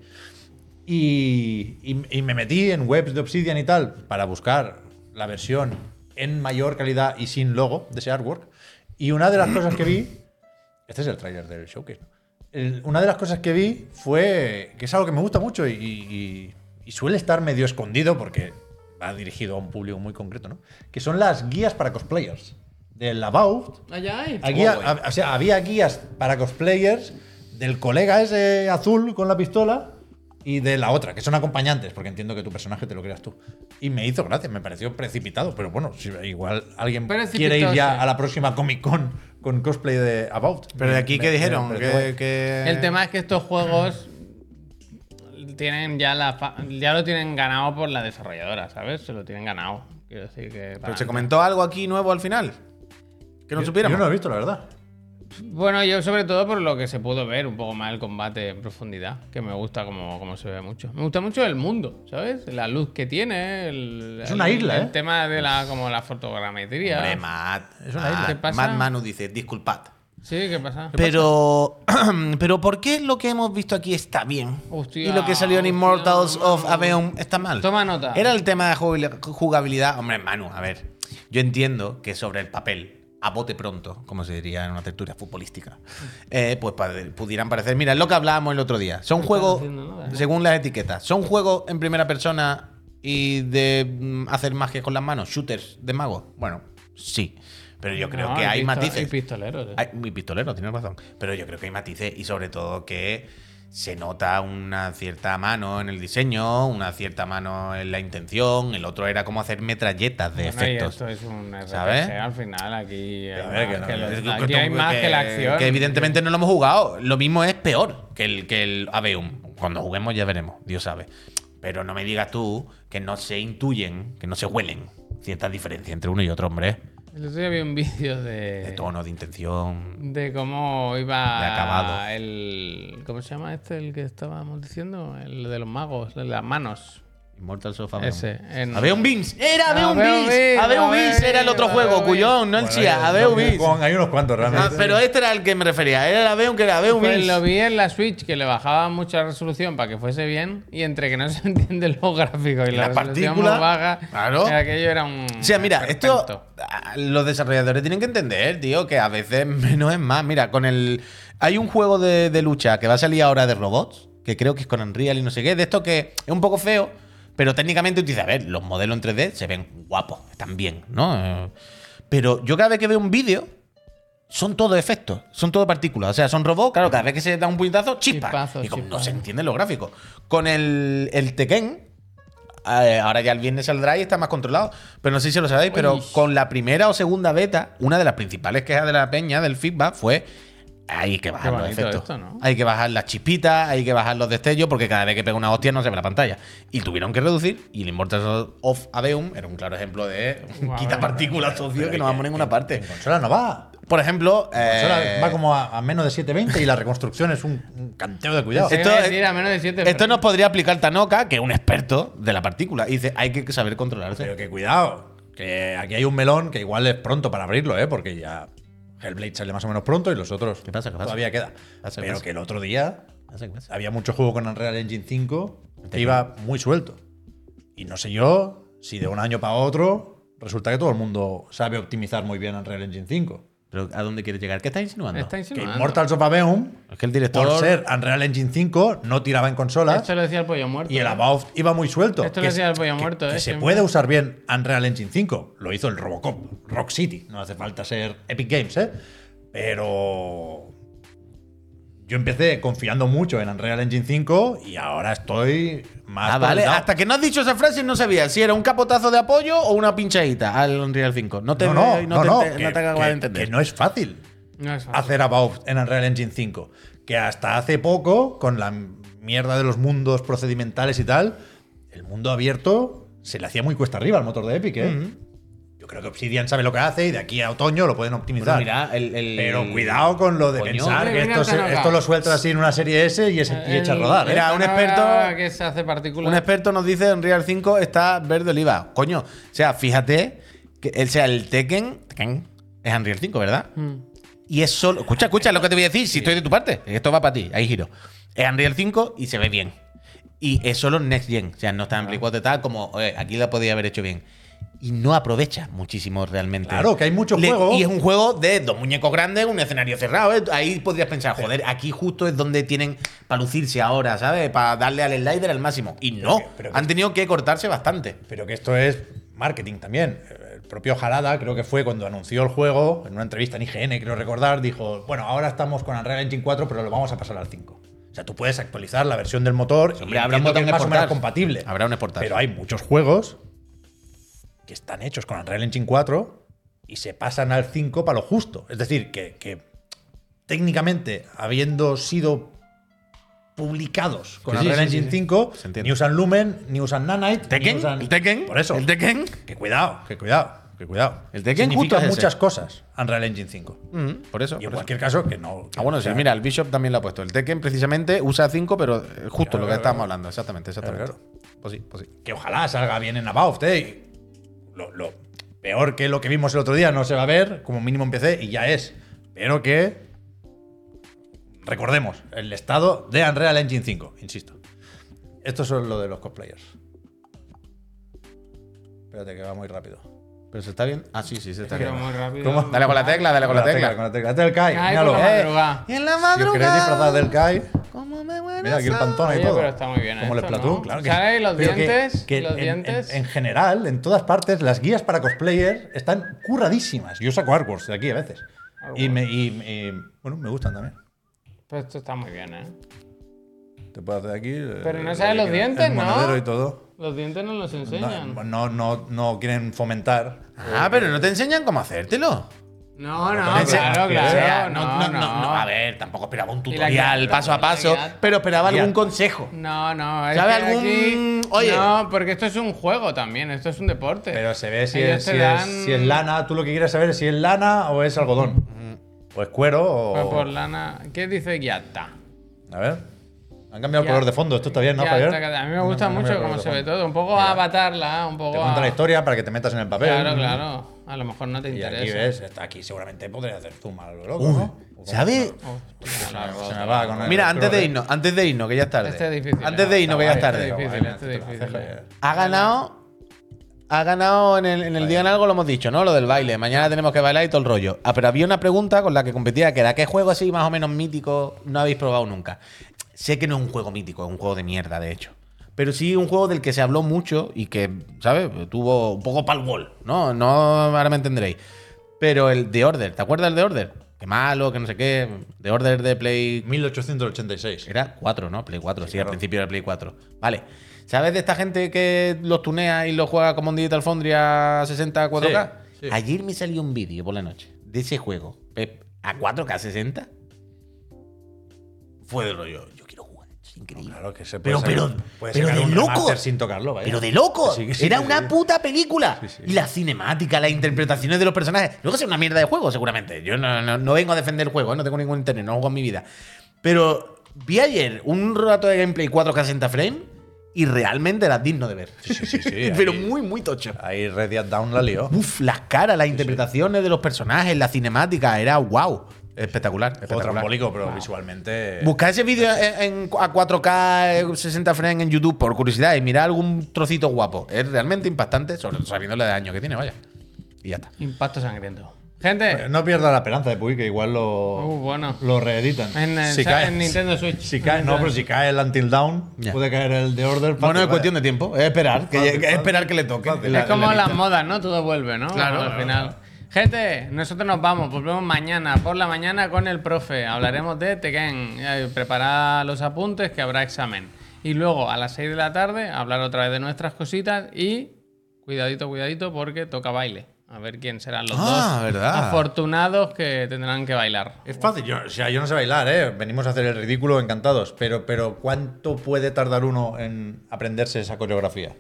B: Y, y- y me metí en webs de Obsidian y tal para buscar la versión en mayor calidad y sin logo de ese artwork. Y una de las cosas que vi. Este es el tráiler del showcase. ¿no? El- una de las cosas que vi fue que es algo que me gusta mucho y, y- y suele estar medio escondido porque va dirigido a un público muy concreto, ¿no? Que son las guías para cosplayers. Del About,
A: Allá hay.
B: Aquí, ha- o sea, había guías para cosplayers del colega ese azul con la pistola y de la otra, que son acompañantes, porque entiendo que tu personaje te lo creas tú. Y me hizo gracia, me pareció precipitado, pero bueno, si igual alguien quiere ir ya
A: Precipitoso.
B: a la próxima Comic Con con cosplay de About.
C: Pero de
B: Me-
C: aquí,
B: me-
C: ¿qué
B: me
C: dijeron?
B: pareció guay.
C: Que, que-
A: El tema es que estos juegos tienen ya la fa- ya lo tienen ganado por la desarrolladora, ¿sabes? Se lo tienen ganado. Quiero decir que.
C: Pero
A: para-
C: se comentó algo aquí nuevo al final. Que no
B: Yo-
C: supiéramos.
B: Yo no lo he visto, la verdad.
A: Bueno, yo sobre todo por lo que se pudo ver un poco más el combate en profundidad, que me gusta como, como se ve mucho. Me gusta mucho el mundo, ¿sabes? La luz que tiene, el,
B: Es una
A: el-
B: isla,
A: el
B: ¿eh?
A: tema de la como la fotogrametría.
C: Hombre, Matt.
B: Es una isla.
A: ¿Qué pasa?
C: Matt Manu dice, disculpad.
A: sí, ¿qué pasa?
C: Pero, pero ¿por qué lo que hemos visto aquí está bien?
A: Hostia,
C: y lo que salió en
A: hostia,
C: Immortals
A: Manu.
C: of Aveum está mal.
A: Toma nota.
C: Era el tema de jugabil- jugabilidad. Hombre, Manu, a ver. Yo entiendo que sobre el papel, a bote pronto, como se diría en una tertulia futbolística, eh, pues pa- pudieran parecer. Mira, es lo que hablábamos el otro día. Son juegos,
A: haciendo nada, ¿eh? ¿no?
C: según las etiquetas, son juegos en primera persona y de mm, hacer magia con las manos, shooters de magos. Bueno, sí. Pero yo creo
A: No,
C: que
A: y
C: hay
A: pisto-
C: matices.
A: y pistoleros. eh.
C: Ay, muy pistolero, tienes razón. Pero yo creo que hay matices y sobre todo que se nota una cierta mano en el diseño, una cierta mano en la intención. El otro era como hacer metralletas de
A: Bueno, y
C: efectos.
A: esto es un RPG,
C: ¿sabes?
A: al final aquí hay
B: A ver, que
A: más
B: no,
A: que
B: es
A: los-
C: Es lo
A: aquí hay más que la acción.
C: que evidentemente no lo hemos jugado. Lo mismo es peor que el, que el Aveum. Cuando juguemos ya veremos, Dios sabe. Pero no me digas tú que no se intuyen, que no se huelen ciertas diferencias entre uno y otro, hombre.
A: El otro día vi un vídeo
C: De
A: de,
C: tono, de intención.
A: de cómo
C: De acabado.
A: iba el... ¿Cómo se llama este el que estábamos diciendo? El de los magos, de las manos.
C: Immortal Sofa.
A: Ese, en- Ah,
C: Había un Beams. Era Había un
A: Habeu Beams,
C: Beams. Había un Beams
A: Habeu
C: era el otro
A: Beams,
C: juego,
A: Habeu
C: cuyón, no el
B: Bueno,
C: Chia.
B: hay-
C: Había un
B: los
C: Beams.
B: Beams, Hay unos cuantos
C: Ah,
B: realmente.
C: pero este era el que me refería. Era el Abeum que era Abeum
A: Pues lo
C: Beams.
A: vi en la Switch que le bajaba mucha resolución para que fuese bien y entre que no se entienden los gráficos y, la,
E: la
A: resolución
E: partícula,
A: muy baja,
E: claro.
A: eh, aquello era un.
C: O sea, mira, esto
A: perfecto.
C: ah, los desarrolladores tienen que entender, tío, que a veces menos es más. Mira, con el hay un juego de, de lucha que va a salir ahora de robots, que creo que es con Unreal y no sé qué, de esto que es un poco feo, pero técnicamente tú dices, a ver, los modelos en 3D se ven guapos, están bien, ¿no? Eh, Pero yo cada vez que veo un vídeo son todo efectos, son todo partículas. O sea, son robots, claro, cada vez que se da un puñetazo, chispa.
A: Chispazo,
C: y como no
A: chispazo.
C: se entienden los gráficos. Con el, el Tekken, eh, ahora ya el viernes saldrá y está más controlado. Pero no sé si lo sabéis, pero
A: Uy.
C: con la primera o segunda beta, una de las principales quejas de la peña del feedback fue. Hay que
A: Qué
C: bajar los
A: bonito
C: efectos.
A: esto, ¿no?
C: Hay que bajar las chispitas, hay que bajar los destellos, porque cada vez que pega una hostia no se ve la pantalla. Y tuvieron que reducir, y el Immortals of Aveum era un claro ejemplo de
A: Guau, eh.
C: quita partículas, socio, que no vamos a ninguna parte.
B: En consola no va.
C: Por ejemplo,
B: En consola
C: eh,
B: va como a, a menos de 720 y la reconstrucción es un, un canteo de cuidado.
A: Sí,
C: esto
A: iba a
C: es-
A: decir, a menos de siete,
C: esto
A: pero-
C: nos podría aplicar Tanoka, que es un experto de la partícula. Y dice, hay que saber
B: Pero
C: controlarse.
B: que cuidado, que aquí hay un melón que igual es pronto para abrirlo, ¿eh? Porque ya Hellblade sale más o menos pronto y los otros
C: ¿Qué pasa? ¿Qué pasa?
B: todavía queda.
C: pasa?
B: Pero que el otro día
C: No sé qué pasa.
B: había mucho juego con Unreal Engine 5 que iba muy suelto. Y no sé yo si de un año para otro resulta que todo el mundo sabe optimizar muy bien Unreal Engine 5.
C: Pero ¿a dónde quieres llegar? ¿Qué estás insinuando?
A: Está
B: Que
A: insinuando.
B: Immortals of Aveum,
C: Es que
B: por
C: el director.
B: ser Unreal Engine 5, no tiraba en consolas
A: Esto lo decía el pollo muerto.
B: y el
A: ¿eh?
B: Above iba muy suelto.
A: Esto lo decía
B: se-
A: el pollo muerto,
B: que
A: ¿eh?
B: se
A: Siempre.
B: puede usar bien Unreal Engine 5. Lo hizo el Robocop, Rock City. No hace falta ser Epic Games, ¿eh? Pero. Yo empecé confiando mucho en Unreal Engine 5 y ahora estoy más.
C: Ah,
B: por el
C: vale.
B: lado.
C: Hasta que no has dicho esa frase no sabía si era un capotazo de apoyo o una pinchadita al Unreal 5. No te
B: No, no, no,
C: te-
B: no,
C: te-
B: que-
C: no te acabo de
B: que-
C: entender.
B: que no es fácil.
A: No es fácil.
B: hacer About en Unreal Engine 5. Que hasta hace poco, con la mierda de los mundos procedimentales y tal, el mundo abierto se le hacía muy cuesta arriba al motor de Epic, ¿eh? Yo creo que Obsidian sabe lo que hace y de aquí a otoño lo pueden optimizar.
C: Bueno, mira, el- el-
B: Pero cuidado con lo de
C: Coño. ¿eh?
B: pensar que
A: Mira,
B: esto, se-
A: Tanaka.
B: esto lo sueltas así en una serie S y, es, y echa a
A: El-
B: rodar. ¿eh?
C: Mira,
A: esta
C: un
A: nave
C: experto-
A: Que se hace partículas.
C: Un experto nos dice Unreal 5 está verde oliva. Coño, o sea, fíjate que o sea, el Tekken, Tekken es Unreal 5, ¿verdad?
A: Mm.
C: Y es solo. Escucha, escucha lo que te voy a decir. Si estoy de tu parte, esto va para ti. Ahí giro. Es Unreal 5 y se ve bien. Y es solo Next Gen. O sea, no está en Play
B: Ah.
C: 4 y tal, como oye, aquí la podía haber hecho bien. Y no aprovecha muchísimo realmente.
B: Claro, que hay mucho juego.
C: Y es un juego de dos muñecos grandes, un escenario cerrado. ¿eh? Ahí podrías pensar, joder, aquí justo es donde tienen para lucirse ahora, ¿sabes? Para darle al slider al máximo. Y
B: Pero
C: no,
B: que- pero que-
C: han tenido que cortarse bastante.
B: Pero que esto es marketing también. El propio Jarada, creo que fue cuando anunció el juego, en una entrevista en IGN, creo recordar, dijo, bueno, ahora estamos con Unreal Engine 4, pero lo vamos a pasar al 5. O sea, tú puedes actualizar la versión del motor y
C: Hombre, habrá un
B: entiendo que
C: botón
B: es más o menos
C: exportar.
B: compatible.
C: Habrá un exportar.
B: Pero hay muchos juegos que están hechos con Unreal Engine 4 y se pasan al 5 para lo justo. Es decir, que, que técnicamente, habiendo sido publicados con
C: Sí, sí,
B: Unreal
C: sí,
B: Engine
C: sí, sí.
B: 5,
C: Se entiende.
B: ni usan Lumen, ni usan Nanite,
C: ¿Tekken?
B: ni usan-
C: ¿El Tekken?
B: Por eso.
C: ¿El Tekken?
B: Que cuidado, que cuidado, que cuidado.
C: El Tekken
B: Significa
C: justo es ese.
B: muchas cosas Unreal Engine 5.
C: Mm, por eso.
B: Y en
C: por eso.
B: cualquier caso, que no.
C: Ah, bueno,
B: o
C: sí,
B: sea,
C: mira, el Bishop también lo ha puesto. El Tekken precisamente usa 5, pero eh, justo lo que estábamos hablando. Exactamente, exactamente.
B: Claro,
C: Pues sí, pues sí.
B: Que ojalá salga bien en About, ¿eh? Y Lo, lo peor que lo que vimos el otro día no se va a ver, como mínimo empecé y ya es. Pero que. Recordemos, el estado de Unreal Engine 5, insisto. Esto es lo de los cosplayers. Espérate, que va muy rápido.
C: Pero se está bien. Ah, sí, sí, se está
A: Pero
C: bien.
A: muy rápido.
B: ¿Cómo?
C: Dale con la tecla, dale ¿eh? con la
B: Con
C: tecla.
B: la tecla. Del Kai,
A: Ay, por la
B: míralo. eh.
A: madrugada.
C: Y en la
B: Si os queréis disfrazar del Kai.
C: ¿Cómo me muero?
B: Mira, aquí el pantón y
A: Oye,
B: todo.
A: pero está muy bien
B: Como el
A: esto,
B: Platón,
A: ¿no?
B: claro que
A: ¿Sabes? Los
B: pero que-
A: dientes,
B: que
A: los
B: en- en-
A: dientes.
B: En, general, en todas partes, las guías para cosplayers están curradísimas. Yo saco artworks de aquí a veces.
A: Ah,
B: Y, me, y- y- bueno, me gustan también.
A: Pues esto está muy bien, ¿eh?
B: Te puedo hacer aquí. eh,
A: Pero no
B: lo
A: sabes
B: que
A: los
B: quieras,
A: dientes,
B: el
A: ¿no?
B: monedero y todo.
A: Los dientes no los enseñan.
B: No, no, no, no quieren fomentar.
C: Ah, pero no te enseñan cómo hacértelo.
A: No, no,
B: no,
A: claro,
B: pero-
A: claro.
C: O sea,
A: no, no, no,
C: A ver, tampoco esperaba un
A: la
C: tutorial
A: guía-
C: paso a
A: la
C: paso,
A: guía-
C: pero esperaba
B: Guía.
C: algún consejo.
A: No, no, es
C: ¿Sabe
A: que
C: algún-
A: aquí-
C: Oye.
A: No, porque esto es un juego también, esto es un deporte.
B: Pero se ve si
A: Ellos
B: es,
A: te
B: si,
A: dan-
B: es, si es lana. Tú lo que quieres saber es si es lana o es algodón. O es cuero
A: Pues
B: o.
A: por lana. ¿Qué dice Giatta?
B: A ver. Han cambiado
A: Ya.
B: el color de fondo. Esto está bien, ¿Eh, ¿no,
A: Ya,
B: Javier?
A: está que- a mí me gusta
B: No, no, no
A: mucho
B: me
A: cómo
B: acuerdo
A: se ve
B: cuándo.
A: todo. Un poco a avatarla, un poco
B: Te cuenta
A: a...
B: la historia para que te metas en el papel.
A: Claro, claro. A lo mejor no te
B: Y
A: interesa.
B: aquí ves, está aquí seguramente podría hacer zoom a lo loco,
C: Uy,
B: ¿no? O como-
C: ¿Sabes?
B: Pues
A: Hostia, la
B: Se
A: rosa.
B: me va con el
C: Mira,
B: culo
C: antes de
B: de-
C: irnos, antes de irnos, que ya es tarde.
A: Este es difícil,
C: Antes
A: ¿eh?
C: de irnos, que ya es
A: Está
C: tarde.
A: guay, difícil,
B: Guay,
A: este
B: te
A: es
B: la
A: difícil.
B: ceja y-
C: Ha ganado. Ha ganado en el, en el día en algo, lo hemos dicho, ¿no? Lo del baile. Mañana tenemos que bailar y todo el rollo. Ah, pero había una pregunta con la que competía, que era ¿qué juego así más o menos mítico no habéis probado nunca? Sé que no es un juego mítico, es un juego de mierda, de hecho. Pero sí un juego del que se habló mucho y que, ¿sabes? Tuvo un poco pal gol, ¿no? No, ahora me entenderéis. Pero el The Order, ¿te acuerdas del The Order? Que malo, que no sé qué. The Order de Play
B: 1886.
C: era 4, ¿no? Play 4, sí,
B: claro.
C: al principio era Play 4. Vale. ¿Sabes de esta gente que los tunea y los juega como en Digital Foundry a 60 4K?
B: Sí, sí.
C: Ayer me salió un vídeo por la noche de ese juego. Pep, a 4K 60. Fue de rollo. Yo quiero jugar. Es increíble.
B: Claro que se puede
C: pero,
B: sacar-
C: pero,
B: puede
C: pero
B: sacar
C: de
B: un
C: loco.
B: remaster sin tocarlo, vaya.
C: Pero de loco.
B: Sí, que sí,
C: era
B: que
C: una
B: sí.
C: puta película. Y la cinemática, las interpretaciones de los personajes. Luego es una mierda de juego, seguramente. Yo no, no- no vengo a defender el juego, ¿eh? no tengo ningún interés, no juego en mi vida. Pero vi ayer un rato de gameplay 4K 60 frame y realmente era digno de ver.
B: Sí, sí, sí, ahí-
C: Pero muy, muy tocho.
B: Ahí Red Dead Down la lió.
C: Uf, las caras, las interpretaciones de los personajes, la cinemática, era wow. Espectacular.
B: Juego
C: espectacular.
B: trambólico, pero visualmente.
C: Buscar ese vídeo en, en- a 4K eh, 60 frames en YouTube por curiosidad y mirar algún trocito guapo. Es realmente impactante, sobre todo sabiendo la de año que tiene, vaya. Y ya está.
A: Impacto sangriento. Gente,
B: eh, No pierdas la esperanza de Puy, que igual lo,
A: Uh, bueno.
B: lo reeditan.
A: En, eh,
B: Si
A: sa-
B: cae-
A: en Nintendo Switch.
B: Si cae, no,
A: Nintendo
B: pero si cae el Until Down,
C: Ya.
B: puede caer el de Order. fácil,
C: Bueno, es
B: vaya.
C: cuestión de tiempo. Es esperar. Que,
B: Fácil,
C: llegue- es
B: fácil.
C: esperar que le toque.
B: Fácil.
C: La-
A: Es como
C: la
A: las
C: lista.
A: modas, ¿no? Todo vuelve, ¿no?
C: Claro,
A: Al
C: claro,
A: final. Gente, nosotros nos vamos, volvemos mañana por la mañana con el profe. Hablaremos de Tekken, Eh, preparad los apuntes que habrá examen. Y luego a las 6 de la tarde hablar otra vez de nuestras cositas y cuidadito, cuidadito porque toca baile. A ver quién serán los
C: Ah,
A: dos
C: verdad.
A: afortunados que tendrán que bailar.
B: Es fácil, yo, o sea, yo no sé bailar, ¿eh? Venimos a hacer el ridículo encantados, pero, pero ¿cuánto puede tardar uno en aprenderse esa coreografía?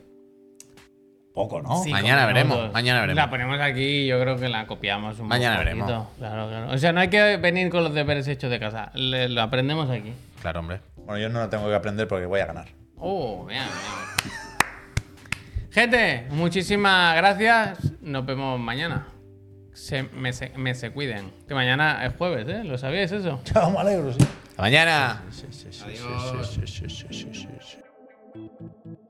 B: Poco, ¿no?
A: Sí,
C: mañana
A: como
C: veremos,
A: nosotros.
C: mañana veremos.
A: La ponemos aquí y yo creo que la copiamos un
C: Mañana
A: poquito.
C: veremos.
A: Claro, claro. O sea, no hay que venir con los deberes hechos de casa. Le- lo aprendemos aquí.
C: Claro, hombre.
B: Bueno, yo no la tengo que aprender porque voy a ganar.
A: Oh, bien, bien. Gente, muchísimas gracias. Nos vemos mañana. Se, me, se, me se cuiden. Que mañana es jueves, ¿eh? ¿Lo sabíais eso?
B: Chao, me alegro, sí.
C: Hasta mañana.
B: Sí, sí, sí, sí, sí, sí, sí, sí, sí, sí.